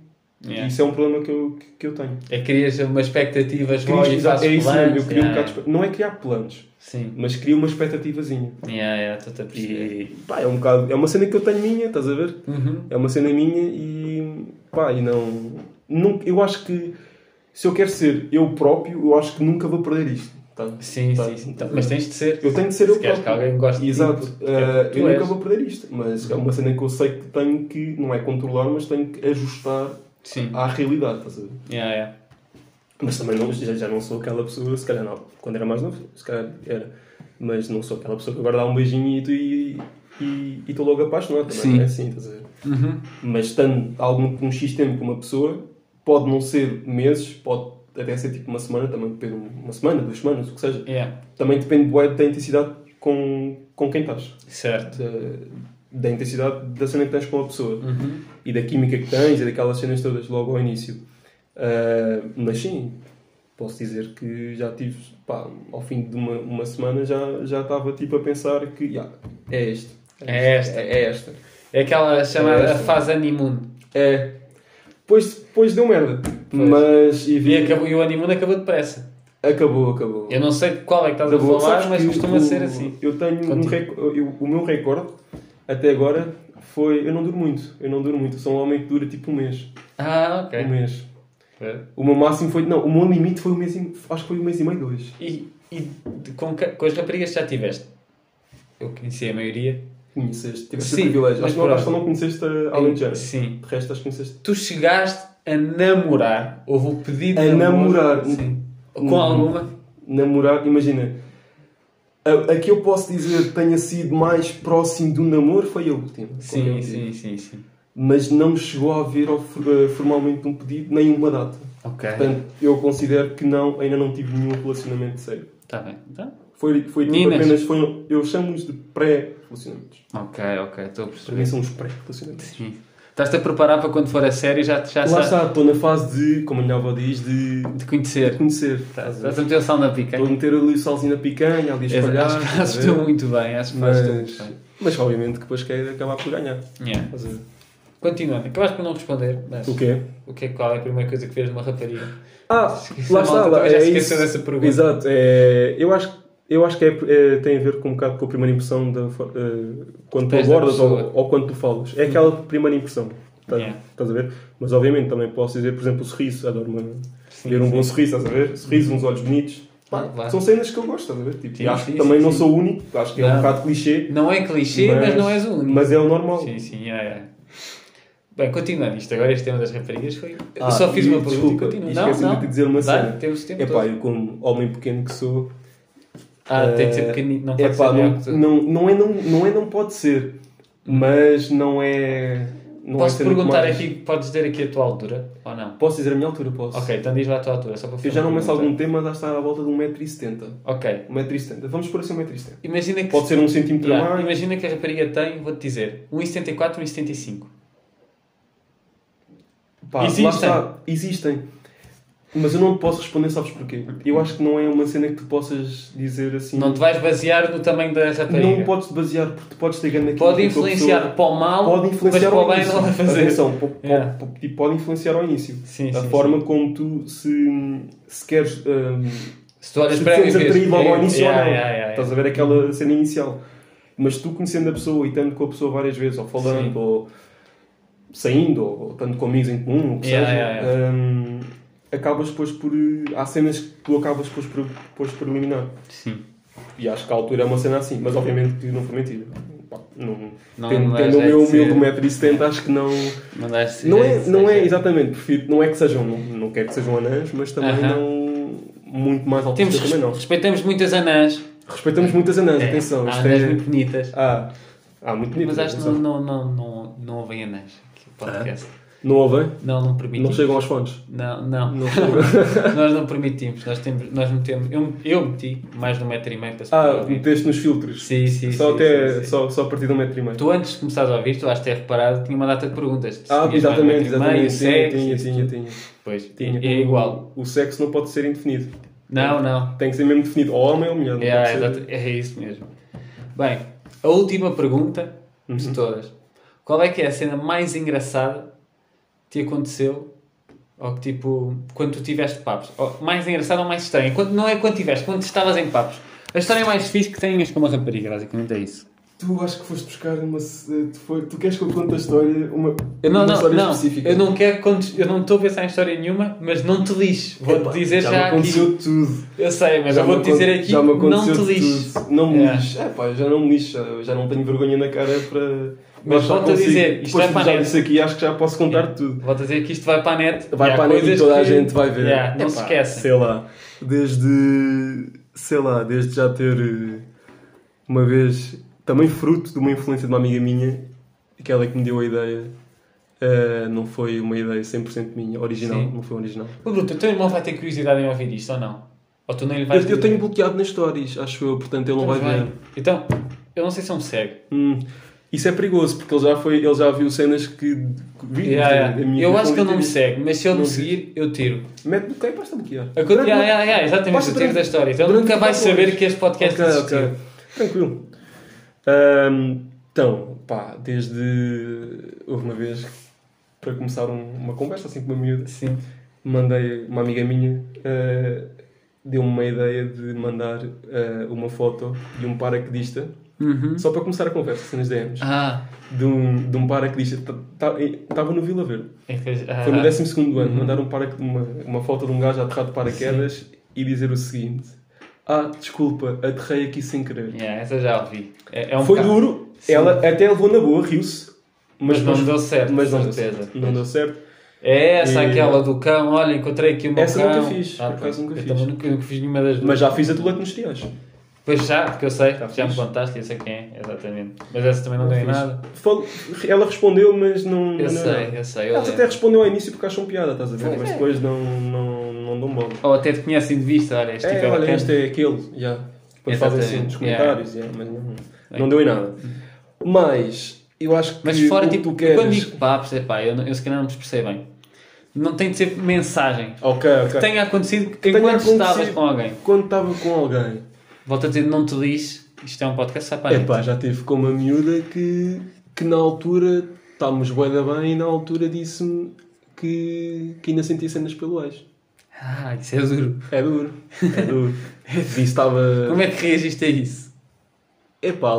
Speaker 2: Yeah.
Speaker 3: Isso é um problema que eu, que, que eu tenho.
Speaker 2: É crias uma expectativa, vou e
Speaker 3: Queria-
Speaker 2: fazes
Speaker 3: é isso mesmo,
Speaker 2: planos.
Speaker 3: eu queria um
Speaker 2: yeah.
Speaker 3: bocado de- Não é criar planos,
Speaker 2: Sim.
Speaker 3: mas queria uma expectativazinha.
Speaker 2: Yeah, yeah, estou-te a perceber.
Speaker 3: E pá, é um bocado. É uma cena que eu tenho minha, estás a ver?
Speaker 2: Uhum.
Speaker 3: É uma cena minha e pá, e não, não. Eu acho que se eu quero ser eu próprio, eu acho que nunca vou perder isto. tá?
Speaker 2: Sim,
Speaker 3: Tá.
Speaker 2: sim, sim. Então, mas tens de ser.
Speaker 3: Eu tenho de ser
Speaker 2: Se
Speaker 3: eu
Speaker 2: queres
Speaker 3: próprio.
Speaker 2: que alguém goste de ti,
Speaker 3: Exato.
Speaker 2: porque
Speaker 3: Eh,
Speaker 2: é porque
Speaker 3: eu
Speaker 2: tu
Speaker 3: nunca
Speaker 2: és.
Speaker 3: vou perder isto, mas é uma cena que eu sei que tenho que, não é controlar, mas tenho que ajustar
Speaker 2: Sim.
Speaker 3: à realidade, estás a ver?
Speaker 2: Yeah, yeah.
Speaker 3: Mas também não, já, já não sou aquela pessoa, se calhar não, quando era mais novo, se calhar era, mas não sou aquela pessoa que agora dá um beijinho e tu- e e- e estou logo apaixonado também,
Speaker 5: Sim.
Speaker 3: não é assim, estás a ver?
Speaker 2: Uhum.
Speaker 3: Mas estando há algum um X tempo com uma pessoa, pode não ser meses, pode até ser tipo uma semana, também depende, uma semana, duas semanas, o que seja.
Speaker 2: Yeah.
Speaker 3: Também depende bué da intensidade com, com quem estás,
Speaker 2: Certo.
Speaker 3: da, da intensidade da cena que tens com a pessoa
Speaker 2: Uhum.
Speaker 3: e da química que tens e daquelas cenas todas logo ao início. Ah, mas sim, posso dizer que já tive, pá, ao fim de uma, uma semana já, já estava tipo a pensar que "Ya, é este.
Speaker 2: É esta.
Speaker 3: É, é esta.
Speaker 2: É aquela chamada
Speaker 3: É esta.
Speaker 2: fase honeymoon.
Speaker 3: É. Pois, pois deu merda.
Speaker 2: Pois.
Speaker 3: Mas. E, vi-
Speaker 2: E, acabou, e o honeymoon é acabou depressa.
Speaker 3: Acabou, acabou.
Speaker 2: Eu não sei de qual é que estás a
Speaker 3: Acabou.
Speaker 2: falar,
Speaker 3: Sabes
Speaker 2: mas
Speaker 3: que
Speaker 2: costuma
Speaker 3: o-
Speaker 2: ser assim.
Speaker 3: Eu tenho um
Speaker 2: Contigo.
Speaker 3: rec- eu- o meu recorde até agora foi. Eu não duro muito. Eu não duro muito. Eu sou um homem que dura tipo um mês.
Speaker 2: Ah,
Speaker 3: Um
Speaker 2: ok.
Speaker 3: mês. O meu máximo foi. Não, o meu limite foi um mês e. Acho que foi um mês e meio, dois.
Speaker 2: E, e de- com, que- com as raparigas que já tiveste? Eu conheci a maioria.
Speaker 3: Conheceste, tiveste
Speaker 2: Sim,
Speaker 3: o privilégio.
Speaker 2: mas
Speaker 3: Acho que não, acho
Speaker 2: pronto.
Speaker 3: que não conheceste a Alentejana. De
Speaker 2: Sim.
Speaker 3: resto, acho que conheceste.
Speaker 2: Tu chegaste a namorar. Houve o pedido
Speaker 3: A
Speaker 2: de
Speaker 3: namorar.
Speaker 2: Sim.
Speaker 3: Hum.
Speaker 2: Com alguma?
Speaker 3: Namorar, imagina. A, a que eu posso dizer que tenha sido mais próximo do namoro foi a última. com quem
Speaker 2: Sim,
Speaker 3: eu tive.
Speaker 2: sim, sim, sim.
Speaker 3: Mas não chegou a haver ao- eh, formalmente um pedido, nem uma data.
Speaker 2: Ok.
Speaker 3: Portanto, eu considero que não, ainda não tive nenhum relacionamento sério.
Speaker 2: Está bem. Então,
Speaker 3: Foi, foi tipo
Speaker 2: Meninas.
Speaker 3: apenas. Foi, eu chamo-os de pré-relacionamentos.
Speaker 2: ok, ok. Estou a
Speaker 3: Para mim
Speaker 2: perceber.
Speaker 3: são os pré-relacionamentos.
Speaker 2: Sim. Estás-te a preparar para quando for a série já, já
Speaker 3: Lá
Speaker 2: sabes
Speaker 3: está, estou na fase de, como a minha avó diz, de
Speaker 2: de conhecer.
Speaker 3: conhecer.
Speaker 2: Estás a meter o sal na pica.
Speaker 3: Estou a meter ali o salzinho na picanha, ali a
Speaker 2: É,
Speaker 3: espalhar.
Speaker 2: acho que
Speaker 3: estás
Speaker 2: fazes
Speaker 3: a ver?
Speaker 2: tu muito bem. Acho que fazes tu muito
Speaker 3: mas,
Speaker 2: bem.
Speaker 3: mas obviamente que depois quer acabar por ganhar.
Speaker 2: Yeah.
Speaker 3: Estás a ver?
Speaker 2: Continuando, acabaste por não responder. Mas
Speaker 3: O quê?
Speaker 2: o que é qual é a primeira coisa que vês numa rapariga?
Speaker 3: Ah,
Speaker 2: Esqueci,
Speaker 3: lá
Speaker 2: a malta
Speaker 3: está. Lá,
Speaker 2: também já
Speaker 3: é
Speaker 2: se
Speaker 3: isso.
Speaker 2: esqueceu dessa pergunta.
Speaker 3: Exato. é, eu acho eu acho que é- é- tem a ver com um bocado com a primeira impressão da, fo- eh, quando tu
Speaker 2: Tens da
Speaker 3: abordas
Speaker 2: pessoa.
Speaker 3: ou, ou quando tu falas. É aquela primeira impressão. Tá-
Speaker 2: Yeah.
Speaker 3: Estás a ver? Mas obviamente também posso dizer, por exemplo, o sorriso. Adoro uma, ver um bom sorriso, estás a ver? Sorriso, uns olhos bonitos. Pá,
Speaker 2: Claro, claro.
Speaker 3: São cenas que eu gosto, estás a ver? Tipo,
Speaker 2: Sim,
Speaker 3: e acho
Speaker 2: sim,
Speaker 3: que também
Speaker 2: sim,
Speaker 3: não
Speaker 2: sim.
Speaker 3: sou o único. Acho que é um
Speaker 2: Não.
Speaker 3: bocado clichê.
Speaker 2: Não é clichê, mas, não és o único.
Speaker 3: Mas é o normal.
Speaker 2: Sim, sim, é, é. Bem, continuando isto, agora este tema das raparigas foi.
Speaker 3: Ah,
Speaker 2: eu só fiz
Speaker 3: e
Speaker 2: uma pergunta e
Speaker 3: desculpa,
Speaker 2: continuo.
Speaker 3: e
Speaker 2: Não,
Speaker 3: esqueci-me
Speaker 2: não.
Speaker 3: de te dizer uma
Speaker 2: Dá,
Speaker 3: cena.
Speaker 2: Temos tempo.
Speaker 3: Epá,
Speaker 2: todo.
Speaker 3: eu como homem pequeno que sou,
Speaker 2: Ah, tem de ser
Speaker 3: eh,
Speaker 2: pequenino, não pode
Speaker 3: epá,
Speaker 2: ser maior
Speaker 3: não,
Speaker 2: que tu.
Speaker 3: não, não, é, não, não é não pode ser, mas não é... Não
Speaker 2: Posso
Speaker 3: é ser muito
Speaker 2: perguntar
Speaker 3: mais.
Speaker 2: aqui, podes dizer aqui a tua altura ou não?
Speaker 3: Posso dizer a minha altura, posso.
Speaker 2: Ok, então diz lá a tua altura, só para fazer
Speaker 3: Eu já
Speaker 2: uma
Speaker 3: não meço algum
Speaker 2: pergunta.
Speaker 3: tema, dá está à volta de 1,70m.
Speaker 2: Ok.
Speaker 3: 1,70m. Vamos por assim 1,70m.
Speaker 2: Imagina que.
Speaker 3: Pode ser um centímetro a
Speaker 2: Yeah,
Speaker 3: mais.
Speaker 2: Imagina que a rapariga tem, vou-te dizer, 1,74, 1,75.
Speaker 3: Pá, lá
Speaker 2: Existem.
Speaker 3: está, existem. Mas eu não te posso responder, sabes porquê? Eu acho que não é uma cena que tu possas dizer assim.
Speaker 2: Não te vais basear no tamanho da rapariga.
Speaker 3: Não podes basear, porque tu podes ter grande aquilo
Speaker 2: Pode
Speaker 3: que a tua
Speaker 2: influenciar
Speaker 3: pessoa-
Speaker 2: para o mal,
Speaker 3: Pode influenciar
Speaker 2: mas para
Speaker 3: ao
Speaker 2: o bem
Speaker 3: início.
Speaker 2: não vai fazer.
Speaker 3: Atenção, po- po-
Speaker 2: Yeah.
Speaker 3: po- tipo, pode influenciar ao início.
Speaker 2: Sim,
Speaker 3: a
Speaker 2: sim,
Speaker 3: forma como tu se, se queres. hum,
Speaker 2: Se tu olhas
Speaker 3: se
Speaker 2: para ela e é,
Speaker 3: sentes atraído logo ao
Speaker 2: "Ei,
Speaker 3: início
Speaker 2: yeah,
Speaker 3: ou não.
Speaker 2: yeah, yeah, yeah."
Speaker 3: Estás a ver aquela cena inicial. Mas tu conhecendo a pessoa e estando com a pessoa várias vezes, ou falando,
Speaker 2: Sim.
Speaker 3: ou saindo, ou estando com amigos em comum, o que
Speaker 2: Yeah,
Speaker 3: seja,
Speaker 2: yeah,
Speaker 3: hum, acabas depois por. Há cenas que tu acabas depois por, depois por eliminar.
Speaker 6: Sim.
Speaker 3: E acho que a altura é uma cena assim, mas obviamente que não foi mentira. Pá, não,
Speaker 2: Não-
Speaker 3: tendo
Speaker 2: não é
Speaker 3: tendo o meu
Speaker 2: jeito de ser.
Speaker 3: humilde 1,70m, acho que não.
Speaker 2: Mandaste
Speaker 3: Não é, não é exatamente, prefiro, não é que sejam, não, não quero que sejam anãs, mas também
Speaker 2: Aham.
Speaker 3: não. Muito mais altos
Speaker 2: Temos,
Speaker 3: também não.
Speaker 2: respeitamos muitas anãs.
Speaker 3: Respeitamos muitas anãs, atenção.
Speaker 2: há
Speaker 3: Isto
Speaker 2: anãs
Speaker 3: é...
Speaker 2: muito bonitas.
Speaker 3: Ah, há muito nível.
Speaker 2: Mas acho que
Speaker 3: atenção.
Speaker 2: não, não, não, não, não ouvem anãs aqui o podcast.
Speaker 3: Não ouvem?
Speaker 2: Não, não permitimos.
Speaker 3: Não chegam aos fones.
Speaker 2: Não, não.
Speaker 3: Não chegam.
Speaker 2: nós não permitimos. Nós, temos, nós metemos. Eu, eu meti mais de um metro e meio para se poder
Speaker 3: ah,
Speaker 2: ouvir.
Speaker 3: meteste nos filtros.
Speaker 2: Sim, sim,
Speaker 3: só
Speaker 2: sim,
Speaker 3: até.
Speaker 2: sim, sim.
Speaker 3: Só, só a partir de um metro e meio.
Speaker 2: Tu antes de começares a ouvir, tu acho que ter reparado, tinha uma data de perguntas. Se
Speaker 3: Ah,
Speaker 2: tinhas mais um
Speaker 3: exatamente,
Speaker 2: metro e meio,
Speaker 3: exatamente. Tinha,
Speaker 2: sexo,
Speaker 3: tinha,
Speaker 2: isso
Speaker 3: tinha,
Speaker 2: tudo.
Speaker 3: tinha.
Speaker 2: Pois,
Speaker 3: Tinha. um
Speaker 2: é igual.
Speaker 3: O sexo não pode ser indefinido.
Speaker 2: Não, não.
Speaker 3: Tem que ser mesmo definido. Ou homem ou mulher. não
Speaker 2: É,
Speaker 3: pode
Speaker 2: é,
Speaker 3: ser-
Speaker 2: exata- é isso mesmo. Bem, a última pergunta
Speaker 3: Uhum.
Speaker 2: de todas. Qual é que é a cena mais engraçada que te aconteceu? Ou que tipo, quando tu tiveste papos? Ou, mais engraçada ou mais estranha? Quando, não é quando tiveste, quando estavas em papos. A história mais fixe que tenhas com uma rapariga, basicamente é isso.
Speaker 3: Tu acho que foste buscar uma. se- Tu, foi- tu queres que eu conte a história? Uma,
Speaker 2: Eu não,
Speaker 3: uma
Speaker 2: não,
Speaker 3: história
Speaker 2: não.
Speaker 3: específica.
Speaker 2: Eu não quero contes- eu não estou a pensar em história nenhuma, mas não te lixe. Vou-te
Speaker 3: Epá,
Speaker 2: dizer já,
Speaker 3: me
Speaker 2: aqui.
Speaker 3: aconteceu tudo.
Speaker 2: Eu sei, mas
Speaker 3: Já
Speaker 2: eu
Speaker 3: me
Speaker 2: vou-te dizer
Speaker 3: acon-
Speaker 2: aqui,
Speaker 3: já me
Speaker 2: não te
Speaker 3: aconteceu
Speaker 2: lixe.
Speaker 3: tudo. Não me
Speaker 2: É.
Speaker 3: lixe. É pá, já não me lixe. Eu já não tenho vergonha na cara para.
Speaker 2: Mas
Speaker 3: já
Speaker 2: volto a
Speaker 3: consigo.
Speaker 2: dizer, isto é
Speaker 3: Depois
Speaker 2: vai para a
Speaker 3: já
Speaker 2: net.
Speaker 3: disse aqui, acho que já posso contar tudo.
Speaker 2: Vou-te dizer que isto vai para a net.
Speaker 3: Vai
Speaker 2: e há
Speaker 3: para a net e
Speaker 2: coisas
Speaker 3: toda a
Speaker 2: que-
Speaker 3: gente vai ver.
Speaker 2: Yeah, não
Speaker 3: Epá,
Speaker 2: se esquecem.
Speaker 3: Sei lá, desde. Sei lá, desde já ter. eh, Uma vez. Também fruto de uma influência de uma amiga minha, aquela que me deu a ideia. eh, não foi uma ideia 100% minha, original.
Speaker 2: Sim.
Speaker 3: Não foi original.
Speaker 2: Ô, Bruto, o teu irmão vai ter curiosidade em ouvir isto ou não? Ou tu nem lhe
Speaker 3: Eu,
Speaker 2: vais
Speaker 3: eu tenho bloqueado nas stories, acho eu, portanto ele não vai
Speaker 2: Então vai.
Speaker 3: ver.
Speaker 2: Então, eu não sei se é um cego.
Speaker 3: Hum, isso é perigoso, porque ele já, foi, ele já viu cenas que. que vi,
Speaker 2: Yeah, yeah.
Speaker 3: a minha
Speaker 2: Eu
Speaker 3: vida
Speaker 2: acho que ele não me
Speaker 3: inteira.
Speaker 2: segue, mas se ele me
Speaker 3: Não
Speaker 2: seguir, eu tiro.
Speaker 3: Mete bloqueio e basta bloquear.
Speaker 2: A co- yeah, yeah, yeah, exatamente,
Speaker 3: Basta
Speaker 2: eu tiro
Speaker 3: durante-
Speaker 2: da história. Então ele
Speaker 3: durante
Speaker 2: nunca vai
Speaker 3: quatro
Speaker 2: saber
Speaker 3: horas.
Speaker 2: que este podcast
Speaker 3: Ok,
Speaker 2: existiu.
Speaker 3: ok. Tranquilo. Ahm, então, pá, desde. Houve uma vez, para começar um- uma conversa assim com uma miúda,
Speaker 2: Sim.
Speaker 3: mandei uma amiga minha. ah, Deu-me uma ideia de mandar ah, uma foto de um paraquedista,
Speaker 2: Uhum.
Speaker 3: só para começar a conversa, assim nas DMs.
Speaker 2: Ah,
Speaker 3: de um, de um paraquedista. Estava no Vila Verde.
Speaker 2: é que- ah,
Speaker 3: Foi no 12 ano. Mandaram um paraque- uma, uma foto de um gajo aterrado de paraquedas e dizer o seguinte: Ah, desculpa, aterrei aqui sem querer.
Speaker 2: Ah, yeah, essa já ouvi. É, é um
Speaker 3: Foi
Speaker 2: bocado-
Speaker 3: duro, ela até levou na boa, riu-se.
Speaker 2: Mas não deu certo,
Speaker 3: Mas não deu
Speaker 2: certeza.
Speaker 3: certo. Não deu certo.
Speaker 2: É essa
Speaker 3: E-
Speaker 2: aquela do cão, olha, encontrei aqui o meu
Speaker 3: Essa
Speaker 2: cão.
Speaker 3: nunca fiz, por acaso
Speaker 2: pronto.
Speaker 3: nunca
Speaker 2: eu
Speaker 3: fiz.
Speaker 2: também nunca, nunca fiz nenhuma das duas.
Speaker 3: Mas já fiz a tua nos triais.
Speaker 2: Pois já, porque eu sei,
Speaker 3: Tá
Speaker 2: já me
Speaker 3: fixe.
Speaker 2: contaste, eu sei quem é, exatamente. Mas essa também não deu em nada.
Speaker 3: Fal- Ela respondeu, mas não.
Speaker 2: Eu
Speaker 3: não-
Speaker 2: sei, eu sei. Eu
Speaker 3: Ela até
Speaker 2: lembro.
Speaker 3: respondeu ao início porque acham piada, estás a ver? Mas depois não, não, não dão bola.
Speaker 2: Ou até te conhecem de vista, olha, este tipo
Speaker 3: É,
Speaker 2: é
Speaker 3: olha,
Speaker 2: bacana.
Speaker 3: este é aquele, já. Depois fazem assim
Speaker 2: Exatamente,
Speaker 3: nos comentários, yeah, mas não, não deu em nada. Mas, eu acho que
Speaker 2: Mas fora,
Speaker 3: o que
Speaker 2: tipo,
Speaker 3: tu queres...
Speaker 2: quando digo papos, é pá, eu, não- eu se calhar não me expressei bem. Não tem de ser mensagem.
Speaker 3: Ok, ok.
Speaker 2: Tenha acontecido
Speaker 3: Tenha
Speaker 2: enquanto
Speaker 3: acontecido
Speaker 2: estavas com alguém.
Speaker 3: Quando estava com alguém.
Speaker 2: Volto a dizer, não te lixe, isto é um podcast só para a
Speaker 3: Epá,
Speaker 2: net.
Speaker 3: já tive com uma miúda que, que na altura estávamos bué da bem e na altura disse-me que, que ainda sentia cenas pelo ex.
Speaker 2: Ah, isso é duro.
Speaker 3: É duro. É duro. Disse que estava...
Speaker 2: Como é que reagiste a isso?
Speaker 3: Epá,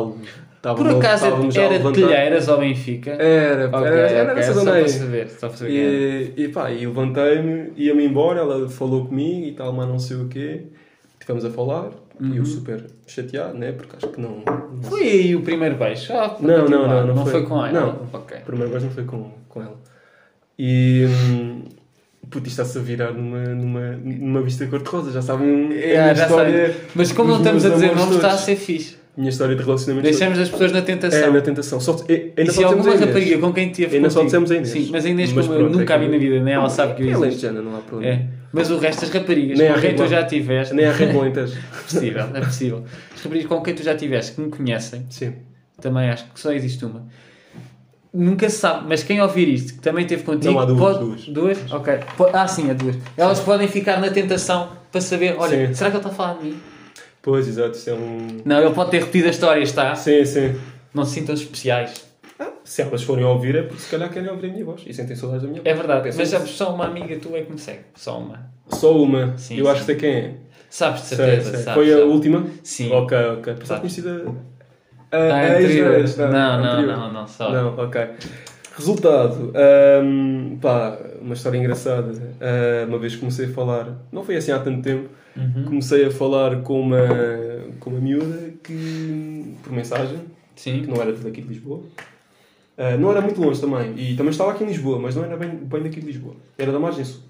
Speaker 3: estava
Speaker 2: Por acaso
Speaker 3: estávamos já a
Speaker 2: era de
Speaker 3: levantar-
Speaker 2: Telheiras ou Benfica?
Speaker 3: Era, pá,
Speaker 2: Ok,
Speaker 3: era, era,
Speaker 2: ok,
Speaker 3: essa
Speaker 2: só
Speaker 3: zona
Speaker 2: para
Speaker 3: aí.
Speaker 2: saber, só para saber quem é. era.
Speaker 3: E, e pá, e levantei-me, ia-me embora, ela falou comigo e tal, mas não sei o quê. Tivemos a falar
Speaker 2: Uhum.
Speaker 3: e eu super chateado, né? Porque acho que não.
Speaker 2: Foi aí o primeiro beijo? Ah, para
Speaker 3: Não, não,
Speaker 2: continuar.
Speaker 3: não, não
Speaker 2: Não foi
Speaker 3: foi.
Speaker 2: com ela?
Speaker 3: Não.
Speaker 2: Ok.
Speaker 3: A primeira vez não foi com, com ela. E. Hum, puto, isto está-se a virar numa, numa, numa vista cor-de-rosa, já sabem.
Speaker 2: É,
Speaker 3: a minha
Speaker 2: já
Speaker 3: história,
Speaker 2: sei. Mas como não
Speaker 3: dos
Speaker 2: estamos a
Speaker 3: meus
Speaker 2: dizer
Speaker 3: amores
Speaker 2: não está a
Speaker 3: todos.
Speaker 2: ser fixe.
Speaker 3: Minha história de relacionamento.
Speaker 2: Deixamos as pessoas na
Speaker 3: todo. É,
Speaker 2: tentação.
Speaker 3: na tentação. Só, é, ainda
Speaker 2: e
Speaker 3: só
Speaker 2: se
Speaker 3: dissemos
Speaker 2: alguma
Speaker 3: a Inês.
Speaker 2: rapariga com quem tive
Speaker 3: Ainda só dissemos a Inês.
Speaker 2: Sim, mas a Inês,
Speaker 3: Mas
Speaker 2: como eu
Speaker 3: pronto,
Speaker 2: nunca
Speaker 3: é
Speaker 2: a vi
Speaker 3: que-
Speaker 2: na vida, nem ela sabe que eu
Speaker 3: Ela é
Speaker 2: existo.
Speaker 3: lentejana, não há problema.
Speaker 2: É. Mas o resto das raparigas
Speaker 3: Nem
Speaker 2: com
Speaker 3: à
Speaker 2: quem tu
Speaker 3: Ribeira.
Speaker 2: já tiveste.
Speaker 3: Nem há rede no Alentejo.
Speaker 2: É possível, é possível. As raparigas com quem tu já tiveste que me conhecem,
Speaker 3: Sim.
Speaker 2: também acho que só existe uma. nunca se sabe, mas quem ouvir isto, que também teve contigo.
Speaker 3: Não, há duas,
Speaker 2: pode-
Speaker 3: duas.
Speaker 2: Duas? Ok. Po- Ah, sim, há duas. Elas podem ficar na tentação para saber: olha,
Speaker 3: Sim.
Speaker 2: será que ele está a falar de mim?
Speaker 3: Pois, exato, isso é um.
Speaker 2: Não, ele pode ter repetido a história, está?
Speaker 3: Sim, sim.
Speaker 2: Não se sintam especiais.
Speaker 3: Se elas forem ouvir, é porque se calhar querem ouvir a minha voz e sentem saudades da minha voz.
Speaker 2: É verdade,
Speaker 3: Pensam
Speaker 2: mas
Speaker 3: isso.
Speaker 2: sabes, só uma amiga tua é que me segue. Só uma.
Speaker 3: Só uma.
Speaker 2: Sim,
Speaker 3: eu
Speaker 2: sim.
Speaker 3: acho que sei quem é.
Speaker 2: Sabes de
Speaker 3: Sei,
Speaker 2: certeza,
Speaker 3: sei.
Speaker 2: sabes?
Speaker 3: Foi a
Speaker 2: sabes.
Speaker 3: última?
Speaker 2: Sim.
Speaker 3: Ok, ok. Pensava
Speaker 2: Sabes.
Speaker 3: conhecida.
Speaker 2: Ah,
Speaker 3: Ah,
Speaker 2: anterior.
Speaker 3: ex-
Speaker 2: Não, não,
Speaker 3: anterior.
Speaker 2: não, não, só.
Speaker 3: Não, ok. Resultado. ahm, pá, uma história engraçada. Ah, uma vez comecei a falar, não foi assim há tanto tempo,
Speaker 2: Uhum. Hum?
Speaker 3: comecei a falar com uma, com uma miúda que, por mensagem, que
Speaker 2: Sim.
Speaker 3: não era daqui de Lisboa. Ah, não era muito longe também, e também estava aqui em Lisboa, mas não era bem, bem daqui de Lisboa. Era da Margem Sul.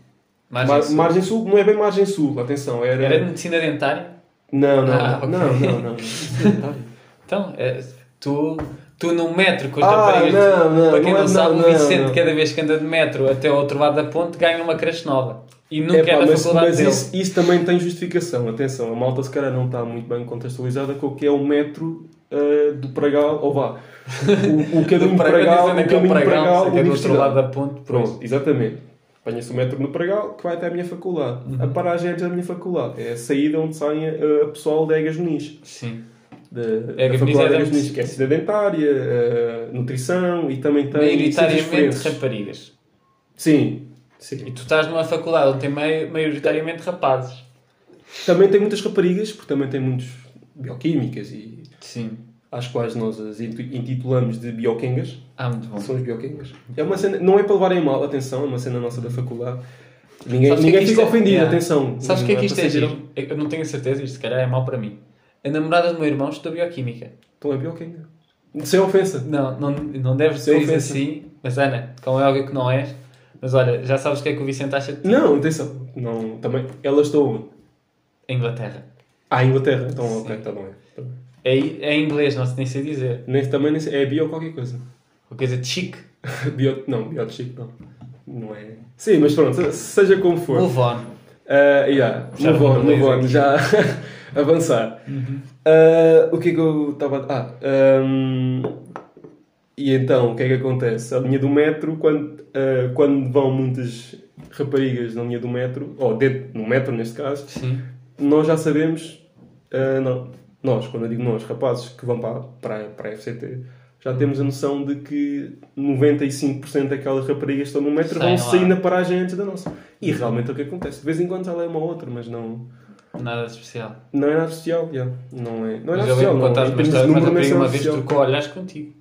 Speaker 2: Mas
Speaker 3: Mar-
Speaker 2: isso-
Speaker 3: Margem Sul não é bem Margem Sul, atenção, era.
Speaker 2: Era de medicina dentária?
Speaker 3: Não, não,
Speaker 2: Ah, ok.
Speaker 3: não, não, não, não.
Speaker 2: Então, é, tu, tu no metro com as
Speaker 3: Ah,
Speaker 2: raparigas.
Speaker 3: não, não,
Speaker 2: para quem
Speaker 3: não
Speaker 2: não,
Speaker 3: é-
Speaker 2: sabe,
Speaker 3: não,
Speaker 2: o
Speaker 3: não,
Speaker 2: Vicente,
Speaker 3: não.
Speaker 2: cada vez que anda de metro até ao outro lado da ponte, ganha uma creche nova. E nunca
Speaker 3: Epá,
Speaker 2: é da
Speaker 3: mas
Speaker 2: faculdade
Speaker 3: mas
Speaker 2: dele.
Speaker 3: isso, isso também tem justificação, atenção, a malta se calhar não está muito bem contextualizada com o que é o metro ah, do Pregal, ou vá, o, o caminho do
Speaker 2: Do Pregal,
Speaker 3: Pregal,
Speaker 2: dizem
Speaker 3: um o
Speaker 2: que é o
Speaker 3: caminho do
Speaker 2: Pregal,
Speaker 3: Pregal,
Speaker 2: sei que é do outro
Speaker 3: Universidade.
Speaker 2: lado da ponte,
Speaker 3: Pronto, exatamente. Apanha-se o metro no Pregal, que vai até a minha faculdade.
Speaker 2: Uhum.
Speaker 3: A paragem é da minha faculdade, é a saída onde saem ah, a pessoal da Egas Muniz.
Speaker 2: Sim.
Speaker 3: Da,
Speaker 2: Egas Muniz
Speaker 3: da faculdade
Speaker 2: é da-
Speaker 3: Egas Muniz, que é sedentária, ah, nutrição e também tem...
Speaker 2: Maioritariamente
Speaker 3: centros presos.
Speaker 2: raparigas.
Speaker 3: Sim,
Speaker 2: E
Speaker 3: sim.
Speaker 2: tu estás numa faculdade onde tem mai- maioritariamente rapazes.
Speaker 3: Também tem muitas raparigas, porque também tem muitos bioquímicas e
Speaker 2: Sim.
Speaker 3: às quais nós as intu- intitulamos de bioquengas.
Speaker 2: Ah, muito bom.
Speaker 3: São os bioquengas. É uma cena, não é para levarem a mal, atenção, é uma cena nossa da faculdade. Ninguém,
Speaker 2: Sabes que
Speaker 3: ninguém
Speaker 2: é que
Speaker 3: fica
Speaker 2: isto é-
Speaker 3: ofendido,
Speaker 2: Yeah.
Speaker 3: atenção.
Speaker 2: Sabes o que é
Speaker 3: Não
Speaker 2: que isto
Speaker 3: para
Speaker 2: é
Speaker 3: ser
Speaker 2: giro?
Speaker 3: geral.
Speaker 2: Eu não tenho certeza, isto se calhar é mau para mim. A namorada do meu irmão estudou bioquímica.
Speaker 3: Então é bioquenga. Sem ofensa.
Speaker 2: Não, não, não deves
Speaker 3: Sem
Speaker 2: ser
Speaker 3: ofensa.
Speaker 2: assim, mas Ana, como é óbvio que não és, mas olha, já sabes o que é que o Vicente acha de ti?
Speaker 3: Não, atenção. Não, também, elas estão onde?
Speaker 2: A Inglaterra.
Speaker 3: Ah, Inglaterra. Então,
Speaker 2: Sim.
Speaker 3: ok, está bem. tá bem.
Speaker 2: É, é em inglês, não se nem sei dizer.
Speaker 3: Nem, também nem sei- é bio qualquer coisa.
Speaker 2: Uma coisa de chique.
Speaker 3: Bio, não, bio de Chico, não. Não é. Sim, mas pronto, se- seja como for.
Speaker 2: Move on.
Speaker 3: Uh, yeah,
Speaker 2: Já
Speaker 3: move on,
Speaker 2: não lês
Speaker 3: move on,
Speaker 2: aqui.
Speaker 3: já avançar.
Speaker 2: Uhum.
Speaker 3: Uh, o que é que eu estava. a- Ah, um, e então, o que é que acontece? A linha do metro, quando, uh, quando vão muitas raparigas na linha do metro, ou dentro, no metro neste caso,
Speaker 2: Sim.
Speaker 3: nós já sabemos, ah, não, nós, quando eu digo nós, rapazes que vão para, para, para a FCT, já temos a noção de que 95% daquelas raparigas que estão no metro
Speaker 2: Saem
Speaker 3: vão
Speaker 2: lá.
Speaker 3: sair na paragem antes da nossa. E realmente é o que acontece. De vez em quando ela é uma ou outra, mas não,
Speaker 2: Nada de especial.
Speaker 3: não é nada especial. já. Não é, não é
Speaker 2: Mas
Speaker 3: nada
Speaker 2: eu lembro
Speaker 3: especial.
Speaker 2: quando
Speaker 3: Não,
Speaker 2: estás numa
Speaker 3: em
Speaker 2: história
Speaker 3: termos de
Speaker 2: uma
Speaker 3: número, não é
Speaker 2: rapariga
Speaker 3: nada
Speaker 2: uma vez
Speaker 3: especial.
Speaker 2: trocou olhares contigo.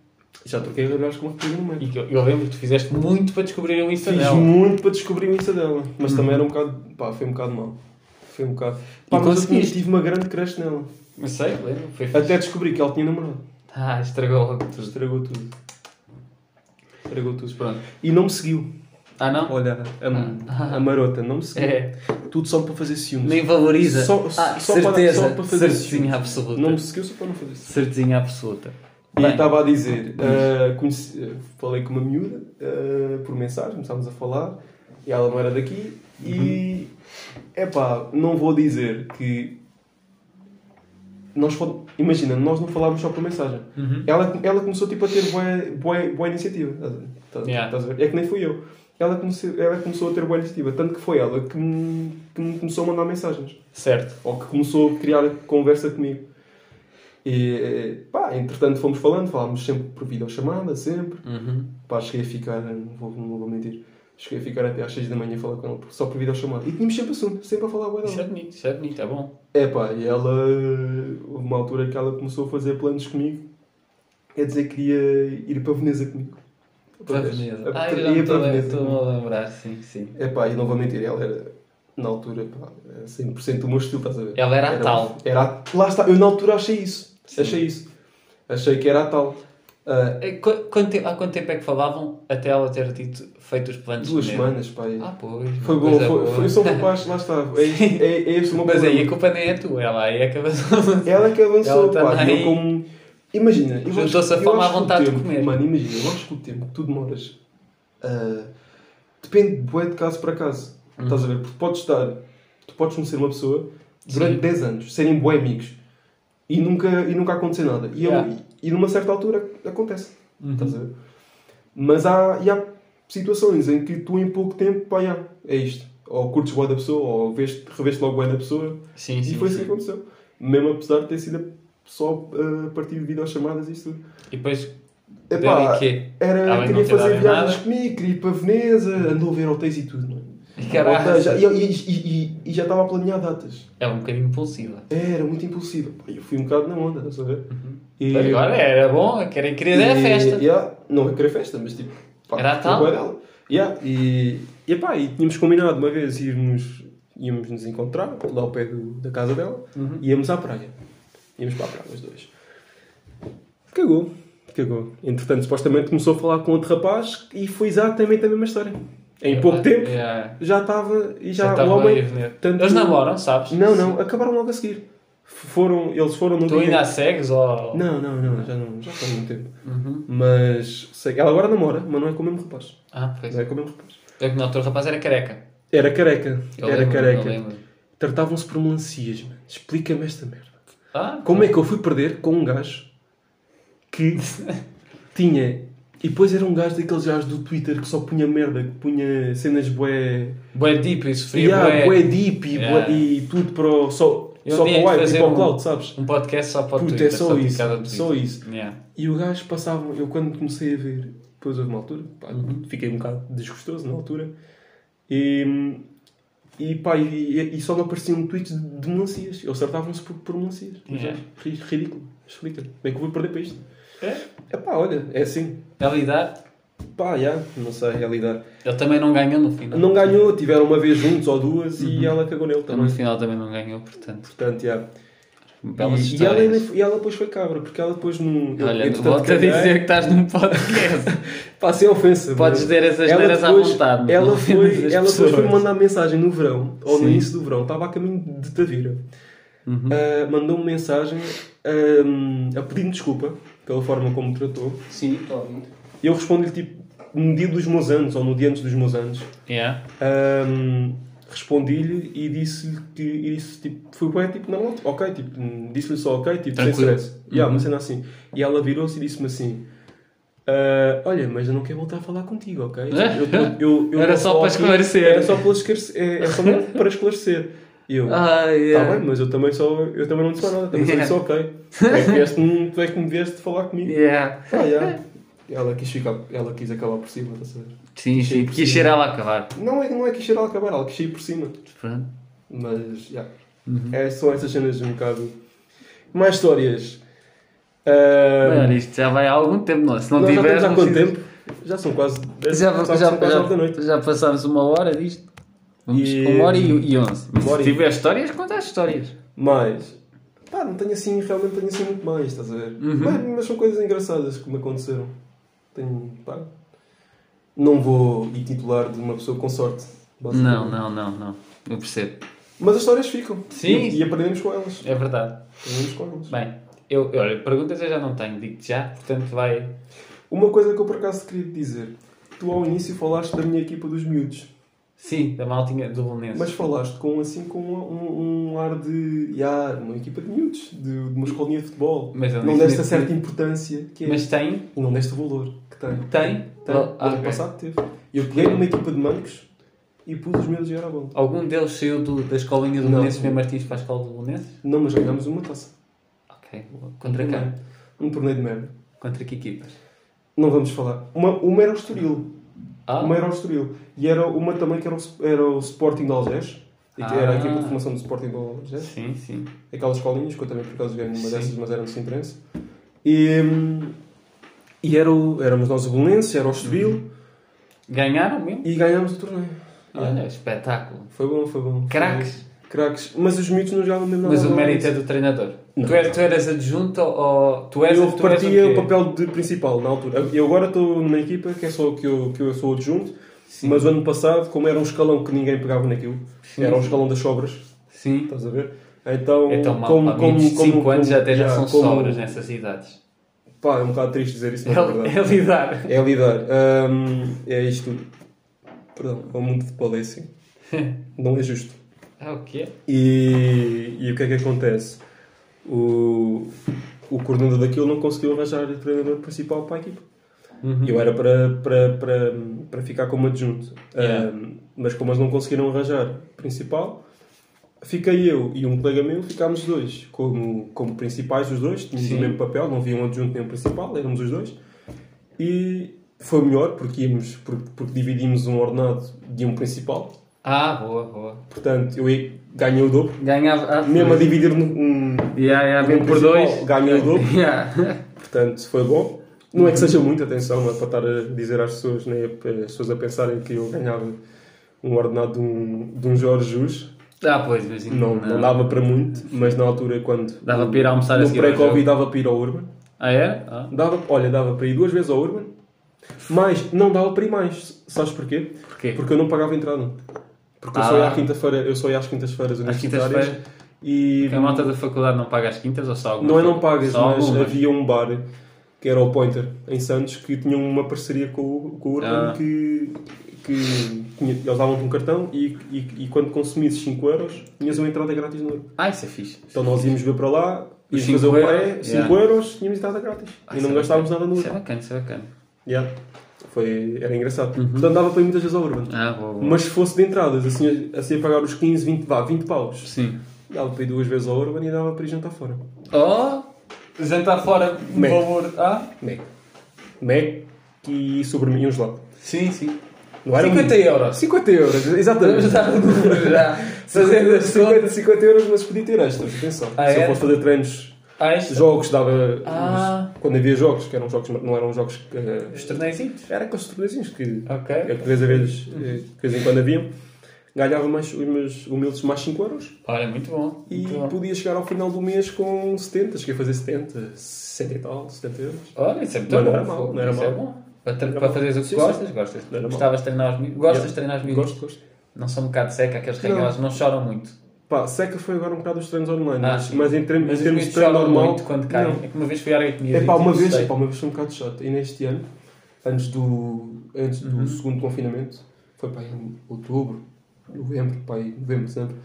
Speaker 3: Já troquei olhares com uma rapariga no metro.
Speaker 2: E que eu, eu lembro que tu fizeste muito para descobrir o Insta
Speaker 3: Fiz
Speaker 2: é dela. Uhum.
Speaker 3: muito para descobrir o Insta dela, mas também era um bocado. pá, foi um bocado mau. Foi um bocado. Pá, mas eu tinha-
Speaker 2: conseguiste?
Speaker 3: tive uma grande crush nela.
Speaker 2: Não sei, lembro. Foi fixe.
Speaker 3: Até descobri que ela tinha namorado.
Speaker 2: Ah, estragou logo tudo.
Speaker 3: Estragou tudo. Estragou tudo.
Speaker 2: Pronto.
Speaker 3: E não me seguiu.
Speaker 2: Ah, não?
Speaker 3: Olha, ah. a, a marota não me seguiu.
Speaker 2: É.
Speaker 3: Tudo só para fazer ciúmes.
Speaker 2: Nem valoriza.
Speaker 3: Só-
Speaker 2: ah,
Speaker 3: só para-
Speaker 2: certeza.
Speaker 3: só para fazer
Speaker 2: certezinha
Speaker 3: ciúmes.
Speaker 2: absoluta.
Speaker 3: Não me seguiu só para não fazer ciúmes.
Speaker 2: Certezinha absoluta.
Speaker 3: E tá-
Speaker 2: Bem.
Speaker 3: estava a dizer, ah, conheci- ah, falei com uma miúda ah, por mensagem, começámos a falar, e ela não era daqui, e epá, não vou dizer que nós fal- imagina, nós não falávamos só por mensagem.
Speaker 2: Uhum.
Speaker 3: Ela, ela começou tipo, a ter boa, boa, boa iniciativa. Tá- tá-
Speaker 2: Yeah.
Speaker 3: estás a ver? É que nem fui eu. Ela começou, ela começou a ter boa iniciativa, tanto que foi ela que me, que me começou a mandar mensagens
Speaker 2: Certo.
Speaker 3: ou que começou a criar conversa comigo. E eh, pá, entretanto fomos falando, falámos sempre por videochamada, sempre.
Speaker 2: Uhum.
Speaker 3: Pá, cheguei a ficar, não vou, não vou mentir, cheguei a ficar até às 6 da manhã a falar com ela, só por videochamada. E tínhamos sempre assunto, sempre a falar com
Speaker 2: Isso é
Speaker 3: ela.
Speaker 2: bonito, isso é bonito, é bom.
Speaker 3: É pá, e ela, houve uma altura que ela começou a fazer planos comigo, quer dizer, queria ir para Veneza comigo.
Speaker 2: Para
Speaker 3: Outra vez.
Speaker 2: Veneza.
Speaker 3: A-
Speaker 2: Ah, eu já
Speaker 3: ia
Speaker 2: me estou
Speaker 3: para
Speaker 2: a-
Speaker 3: Veneza.
Speaker 2: estou-me a lembrar, sim, sim.
Speaker 3: É pá, e não vou mentir, ela era, na altura, pá, era 100% o meu estilo, estás a ver?
Speaker 2: Ela era a tal.
Speaker 3: Era a- Lá está, eu na altura achei isso. Achei isso. Achei que era a tal. Ah,
Speaker 2: É, qu- quanto tempo- há quanto tempo é que falavam até ela ter dito, feito os planos?
Speaker 3: duas
Speaker 2: de medo?
Speaker 3: semanas, pá. e-
Speaker 2: Ah, pois. uma
Speaker 3: foi bom,
Speaker 2: coisa
Speaker 3: foi,
Speaker 2: boa.
Speaker 3: foi só um rapaz, lá está. É, é, é esse o meu
Speaker 2: Mas aí a
Speaker 3: problema.
Speaker 2: culpa nem é tua, ela aí é que avançou.
Speaker 3: Ela que avançou,
Speaker 2: Ela
Speaker 3: pá.
Speaker 2: também-
Speaker 3: Eu como... Imagina, eu
Speaker 2: Juntou-se
Speaker 3: acho que-
Speaker 2: a
Speaker 3: eu
Speaker 2: fome à
Speaker 3: acho que o
Speaker 2: vontade de
Speaker 3: tempo-
Speaker 2: comer.
Speaker 3: Mano, imagina, eu acho que o tempo que tu demoras. ah, depende bué de caso para caso.
Speaker 2: Uhum.
Speaker 3: Estás a ver? Porque podes estar. Tu podes conhecer uma pessoa durante
Speaker 2: Sim.
Speaker 3: 10 anos, serem bué amigos e nunca, e nunca acontecer nada. E, eu-
Speaker 2: Yeah. Uhum.
Speaker 3: e numa certa altura acontece. Estás a ver? Mas há, e há situações em que tu em pouco tempo, pá, já, é isto. Ou curtes boa da pessoa, ou vês, revês logo boa da pessoa.
Speaker 2: Sim,
Speaker 3: e
Speaker 2: sim,
Speaker 3: foi
Speaker 2: sim.
Speaker 3: assim que aconteceu. Mesmo apesar de ter sido só uh, a partir de videochamadas e isso tudo.
Speaker 2: E depois, deu
Speaker 3: Epá,
Speaker 2: em quê?
Speaker 3: era,
Speaker 2: Além de não
Speaker 3: queria
Speaker 2: ter
Speaker 3: fazer
Speaker 2: dado em
Speaker 3: viagens
Speaker 2: nada.
Speaker 3: comigo, queria ir para Veneza, andou a ver hotéis e tudo, mano.
Speaker 2: E
Speaker 3: Voltei, já-
Speaker 2: Caralho,
Speaker 3: e, e- e- e- e já estava a planear datas.
Speaker 2: é um bocadinho impulsiva.
Speaker 3: Era muito impulsivo. Pá, Eu fui um bocado na onda, estás a ver? E-
Speaker 2: Agora era bom, querem querer é a
Speaker 3: e-
Speaker 2: festa.
Speaker 3: yeah, não é querer festa, mas tipo.
Speaker 2: Era a
Speaker 3: foi
Speaker 2: tal.
Speaker 3: bué dela. Yeah, e, e, pá, e tínhamos combinado uma vez irmos, íamos nos encontrar lá ao pé do- da casa dela
Speaker 2: Uhum.
Speaker 3: e íamos à praia. Íamos para a praia, os dois. Cagou, cagou. Entretanto, supostamente começou a falar com outro rapaz e foi exatamente a mesma história. Em pouco tempo
Speaker 2: Yeah.
Speaker 3: já estava e já,
Speaker 2: Já
Speaker 3: o
Speaker 2: estava
Speaker 3: homem.
Speaker 2: aí a vender.
Speaker 3: tanto-
Speaker 2: Eles namoram, sabes?
Speaker 3: Não, não, acabaram logo a seguir. F- Foram, eles foram no
Speaker 2: Tu ainda a segues ou.
Speaker 3: Não, não, não, já não, já faz muito tempo.
Speaker 2: Uhum.
Speaker 3: Mas sei, ela agora namora, mas não é com o mesmo rapaz.
Speaker 2: Ah, pois.
Speaker 3: Não é com o mesmo rapaz.
Speaker 2: É que na altura o rapaz era careca.
Speaker 3: Era careca,
Speaker 2: Eu
Speaker 3: era
Speaker 2: lembro, Eu
Speaker 3: careca.
Speaker 2: lembro.
Speaker 3: Tratavam-se por melancias, mano. Explica-me esta merda.
Speaker 2: Ah,
Speaker 3: Como é que eu fui perder com um gajo que tinha. E depois era um gajo daqueles gajos do Twitter que só punha merda, que punha cenas bué.
Speaker 2: bué deep e sofria
Speaker 3: Yeah,
Speaker 2: bué.
Speaker 3: bué deep e,
Speaker 2: Yeah.
Speaker 3: bué- e tudo para o. Só,
Speaker 2: Eu
Speaker 3: só para
Speaker 2: tinha
Speaker 3: o
Speaker 2: que
Speaker 3: hype e
Speaker 2: fazer
Speaker 3: para o
Speaker 2: um-
Speaker 3: cloud, sabes?
Speaker 2: Um podcast só para o
Speaker 3: Puta,
Speaker 2: Twitter.
Speaker 3: é só isso.
Speaker 2: picada do
Speaker 3: Só
Speaker 2: Twitter.
Speaker 3: isso.
Speaker 2: Yeah.
Speaker 3: E o gajo passava, eu quando comecei a ver, depois houve uma altura, pá, fiquei um bocado desgostoso na altura, e, e, pá, e, e só me apareciam tweets de, de melancias, eles tratavam-se por, por melancias. é
Speaker 2: Yeah.
Speaker 3: Ri- Ridículo, explica-me, como é que eu vou perder para isto?
Speaker 2: É?
Speaker 3: É pá, olha, é assim,
Speaker 2: A lidar,
Speaker 3: pá, já, não sei, é lidar.
Speaker 2: ele também não ganhou no final.
Speaker 3: Não ganhou, tiveram uma vez juntos ou duas
Speaker 2: Uhum.
Speaker 3: e ela cagou nele
Speaker 2: Ele no
Speaker 3: também.
Speaker 2: final também não ganhou, portanto.
Speaker 3: Portanto, já.
Speaker 2: Belas
Speaker 3: E, e, ela, ainda
Speaker 2: histórias.
Speaker 3: foi- e ela depois foi cabra, porque ela depois num. eu,
Speaker 2: Olha,
Speaker 3: entretanto,
Speaker 2: volta a
Speaker 3: caguei.
Speaker 2: dizer que estás num podcast.
Speaker 3: Pá, sem ofensa.
Speaker 2: Podes
Speaker 3: mas
Speaker 2: dizer essas
Speaker 3: ela
Speaker 2: neiras à
Speaker 3: depois-
Speaker 2: vontade, mas
Speaker 3: Ela
Speaker 2: não ofendas
Speaker 3: foi,
Speaker 2: as
Speaker 3: ela depois foi
Speaker 2: pessoas.
Speaker 3: mandar mensagem no verão, ou no
Speaker 2: Sim. Uhum.
Speaker 3: início do verão, estava a caminho de Tavira. Ah, Mandou-me mensagem ah, a pedir-me desculpa pela forma como me tratou.
Speaker 2: Sim, estou ouvindo.
Speaker 3: E eu respondo-lhe tipo no dia dos meus anos, ou no dia antes dos meus anos.
Speaker 2: Yeah.
Speaker 3: Ahm, respondi-lhe e disse-lhe que e disse, tipo, foi bem, tipo, não, ok, tipo, hum, disse-lhe só ok, tipo,
Speaker 2: Tranquilo. Uhum.
Speaker 3: sem stress. Yeah, uma cena assim. E ela virou-se e disse-me assim, "Ah, olha, mas eu não quero voltar a falar contigo, ok? Eu- eu- eu- eu
Speaker 2: É? Era
Speaker 3: não
Speaker 2: só
Speaker 3: falo
Speaker 2: para
Speaker 3: aqui,
Speaker 2: esclarecer.
Speaker 3: Era só para esclarecer, é, é só mesmo para esclarecer. E eu, tá
Speaker 2: Ah, yeah.
Speaker 3: bem, mas eu também só, eu também não disse mais nada, também
Speaker 2: Yeah.
Speaker 3: só disse ok. Tu é que vieste- tu é que me vieste falar comigo.
Speaker 2: Yeah.
Speaker 3: Ah, yeah. Ela quis, ficar, ela quis acabar por cima, está a saber?
Speaker 2: Sim, sim. Quis ser ela a acabar.
Speaker 3: Não é, não é que cheira a acabar, ela quis ir por cima.
Speaker 2: Pronto.
Speaker 3: Mas, já.
Speaker 2: Uhum.
Speaker 3: É, são essas cenas um bocado. Mais histórias. Ah,
Speaker 2: Olha, isto já vai há algum tempo, não. é? Se não
Speaker 3: nós já
Speaker 2: tiver.
Speaker 3: estamos há
Speaker 2: não
Speaker 3: quanto
Speaker 2: sei-
Speaker 3: tempo? Já são quase. dez-
Speaker 2: Já,
Speaker 3: só que
Speaker 2: já-
Speaker 3: são quase
Speaker 2: já-
Speaker 3: nove da noite.
Speaker 2: já passámos uma hora disto. Vamos
Speaker 3: E-
Speaker 2: uma hora e, e onze. Mas
Speaker 3: Uma hora
Speaker 2: se
Speaker 3: e-
Speaker 2: tiver histórias, conta as histórias.
Speaker 3: Mas. Pá, não tenho assim, realmente tenho assim muito mais, estás a ver?
Speaker 2: Uhum.
Speaker 3: Mas, mas são coisas engraçadas que me aconteceram. Tenho. pá. Não vou e titular de uma pessoa com sorte. basicamente.
Speaker 2: Não, não, não, não. Eu percebo.
Speaker 3: Mas as histórias ficam.
Speaker 2: Sim.
Speaker 3: E, e aprendemos com elas.
Speaker 2: É verdade.
Speaker 3: Aprendemos com elas.
Speaker 2: Bem, eu, eu- olha, perguntas eu já não tenho, digo-te já, portanto vai.
Speaker 3: Uma coisa que eu por acaso queria te dizer. Tu ao início falaste da minha equipa dos miúdos.
Speaker 2: Sim, da maltinha do Bolonense.
Speaker 3: Mas falaste com, assim com um, um ar de. Ya, uma equipa de miúdos, de, de uma escolinha de futebol.
Speaker 2: Mas eu
Speaker 3: não
Speaker 2: disse
Speaker 3: deste a
Speaker 2: nesse-
Speaker 3: certa importância que é.
Speaker 2: Mas tem?
Speaker 3: E não deste o valor que tem.
Speaker 2: Tem?
Speaker 3: Tem.
Speaker 2: Ah,
Speaker 3: O ano
Speaker 2: ok.
Speaker 3: passado teve. E eu peguei numa equipa de mancos e pus os miúdos a jogar à bola.
Speaker 2: Algum deles saiu do- da escolinha do
Speaker 3: Não.
Speaker 2: Bolonense, mesmo Martins para a escola do Bolonense?
Speaker 3: Não, mas ganhámos uma taça.
Speaker 2: Ok. boa. Contra quem?
Speaker 3: Um torneio de merda.
Speaker 2: Contra que equipas?
Speaker 3: Não vamos falar. Uma, uma era o Estoril.
Speaker 2: Ah,
Speaker 3: Uma era o Estoril. E era uma também que era o, Sp- era o Sporting de Algés. E que Era a
Speaker 2: Ah.
Speaker 3: equipa de formação do Sporting de Algés.
Speaker 2: sim, sim.
Speaker 3: aquelas colinhas, que eu também por acaso ganhei uma
Speaker 2: Sim.
Speaker 3: dessas, mas era no Sintrense. E, hum, e era o, éramos nós o Belenense, era o
Speaker 2: Uhum.
Speaker 3: Estoril,
Speaker 2: Ganharam mesmo?
Speaker 3: e ganhámos o torneio.
Speaker 2: Olha, espetáculo.
Speaker 3: Foi bom, foi bom.
Speaker 2: Craques.
Speaker 3: Foi- Craques. Mas os miúdos não jogavam mesmo
Speaker 2: Mas
Speaker 3: nada
Speaker 2: o
Speaker 3: mal.
Speaker 2: mérito é do treinador.
Speaker 3: Não.
Speaker 2: Tu,
Speaker 7: é-
Speaker 2: eras, tu eras adjunto ou. Tu eras,
Speaker 3: Eu
Speaker 2: tu eras
Speaker 3: repartia o,
Speaker 2: quê?
Speaker 3: papel de principal na altura. Eu agora estou numa equipa que é só que eu, que eu sou adjunto,
Speaker 2: Sim.
Speaker 3: mas o ano passado, como era um escalão que ninguém pegava naquilo,
Speaker 2: Sim.
Speaker 3: era um escalão das sobras,
Speaker 2: Sim.
Speaker 3: estás a ver? Então,
Speaker 7: É
Speaker 2: Então, mal, como, como, 5 anos até já são sobras né? nessas idades.
Speaker 3: Pá, é um bocado triste dizer isso,
Speaker 2: É,
Speaker 3: mas é verdade.
Speaker 2: é lidar.
Speaker 3: É lidar. Ahm, é isto. Perdão, é um mundo de futebol é assim. Não é justo.
Speaker 2: É o quê?
Speaker 3: E, e o que é que acontece? O, o coordenador daquilo não conseguiu arranjar o treinador principal para a equipa.
Speaker 2: Uhum.
Speaker 3: Eu era para, para, para, para ficar como adjunto.
Speaker 2: Yeah.
Speaker 3: Ahm, mas como eles não conseguiram arranjar principal, fiquei eu e um colega meu, ficámos dois como, como principais os dois, tínhamos
Speaker 2: Sim.
Speaker 3: o mesmo papel, não havia um adjunto nem um principal, éramos os dois. E foi melhor porque, íamos, porque, porque dividimos um ordenado de um principal,
Speaker 2: Ah, boa, boa.
Speaker 3: portanto eu ganhei o dobro,
Speaker 7: Ganhava. Ah,
Speaker 3: mesmo a dividir um, um,
Speaker 7: Yeah, yeah,
Speaker 3: um
Speaker 7: bem por
Speaker 3: principal,
Speaker 7: dois. É.
Speaker 3: ganhei o dobro.
Speaker 7: Yeah.
Speaker 3: Portanto, foi bom. Não é que seja muito, atenção, não é para estar a dizer às pessoas, nem a- as pessoas a pensarem que eu ganhava um ordenado de um, de um Jorge Jus.
Speaker 7: Ah, pois, mas
Speaker 3: Não, não dava para muito, mas na altura, quando.
Speaker 7: Dava para ir almoçar a
Speaker 3: No
Speaker 7: seguir ao jogo.
Speaker 3: pré-Covid dava para ir ao Urban.
Speaker 7: Ah, é? Ah.
Speaker 3: Dava, olha, dava para ir duas vezes ao Urban, mas não dava para ir mais. Sabes porquê?
Speaker 7: Porquê?
Speaker 3: Porque eu não pagava entrada. Porque eu só
Speaker 7: Ah.
Speaker 3: ia à quinta-feira, eu só ia às quintas-feiras universitárias.
Speaker 7: quintas-feiras.
Speaker 3: e
Speaker 7: Porque a malta da faculdade não paga as quintas ou só algumas?
Speaker 3: Não é não pagas,
Speaker 7: Só
Speaker 3: mas
Speaker 7: algumas.
Speaker 3: havia um bar que era o Pointer em Santos que tinha uma parceria com, o- com o Urban
Speaker 7: Ah.
Speaker 3: que, que tinha- eles davam-te um cartão e, e, e quando consumisses 5 euros tinhas uma entrada grátis no Urban.
Speaker 7: Ah, isso é fixe.
Speaker 3: Então nós íamos ver para lá,
Speaker 7: Os
Speaker 3: íamos
Speaker 7: cinco
Speaker 3: fazer o pré,
Speaker 7: euros,
Speaker 3: 5
Speaker 7: yeah.
Speaker 3: euros, tínhamos entrada grátis
Speaker 7: Ah,
Speaker 3: e
Speaker 7: isso
Speaker 3: não
Speaker 7: é
Speaker 3: gastávamos
Speaker 7: bacana.
Speaker 3: nada no
Speaker 7: Isso é
Speaker 3: Urban.
Speaker 7: bacana, isso é bacana.
Speaker 3: Yeah. Foi, era engraçado. Portanto dava para ir muitas vezes ao Urban.
Speaker 7: Ah, boa, Uhum. boa.
Speaker 3: Mas se fosse de entradas, assim, assim a pagar os 15, 20, vá, 20 paus,
Speaker 7: Sim.
Speaker 3: dava para ir duas vezes ao Urban e dava para ir jantar fora.
Speaker 7: Oh!
Speaker 2: Jantar fora, um
Speaker 3: Mac.
Speaker 2: valor. Ah,
Speaker 3: Mac. Mac e sobre mim um gelado.
Speaker 2: sim, sim.
Speaker 3: Não
Speaker 2: 50
Speaker 3: muito.
Speaker 2: euros.
Speaker 3: 50 euros, exatamente.
Speaker 2: Vamos dar o número já. Fazendo as
Speaker 3: 50,
Speaker 2: contas.
Speaker 3: 50 euros, mas podia ter extras, atenção.
Speaker 2: Ah,
Speaker 3: Se
Speaker 2: é?
Speaker 3: eu fosse fazer treinos,
Speaker 2: Ah, isto.
Speaker 3: jogos, dava.
Speaker 2: Ah.
Speaker 3: os- Quando havia jogos, que eram jogos, não eram jogos. que, eh,
Speaker 2: Os torneizinhos.
Speaker 3: era aqueles tornezinhos que,
Speaker 2: Ah, Ok. Uhum.
Speaker 3: é que de vez a vez, eh, de vez em quando haviam. Ganhava mais, os meus humildes mais 5 euros
Speaker 2: Olha, é muito bom.
Speaker 3: e
Speaker 2: muito bom.
Speaker 3: podia chegar ao final do mês com 70, cheguei a fazer 70, 60 e tal, 70 euros.
Speaker 2: Olha, isso é muito
Speaker 3: Mas
Speaker 2: bom.
Speaker 3: não era mau, não era
Speaker 2: isso é
Speaker 3: mau.
Speaker 2: bom. Para, tra-
Speaker 3: Não era
Speaker 2: para
Speaker 3: mau.
Speaker 2: fazeres o que
Speaker 3: Sim, sim.
Speaker 2: gostas, gostas.
Speaker 3: Não era mau.
Speaker 2: Gostavas de treinar os miúdos. Gostas
Speaker 3: Yeah.
Speaker 2: de treinar os miúdos.
Speaker 3: Gosto, gosto.
Speaker 2: Não são um bocado seca, aqueles
Speaker 3: Não.
Speaker 2: regalos não choram muito.
Speaker 3: Pá, seca foi agora um bocado os treinos online,
Speaker 2: Ah,
Speaker 3: mas,
Speaker 2: sim.
Speaker 3: mas em, termos-
Speaker 2: Mas os
Speaker 3: em termos
Speaker 2: miúdos
Speaker 3: de treino
Speaker 2: choram
Speaker 3: normal.
Speaker 2: muito quando caem.
Speaker 3: não.
Speaker 2: É que uma vez fui à 8
Speaker 3: É
Speaker 2: miúdos.
Speaker 3: pá,
Speaker 2: e
Speaker 3: uma vez,
Speaker 2: gostei.
Speaker 3: é pá, uma vez foi um bocado chato. E neste ano, antes do, antes do
Speaker 2: Uhum.
Speaker 3: segundo confinamento, foi pá, em outubro, novembro, pá, em novembro, dezembro,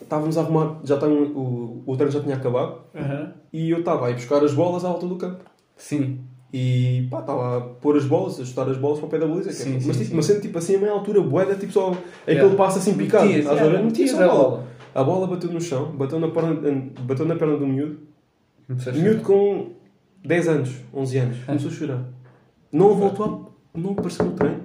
Speaker 3: estávamos a arrumar, já estava, o, o treino já tinha acabado
Speaker 2: Aham.
Speaker 3: e eu estava a ir buscar as bolas à alta do campo.
Speaker 2: Sim.
Speaker 3: E pá, estava a pôr as bolas, a ajustar as bolas para o pé da baliza. que é-
Speaker 2: Sim,
Speaker 3: mas,
Speaker 2: sim,
Speaker 3: tipo,
Speaker 2: sim.
Speaker 3: mas sendo tipo assim, a meia altura, boeda, tipo só
Speaker 2: Yeah.
Speaker 3: aquele passo assim picado.
Speaker 2: Metias,
Speaker 3: estás a
Speaker 2: yeah,
Speaker 3: ver? Metia
Speaker 2: metias
Speaker 3: só
Speaker 2: a
Speaker 3: a bola.
Speaker 2: bola.
Speaker 3: A bola bateu no chão, bateu na perna, eh, bateu na perna do miúdo.
Speaker 2: Começaste a
Speaker 3: Miúdo com 10 anos, 11 anos, começou a chorar. Não voltou a. Não apareceu no treino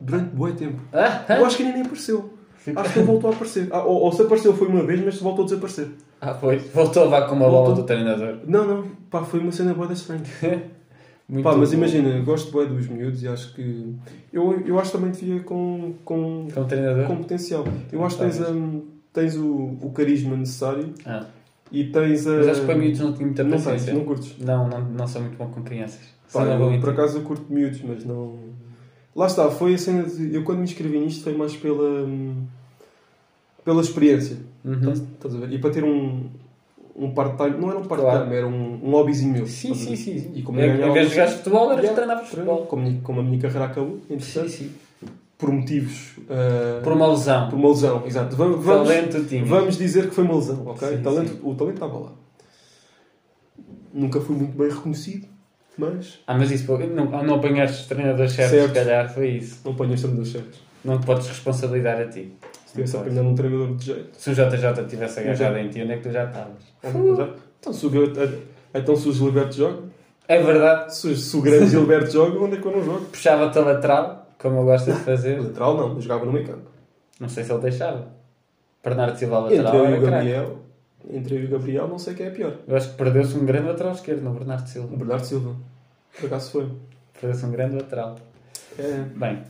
Speaker 3: durante bué tempo.
Speaker 2: Ah,
Speaker 3: Eu acho que nem nem apareceu. Acho que ele voltou a aparecer. Ah, ou, ou se apareceu foi uma vez, mas voltou a desaparecer.
Speaker 2: Ah, pois. Voltou a levar com uma bola
Speaker 3: Voltou.
Speaker 2: do treinador.
Speaker 3: Não, não, pá, foi uma cena bué da estranha.
Speaker 2: Muito
Speaker 3: Pá, mas
Speaker 2: bom.
Speaker 3: imagina, eu gosto bué dos miúdos e acho que. Eu, eu acho que também devia com, com,
Speaker 2: Com o treinador?
Speaker 3: com potencial. Eu acho que tens, hum, tens o, o carisma necessário
Speaker 2: Ah.
Speaker 3: e tens a.
Speaker 2: Mas acho que para miúdos não tinha muita
Speaker 3: não tens,
Speaker 2: paciência.
Speaker 3: não curtes.
Speaker 2: Não, não, não sou muito bom com crianças.
Speaker 3: Pá,
Speaker 2: Só na
Speaker 3: eu,
Speaker 2: boa
Speaker 3: por
Speaker 2: mentira.
Speaker 3: acaso eu curto miúdos, mas não. Lá está, foi a cena de. Eu quando me inscrevi nisto foi mais pela. hum, pela experiência.
Speaker 2: Uhum.
Speaker 3: Estás, estás a ver? E para ter um. um part-time. Não era um part-time,
Speaker 2: Claro.
Speaker 3: era um, um hobbyzinho meu.
Speaker 2: Sim,
Speaker 3: Estás a
Speaker 2: sim,
Speaker 3: ver?
Speaker 2: sim. sim.
Speaker 3: E como
Speaker 2: Em-
Speaker 3: eu ganhava
Speaker 2: em vez de
Speaker 3: alguns-
Speaker 2: jogar futebol, eras
Speaker 3: Yeah,
Speaker 2: treinavas futebol.
Speaker 3: Como, a minha- como a minha carreira acabou,
Speaker 2: Sim,
Speaker 3: interessante.
Speaker 2: sim.
Speaker 3: Por motivos. ah,
Speaker 2: Por uma lesão.
Speaker 3: por uma lesão, exato. Vamos, vamos,
Speaker 2: Talento tinha.
Speaker 3: vamos dizer que foi uma lesão, ok?
Speaker 2: Sim,
Speaker 3: talento,
Speaker 2: sim.
Speaker 3: O talento estava lá. Nunca fui muito bem reconhecido, mas.
Speaker 2: Ah, mas isso, pô, não, ao não apanhaste os treinadores certos,
Speaker 3: Certo.
Speaker 2: se calhar, foi isso.
Speaker 3: Não ponho os dos certos.
Speaker 2: Não te podes responsabilizar a ti.
Speaker 3: Se tivesse apanhado um treinador de jeito.
Speaker 2: Se o JJ tivesse agarrado em ti, onde é que tu já estavas?
Speaker 3: Então se, o, Gil- então se o Gilberto joga,
Speaker 2: É verdade,
Speaker 3: se, o- se o grande Gilberto joga, onde é que eu não jogo? É
Speaker 2: puxava-te a lateral, como eu gosto de fazer.
Speaker 3: Lateral não, eu jogava no meio campo.
Speaker 2: Não sei se ele deixava. Bernardo Silva a
Speaker 3: Entre
Speaker 2: lateral
Speaker 3: eu e o
Speaker 2: era craque.
Speaker 3: Gabriel, entre eu e o Gabriel, não sei quem é pior.
Speaker 2: Eu acho que perdeu-se um grande lateral esquerdo, não Bernardo
Speaker 3: O
Speaker 2: Silva.
Speaker 3: Bernardo Silva. Por acaso foi.
Speaker 2: Perdeu-se um grande lateral.
Speaker 3: É,
Speaker 2: Bem,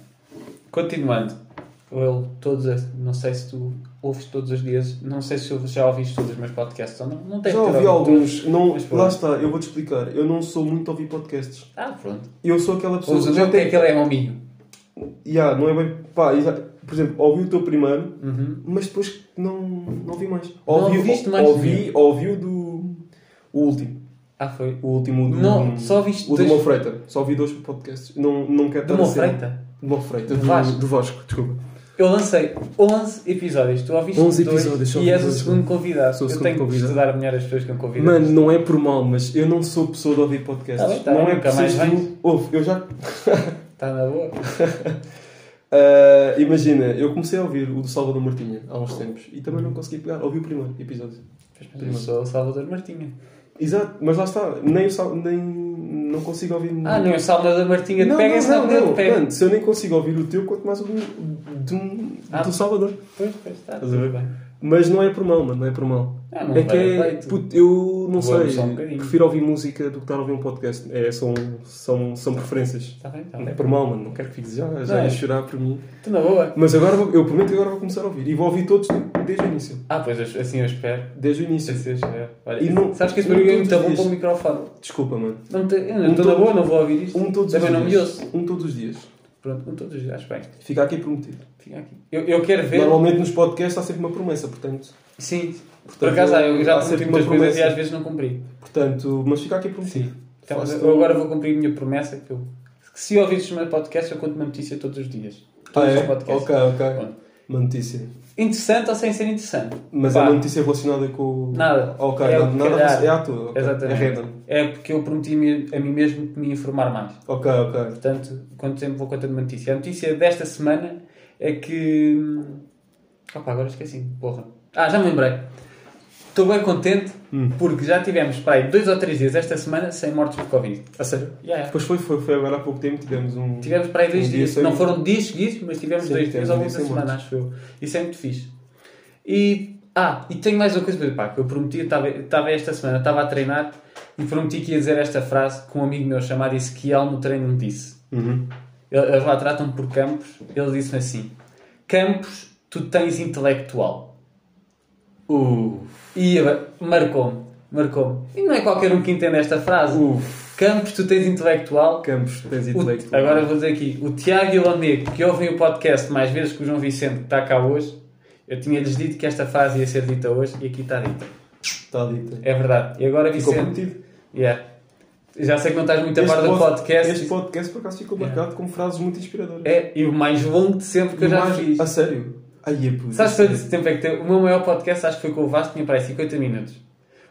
Speaker 2: continuando. Eu, todos, os- não sei se tu ouves todos os dias, não sei se eu já ouviste todos os meus podcasts ou não. Não tens
Speaker 3: já
Speaker 2: de ter
Speaker 3: ouvi
Speaker 2: ouvido
Speaker 3: alguns. Não,
Speaker 2: mas pronto.
Speaker 3: lá está, eu vou-te explicar. Eu não sou muito a ouvir podcasts.
Speaker 2: todos. Ah, pronto.
Speaker 3: Eu sou aquela pessoa
Speaker 2: Ouves o
Speaker 3: que
Speaker 2: meu,
Speaker 3: já
Speaker 2: que é
Speaker 3: tem.
Speaker 2: aquele é hominho.
Speaker 3: Ya, não é bem. Pá, exa- por exemplo, ouvi o teu primeiro,
Speaker 2: Uhum.
Speaker 3: mas depois não, não ouvi mais.
Speaker 2: Não
Speaker 3: Ouvi,
Speaker 2: ouviste mais
Speaker 3: ouvi, ouvi o do. O último.
Speaker 2: Ah, foi.
Speaker 3: O último do.
Speaker 2: Não, só viste
Speaker 3: O
Speaker 2: dois-
Speaker 3: do Freita. Só ouvi dois podcasts. Não, não quero
Speaker 2: De
Speaker 3: estar a
Speaker 2: uma
Speaker 3: ser-
Speaker 2: freita.
Speaker 3: Do Mofreita.
Speaker 2: Do Vasco.
Speaker 3: Do Vasco, desculpa.
Speaker 2: Eu lancei 11 episódios. Tu ouviste
Speaker 3: 11
Speaker 2: dois
Speaker 3: episódios, só
Speaker 2: e és o
Speaker 3: dois,
Speaker 2: segundo
Speaker 3: né?
Speaker 2: convidado.
Speaker 3: Sou o
Speaker 2: eu
Speaker 3: segundo
Speaker 2: tenho que
Speaker 3: convidado.
Speaker 2: estudar melhor as pessoas que eu convido.
Speaker 3: Mano, não é por mal, mas eu não sou pessoa de ouvir podcasts.
Speaker 2: Tá bem, tá
Speaker 3: não
Speaker 2: bem,
Speaker 3: é
Speaker 2: nunca
Speaker 3: preciso.
Speaker 2: mais
Speaker 3: de- Ouve, eu já.
Speaker 2: Está na boa.
Speaker 3: Ah, imagina, eu comecei a ouvir o do Salvador Martinha há
Speaker 2: Oh.
Speaker 3: uns tempos e também não consegui pegar. Ouvi o primeiro episódio.
Speaker 2: Mas eu sou o Salvador Martinha.
Speaker 3: Exato, mas lá está, nem o Sal... nem não consigo ouvir.
Speaker 2: Ah, não, o Salvador Martinha de
Speaker 3: Não,
Speaker 2: pega esse
Speaker 3: não, não,
Speaker 2: Salvador de
Speaker 3: não.
Speaker 2: pega.
Speaker 3: Mano, se eu nem consigo ouvir o teu, quanto mais o do, do,
Speaker 2: Ah.
Speaker 3: do Salvador.
Speaker 2: Pois, pois, está
Speaker 3: Estás a
Speaker 2: tá
Speaker 3: ver?
Speaker 2: tudo bem.
Speaker 3: Mas não é por mal, mano, não é por mal.
Speaker 2: Ah, não
Speaker 3: é que
Speaker 2: vai
Speaker 3: é-
Speaker 2: a peito.
Speaker 3: puto, eu não
Speaker 2: Vou
Speaker 3: sei,
Speaker 2: só um bocadinho.
Speaker 3: prefiro ouvir música do que estar a ouvir um podcast. É, são, são, são preferências.
Speaker 2: Está Tá bem, está
Speaker 3: Não é
Speaker 2: bem.
Speaker 3: por mal, mano, não quero que fiques já, já
Speaker 2: Não.
Speaker 3: a chorar por mim.
Speaker 2: Está na boa.
Speaker 3: Mas agora vou- eu prometo que agora vou começar a ouvir. E vou ouvir todos desde o início.
Speaker 2: Ah, pois assim eu espero.
Speaker 3: Desde o início.
Speaker 2: Assim eu espero. Olha,
Speaker 3: é E não-
Speaker 2: sabes que esse
Speaker 3: não
Speaker 2: barulho é muito
Speaker 3: todos os
Speaker 2: bom
Speaker 3: dias.
Speaker 2: para o microfone.
Speaker 3: Desculpa, mano.
Speaker 2: Não te, eu não
Speaker 3: Um
Speaker 2: estou na
Speaker 3: todos-
Speaker 2: boa, não vou ouvir isto.
Speaker 3: Um todos
Speaker 2: Também
Speaker 3: os
Speaker 2: não me
Speaker 3: dias.
Speaker 2: ouço.
Speaker 3: Um todos os dias.
Speaker 2: Pronto, um todos os dias. Acho bem.
Speaker 3: Fica aqui prometido.
Speaker 2: Fica aqui. Eu, eu quero ver.
Speaker 3: Normalmente nos podcasts há sempre uma promessa, portanto.
Speaker 2: Sim. Por
Speaker 3: Portanto,
Speaker 2: acaso, ah, eu já
Speaker 3: há
Speaker 2: prometi
Speaker 3: sempre
Speaker 2: muitas
Speaker 3: uma
Speaker 2: coisas
Speaker 3: promessa.
Speaker 2: e às vezes não cumpri.
Speaker 3: Portanto, mas fica aqui prometido.
Speaker 2: Então,
Speaker 3: Faço
Speaker 2: eu
Speaker 3: tudo.
Speaker 2: agora vou cumprir a minha promessa que eu... que se ouvires o meu podcast, eu conto uma notícia todos os dias.
Speaker 3: Ah,
Speaker 2: Todos os
Speaker 3: é?
Speaker 2: podcasts.
Speaker 3: Ok, ok.
Speaker 2: Pronto.
Speaker 3: Uma notícia.
Speaker 2: Interessante ou sem ser interessante?
Speaker 3: Mas
Speaker 2: Pá,
Speaker 3: é uma notícia relacionada com.
Speaker 2: Nada.
Speaker 3: Ok,
Speaker 2: É o
Speaker 3: nada,
Speaker 2: que
Speaker 3: nada
Speaker 2: calhar.
Speaker 3: relacionado- É à toa. ok.
Speaker 2: Exatamente.
Speaker 3: É random.
Speaker 2: É porque eu prometi a mim mesmo que me ia informar mais.
Speaker 3: Ok, ok.
Speaker 2: Portanto, quanto tempo vou contando uma notícia? A notícia desta semana é que. hum, Opa, agora esqueci. Porra. Ah, já me lembrei. Estou bem contente
Speaker 3: Hum.
Speaker 2: porque já tivemos para aí dois ou três dias esta semana sem mortes por Covid.
Speaker 3: A sério?
Speaker 2: Yeah, yeah.
Speaker 3: Depois foi, foi, foi agora há pouco tempo tivemos um.
Speaker 2: Tivemos para aí dois
Speaker 3: um dia
Speaker 2: dias.
Speaker 3: sem-
Speaker 2: Não foram dias seguidos, mas tivemos
Speaker 3: Sim,
Speaker 2: dois
Speaker 3: tivemos
Speaker 2: dias ao
Speaker 3: um
Speaker 2: longo
Speaker 3: dia
Speaker 2: da
Speaker 3: sem
Speaker 2: semana,
Speaker 3: mortes.
Speaker 2: acho eu. Isso é muito fixe. E. Ah, e tenho mais uma coisa para dizer, pá, que eu prometi, eu estava- estava esta semana, estava a treinar e prometi que ia dizer esta frase que um amigo meu chamado Ezequiel no treino me disse.
Speaker 3: Uhum.
Speaker 2: Ele- Eles lá tratam-me por Campos. Ele disse-me assim: Campos, tu tens intelectual. E eu- marcou-me. Marcou-me. E não é qualquer um que entenda esta frase.
Speaker 3: Uf.
Speaker 2: Campos, tu tens intelectual.
Speaker 3: Campos, tens
Speaker 2: O-
Speaker 3: intelecto.
Speaker 2: agora vou dizer aqui: o Tiago e o Lamego, que ouvem o podcast mais vezes que o João Vicente, que está cá hoje, eu tinha-lhes dito que esta frase ia ser dita hoje e aqui está dita.
Speaker 3: Está tá. dito.
Speaker 2: É verdade. E agora,
Speaker 3: Ficou
Speaker 2: Vicente.
Speaker 3: prometido.
Speaker 2: Yeah. Já sei que não estás muito a
Speaker 3: Este
Speaker 2: par do
Speaker 3: pod-
Speaker 2: podcast.
Speaker 3: Este podcast por acaso ficou marcado com frases muito inspiradoras.
Speaker 2: É, e o mais longo de sempre que eu já
Speaker 3: Mas-
Speaker 2: fiz.
Speaker 3: A sério? Ai, é puto.
Speaker 2: Sabes quanto tempo é que teve? O meu maior podcast acho que foi com o Vasco, tinha para aí 50 minutos.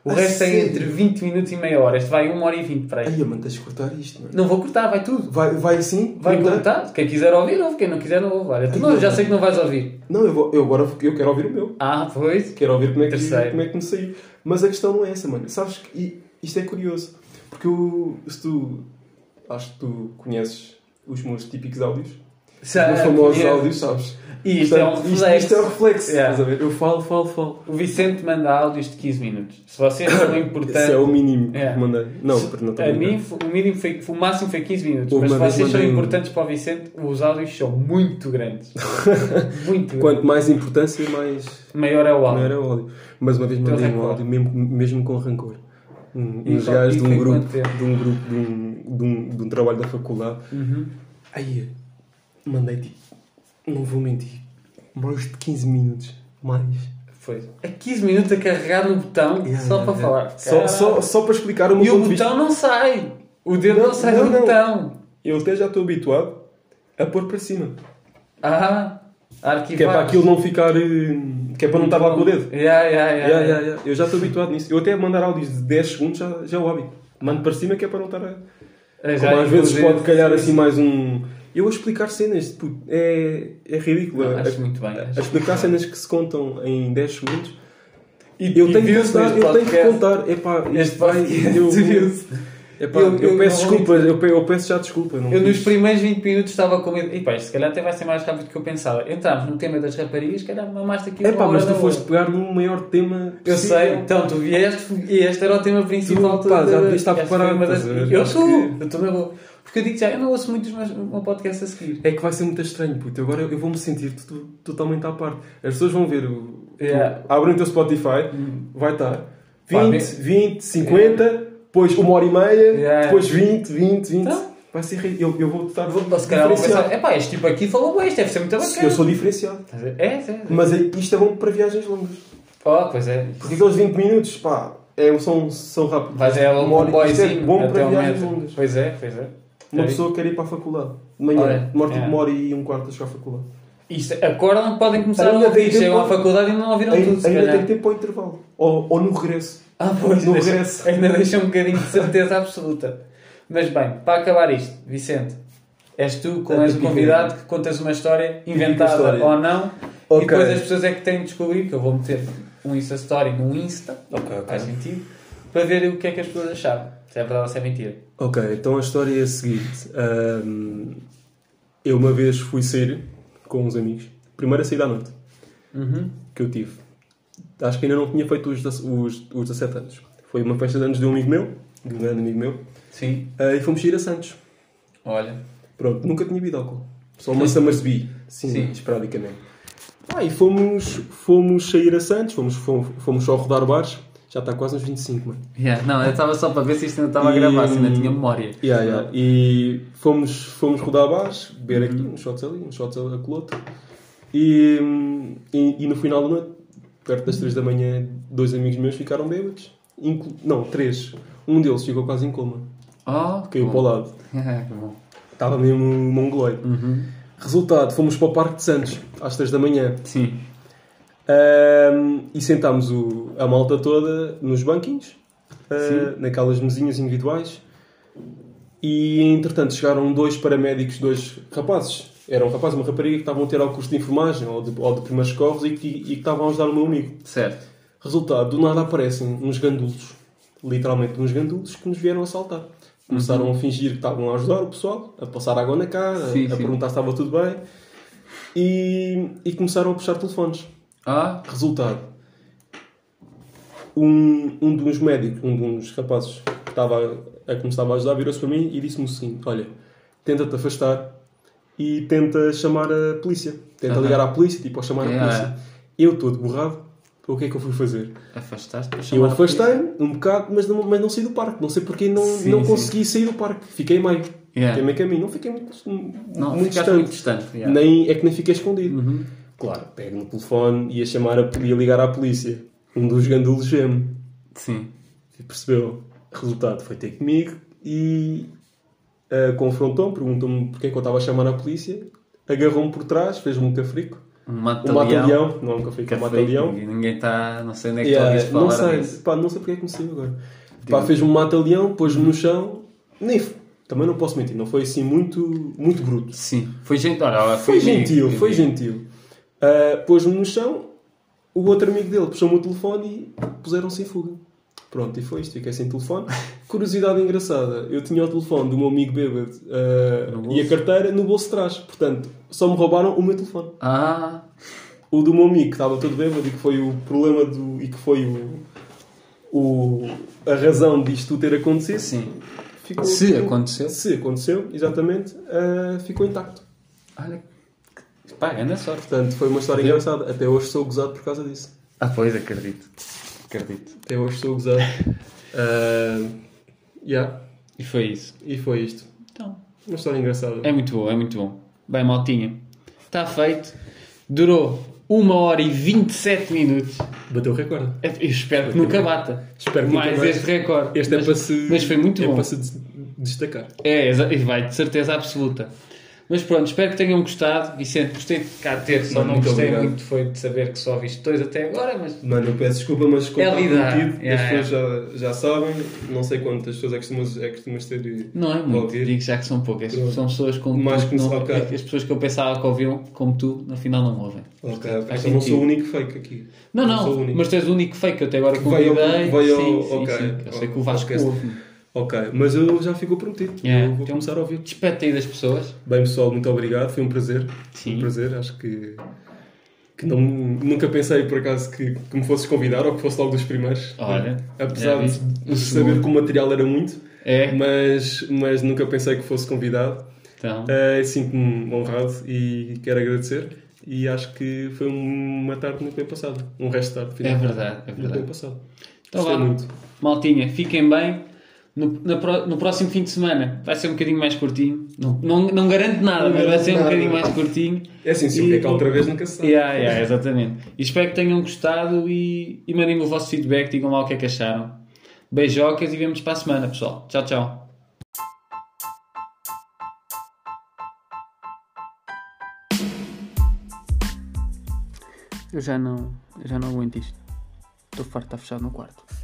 Speaker 2: O
Speaker 3: A
Speaker 2: resto tem
Speaker 3: Ah, sério?
Speaker 2: entre 20 minutos e meia hora. Este vai 1 hora e 20 para aí.
Speaker 3: Ai, mano, tens de cortar isto, mano.
Speaker 2: Não vou cortar, vai tudo.
Speaker 3: Vai, vai sim?
Speaker 2: Vai
Speaker 3: cortar?
Speaker 2: cortar. Quem quiser ouvir, ouve. Quem não quiser, não ouve. Olha, tu
Speaker 3: Ai,
Speaker 2: não, já
Speaker 3: não.
Speaker 2: sei que não vais ouvir.
Speaker 3: Não, eu, vou, eu agora vou- eu quero ouvir o meu.
Speaker 2: Ah, pois.
Speaker 3: Quero ouvir como é, que,
Speaker 2: Terceiro.
Speaker 3: como é que me saiu. Mas a questão não é essa, mano. Sabes que e- isto é curioso. Porque eu, se tu. Acho que tu conheces os meus típicos áudios. Os
Speaker 2: Já,
Speaker 3: meus famosos
Speaker 2: é.
Speaker 3: áudios, sabes?
Speaker 2: E isto é um
Speaker 3: Portanto, isto-
Speaker 2: reflexo.
Speaker 3: Isto é um reflexo.
Speaker 2: Yeah.
Speaker 3: Estás a ver? Eu falo, falo, falo.
Speaker 2: O Vicente manda áudios de 15 minutos. Se vocês são importantes...
Speaker 3: Esse é o mínimo
Speaker 2: Yeah.
Speaker 3: que mandei. Não, porque não estou
Speaker 2: a
Speaker 3: brincar.
Speaker 2: mim, o, mínimo foi, o máximo foi 15 minutos.
Speaker 3: O
Speaker 2: mas se
Speaker 3: Manuel
Speaker 2: vocês são
Speaker 3: mandou um-
Speaker 2: importantes para o Vicente, os áudios são muito grandes. muito grandes.
Speaker 3: Quanto mais importância, mais
Speaker 2: Maior é o áudio.
Speaker 3: maior é o áudio. Mas uma vez
Speaker 2: Então,
Speaker 3: mandei um
Speaker 2: recorda.
Speaker 3: áudio, mesmo, mesmo com rancor. Um,
Speaker 2: E
Speaker 3: uns
Speaker 2: qual-
Speaker 3: gajos
Speaker 2: e
Speaker 3: de um
Speaker 2: foi
Speaker 3: grupo,
Speaker 2: quanto tempo?
Speaker 3: de um grupo, de um, de um, de um trabalho da faculdade.
Speaker 2: Uhum.
Speaker 3: Aí, mandei tipo, não vou mentir, mais de 15 minutos. Mais.
Speaker 2: Foi. A 15 É minutos a carregar no botão
Speaker 3: Yeah,
Speaker 2: só
Speaker 3: yeah,
Speaker 2: para
Speaker 3: yeah.
Speaker 2: falar.
Speaker 3: Só, só, só para explicar o meu
Speaker 2: E o
Speaker 3: ponto de
Speaker 2: botão
Speaker 3: vista.
Speaker 2: não sai. O dedo não,
Speaker 3: Não,
Speaker 2: sai
Speaker 3: não,
Speaker 2: do
Speaker 3: não.
Speaker 2: botão.
Speaker 3: Eu até já estou habituado a pôr para cima.
Speaker 2: Ah, arquivar.
Speaker 3: Que é para aquilo não ficar. eh, Que é para não estar lá com o dedo.
Speaker 2: Yeah, yeah, yeah.
Speaker 3: Yeah, yeah, yeah. Eu já estou habituado nisso. Eu até a mandar áudios de 10 segundos já, já o hábito. Mando para cima que é para não estar a.
Speaker 2: Ah, já,
Speaker 3: Como às vezes
Speaker 2: inclusive,
Speaker 3: pode calhar
Speaker 2: sim,
Speaker 3: assim
Speaker 2: sim.
Speaker 3: mais um. Eu a explicar cenas, puto, é, é ridículo.
Speaker 2: Não,
Speaker 3: a,
Speaker 2: acho muito bem.
Speaker 3: a
Speaker 2: acho.
Speaker 3: explicar cenas que se contam em 10 segundos.
Speaker 2: E-
Speaker 3: Eu
Speaker 2: e
Speaker 3: tenho que
Speaker 2: viu-se
Speaker 3: contar,
Speaker 2: neste
Speaker 3: eu tenho que
Speaker 2: podcast.
Speaker 3: contar. Epá,
Speaker 2: Este
Speaker 3: isto vai.
Speaker 2: podcast
Speaker 3: Eu,
Speaker 2: viu-se.
Speaker 3: epá,
Speaker 2: Eu-
Speaker 3: eu,
Speaker 2: eu
Speaker 3: peço
Speaker 2: não-
Speaker 3: desculpa, eu, pe- é eu peço já desculpa. Não
Speaker 2: Eu nos
Speaker 3: fiz.
Speaker 2: primeiros 20 minutos estava com medo. E pá, isto se calhar até vai ser mais rápido do que eu pensava. Entrámos no tema das raparigas, se calhar mamaste aqui uma
Speaker 3: Epá,
Speaker 2: hora
Speaker 3: mas tu
Speaker 2: da
Speaker 3: foste
Speaker 2: hora.
Speaker 3: pegar no maior tema.
Speaker 2: Eu
Speaker 3: possível.
Speaker 2: sei, então tu vieste e este era o tema principal.
Speaker 3: Tu, pá,
Speaker 2: da-
Speaker 3: já
Speaker 2: da-
Speaker 3: devias estar
Speaker 2: esta foi
Speaker 3: preparado,
Speaker 2: uma das-
Speaker 3: estás a ver?
Speaker 2: Eu
Speaker 3: Acho
Speaker 2: sou,
Speaker 3: que-
Speaker 2: eu estou na boa. Porque eu digo já, eu não ouço muitos meus um podcast a seguir.
Speaker 3: É que vai ser muito estranho, puto. Agora eu eu vou-me sentir tu- tu- totalmente à parte. As pessoas vão ver o. tu-
Speaker 2: Yeah.
Speaker 3: Abrem o teu Spotify, vai estar 20,
Speaker 2: Pá,
Speaker 3: 20, 50, depois uma hora e meia,
Speaker 2: Yeah.
Speaker 3: depois 20, 20, 20.
Speaker 2: Então?
Speaker 3: Vai ser ri- eu, eu vou estar
Speaker 2: Vou, se calhar vou pensar,
Speaker 3: diferenciado.
Speaker 2: epá, este tipo aqui falou bem, isto deve ser muito bacana.
Speaker 3: Eu sou diferenciado.
Speaker 2: Estás a ver? É, sim.
Speaker 3: Mas é- isto é bom para viagens longas.
Speaker 2: Oh, pois é.
Speaker 3: Porque aqueles 20 minutos, pá, é, são, são rápidos.
Speaker 2: Vais é um
Speaker 3: Uma hora- isto é
Speaker 2: comboiozinho
Speaker 3: bom
Speaker 2: até
Speaker 3: para
Speaker 2: ao
Speaker 3: viagens
Speaker 2: metro.
Speaker 3: longas.
Speaker 2: Pois é, pois é.
Speaker 3: Uma
Speaker 2: É.
Speaker 3: pessoa quer ir para a faculdade. de
Speaker 2: Olha, é.
Speaker 3: Manhã, demora tipo
Speaker 2: yeah.
Speaker 3: uma hora e um quarto a chegar à faculdade.
Speaker 2: Isto, acordam, podem começar
Speaker 3: Ainda
Speaker 2: a ouvir,
Speaker 3: tem tempo.
Speaker 2: chegam à faculdade e não ouviram
Speaker 3: Ainda,
Speaker 2: tudo, se
Speaker 3: ainda tem
Speaker 2: calhar.
Speaker 3: tempo ao intervalo. Ou, ou no regresso.
Speaker 2: Ah, pois,
Speaker 3: No
Speaker 2: deixa-
Speaker 3: regresso.
Speaker 2: ainda deixa um bocadinho de certeza absoluta. Mas bem, para acabar isto, Vicente, és tu, como
Speaker 3: Tanto
Speaker 2: és o
Speaker 3: pica,
Speaker 2: convidado, que contas uma história inventada
Speaker 3: história.
Speaker 2: ou não, e
Speaker 3: Ok.
Speaker 2: depois as pessoas é que têm de descobrir, que eu vou meter um Insta Story no Insta,
Speaker 3: Ok, ok.
Speaker 2: faz sentido, para ver o que é que as pessoas acharam, se é verdade ou se é mentira.
Speaker 3: Ok, então a história é a seguinte. Ahm, eu uma vez fui sair com uns amigos. Primeira saída à noite que eu tive. Acho que ainda não tinha feito os, 17 os, os 17 anos. Foi uma festa de anos de um amigo meu, de um grande amigo meu,
Speaker 2: Sim,
Speaker 3: ah, e fomos sair a Santos.
Speaker 2: olha,
Speaker 3: Pronto, nunca tinha bebido álcool. Só uma Summersby, sim,
Speaker 2: Sim.
Speaker 3: esporadicamente. Ah, e fomos, fomos sair a Santos, fomos, fomos, fomos só rodar bares. Já está quase nos 25, mano.
Speaker 8: Yeah, não, eu estava só para ver se isto ainda estava
Speaker 3: E-
Speaker 8: a gravar, se ainda tinha memória.
Speaker 3: Yeah, yeah. Ah, E fomos, fomos rodar bares, beber aqui, uns shots ali, uns shots a coloto. E, hum, e, e no final da noite, perto das 3 da manhã, dois amigos meus ficaram bêbados. Inclu- não, três. Um deles ficou quase em coma,
Speaker 8: Oh,
Speaker 3: caiu para o lado.
Speaker 8: É, que bom.
Speaker 3: Estava mesmo um mongoloide.
Speaker 2: Uhum.
Speaker 3: Resultado, fomos para o Parque de Santos, às 3 da manhã.
Speaker 8: Sim.
Speaker 3: Ahm, e sentámos o- a malta toda nos banquinhos, ah, naquelas mesinhas individuais. E entretanto chegaram dois paramédicos, dois rapazes. Era um rapaz e uma rapariga que estavam a ter ao curso de enfermagem ou de, ou de primeiros socorros e que, e que estavam a ajudar o meu amigo.
Speaker 8: Certo.
Speaker 3: Resultado, do nada aparecem uns gandulos, literalmente uns gandulos, que nos vieram assaltar. Começaram a fingir que estavam a ajudar o pessoal, a passar água na cara,
Speaker 8: Uhum. Sim,
Speaker 3: a
Speaker 8: sim.
Speaker 3: perguntar se estava tudo bem e, e começaram a puxar telefones.
Speaker 8: Ah,
Speaker 3: Resultado. Um, um dos médicos, um dos rapazes que estava a, a começar a ajudar, virou-se para mim e disse-me o seguinte: Olha, tenta-te afastar e tenta chamar a polícia. Tenta
Speaker 8: Aham.
Speaker 3: ligar à polícia, tipo, ou chamar
Speaker 8: É,
Speaker 3: a polícia. Eu todo borrado, o que é que eu fui fazer?
Speaker 8: afastaste para
Speaker 3: eu
Speaker 8: chamar a
Speaker 3: afastei-me um bocado, mas não, mas não saí do parque. Não sei porque não,
Speaker 8: Sim,
Speaker 3: não
Speaker 8: sim.
Speaker 3: consegui sair do parque. Fiquei meio.
Speaker 8: Yeah.
Speaker 3: Fiquei meio caminho. Não fiquei muito,
Speaker 8: Não, ficaste
Speaker 3: muito distante.
Speaker 8: muito distante. yeah. Uhum.
Speaker 3: Nem, é que nem fiquei escondido. Claro, pego no telefone e a chamar a, ia ligar à polícia. Um dos gandulos geme.
Speaker 8: Sim.
Speaker 3: E percebeu. Resultado, foi ter comigo e ah, confrontou-me, perguntou-me porque é que eu estava a chamar a polícia. Agarrou-me por trás, fez-me um cafrico.
Speaker 8: Um
Speaker 3: Um
Speaker 8: mata-leão.
Speaker 3: mata-leão. Não é um cafrico, é um
Speaker 8: Café,
Speaker 3: mata-leão.
Speaker 8: ninguém- Ninguém
Speaker 2: tá,
Speaker 8: está... Não sei onde é que
Speaker 3: Yeah,
Speaker 8: tu ouviste falar
Speaker 3: não sei,
Speaker 8: disso.
Speaker 3: pá, não sei porque é que me saiu agora. Pá, fez-me um mata-leão, pôs-me no chão. Nem, f- também não posso mentir, não foi assim muito, muito bruto.
Speaker 8: Sim. Foi gentil. Olha,
Speaker 3: Ah, Foi
Speaker 8: amigo,
Speaker 3: gentil,
Speaker 8: amigo.
Speaker 3: foi gentil. Ah, Pôs-me no chão, o outro amigo dele puxou-me o telefone e puseram-se em fuga. Pronto, e foi isto, fiquei sem telefone. Curiosidade engraçada, eu tinha o telefone do meu amigo bêbado ah,
Speaker 8: No
Speaker 3: e a
Speaker 8: bolso?
Speaker 3: carteira no bolso de trás, portanto, só me roubaram o meu telefone.
Speaker 8: Ah,
Speaker 3: O do meu amigo que estava todo bêbado e que foi o problema do. e que foi o. o a razão disto tudo ter acontecido.
Speaker 8: sim.
Speaker 3: Ficou-
Speaker 8: Se aconteceu.
Speaker 3: Se aconteceu, exatamente, ah, ficou intacto.
Speaker 8: Olha. que- Pá,
Speaker 2: é
Speaker 8: grande sorte.
Speaker 3: Portanto, foi uma história engraçada. Até hoje sou gozado por causa disso.
Speaker 8: Ah, pois, acredito. Acredito.
Speaker 3: Até hoje sou gozado. Ah, yeah.
Speaker 2: E foi isso.
Speaker 3: E foi isto.
Speaker 2: Então...
Speaker 3: Uma história engraçada.
Speaker 2: É muito bom, é muito bom. Bem, maltinha, está feito. Durou 1 hora e 27 minutos.
Speaker 3: Bateu o recorde.
Speaker 2: Eu espero que nunca bata.
Speaker 3: Espero que nunca
Speaker 2: mais
Speaker 3: bata.
Speaker 2: este recorde.
Speaker 3: Este
Speaker 2: mas,
Speaker 3: é para se.
Speaker 2: Mas foi muito
Speaker 3: é
Speaker 2: bom.
Speaker 3: para se des- destacar.
Speaker 2: É, exa- e vai de certeza absoluta. Mas pronto, espero que tenham gostado. Vicente, gostei de cá ter, só
Speaker 3: Mano,
Speaker 2: não
Speaker 3: muito
Speaker 2: gostei
Speaker 3: obrigado.
Speaker 2: muito foi de saber que só viste dois até agora, mas
Speaker 3: Mano, eu peço desculpa, mas como
Speaker 2: É
Speaker 3: está
Speaker 2: lidar.
Speaker 3: prometido,
Speaker 2: Yeah,
Speaker 3: as pessoas já, já sabem, não sei quantas pessoas é que costumas, é que costumas ter. de-
Speaker 2: não é muito.
Speaker 3: Ouvir.
Speaker 2: Digo já que são poucas.
Speaker 3: Pronto.
Speaker 2: São pessoas como
Speaker 3: Mais
Speaker 2: tu,
Speaker 3: que
Speaker 2: que um não,
Speaker 3: só cá.
Speaker 2: as pessoas que eu pensava que ouviam, como tu, no final não ouvem.
Speaker 3: Ok,
Speaker 2: faz
Speaker 3: eu não sou
Speaker 2: sentido.
Speaker 3: o único fake aqui.
Speaker 2: Não,
Speaker 3: sou
Speaker 2: não,
Speaker 3: o único.
Speaker 2: mas tu és o único fake que eu até agora
Speaker 3: Que vai ao-
Speaker 2: convidei.
Speaker 3: vai ao-
Speaker 2: sim, sim,
Speaker 3: ok.
Speaker 2: sim. Eu sei que o Vasco
Speaker 3: Ok.
Speaker 2: ouve.
Speaker 3: Ok, mas eu já ficou prometido.
Speaker 2: Yeah. um
Speaker 3: Eu vou começar a ouvir.
Speaker 2: Despete aí das pessoas.
Speaker 3: Bem, pessoal, muito obrigado. Foi um prazer. Foi
Speaker 2: Sim.
Speaker 3: Um prazer. Acho que, que não, nunca pensei, por acaso, que, que me fosses convidar ou que fosse logo dos primeiros.
Speaker 2: Olha, é
Speaker 3: Apesar
Speaker 2: já
Speaker 3: de,
Speaker 2: viste.
Speaker 3: de saber que o material era muito,
Speaker 2: É,
Speaker 3: mas, mas nunca pensei que fosse convidado.
Speaker 2: então.
Speaker 3: Eh, Sinto-me honrado e quero agradecer. E acho que foi um, uma tarde muito bem passada. Um resto de tarde,
Speaker 2: É
Speaker 3: final.
Speaker 2: verdade, é
Speaker 3: Muito bem
Speaker 2: verdade.
Speaker 3: passado.
Speaker 2: Então
Speaker 3: Gostei
Speaker 2: vá,
Speaker 3: muito.
Speaker 2: maltinha, fiquem bem. No, na pro- no próximo fim de semana vai ser um bocadinho mais curtinho. Não, não, não garanto nada, mas vai
Speaker 3: garanto
Speaker 2: ser um
Speaker 3: nada.
Speaker 2: bocadinho mais curtinho.
Speaker 3: É assim, se o
Speaker 2: E-
Speaker 3: que é que há outra vez nunca se sabe.
Speaker 2: Yeah, yeah, exatamente. E espero que tenham gostado e, e mandem o vosso feedback, digam lá o que é que acharam. Beijocas e vemos para a semana, pessoal. Tchau, tchau. Eu já não, eu já não aguento isto. Estou farto de estar fechado no quarto.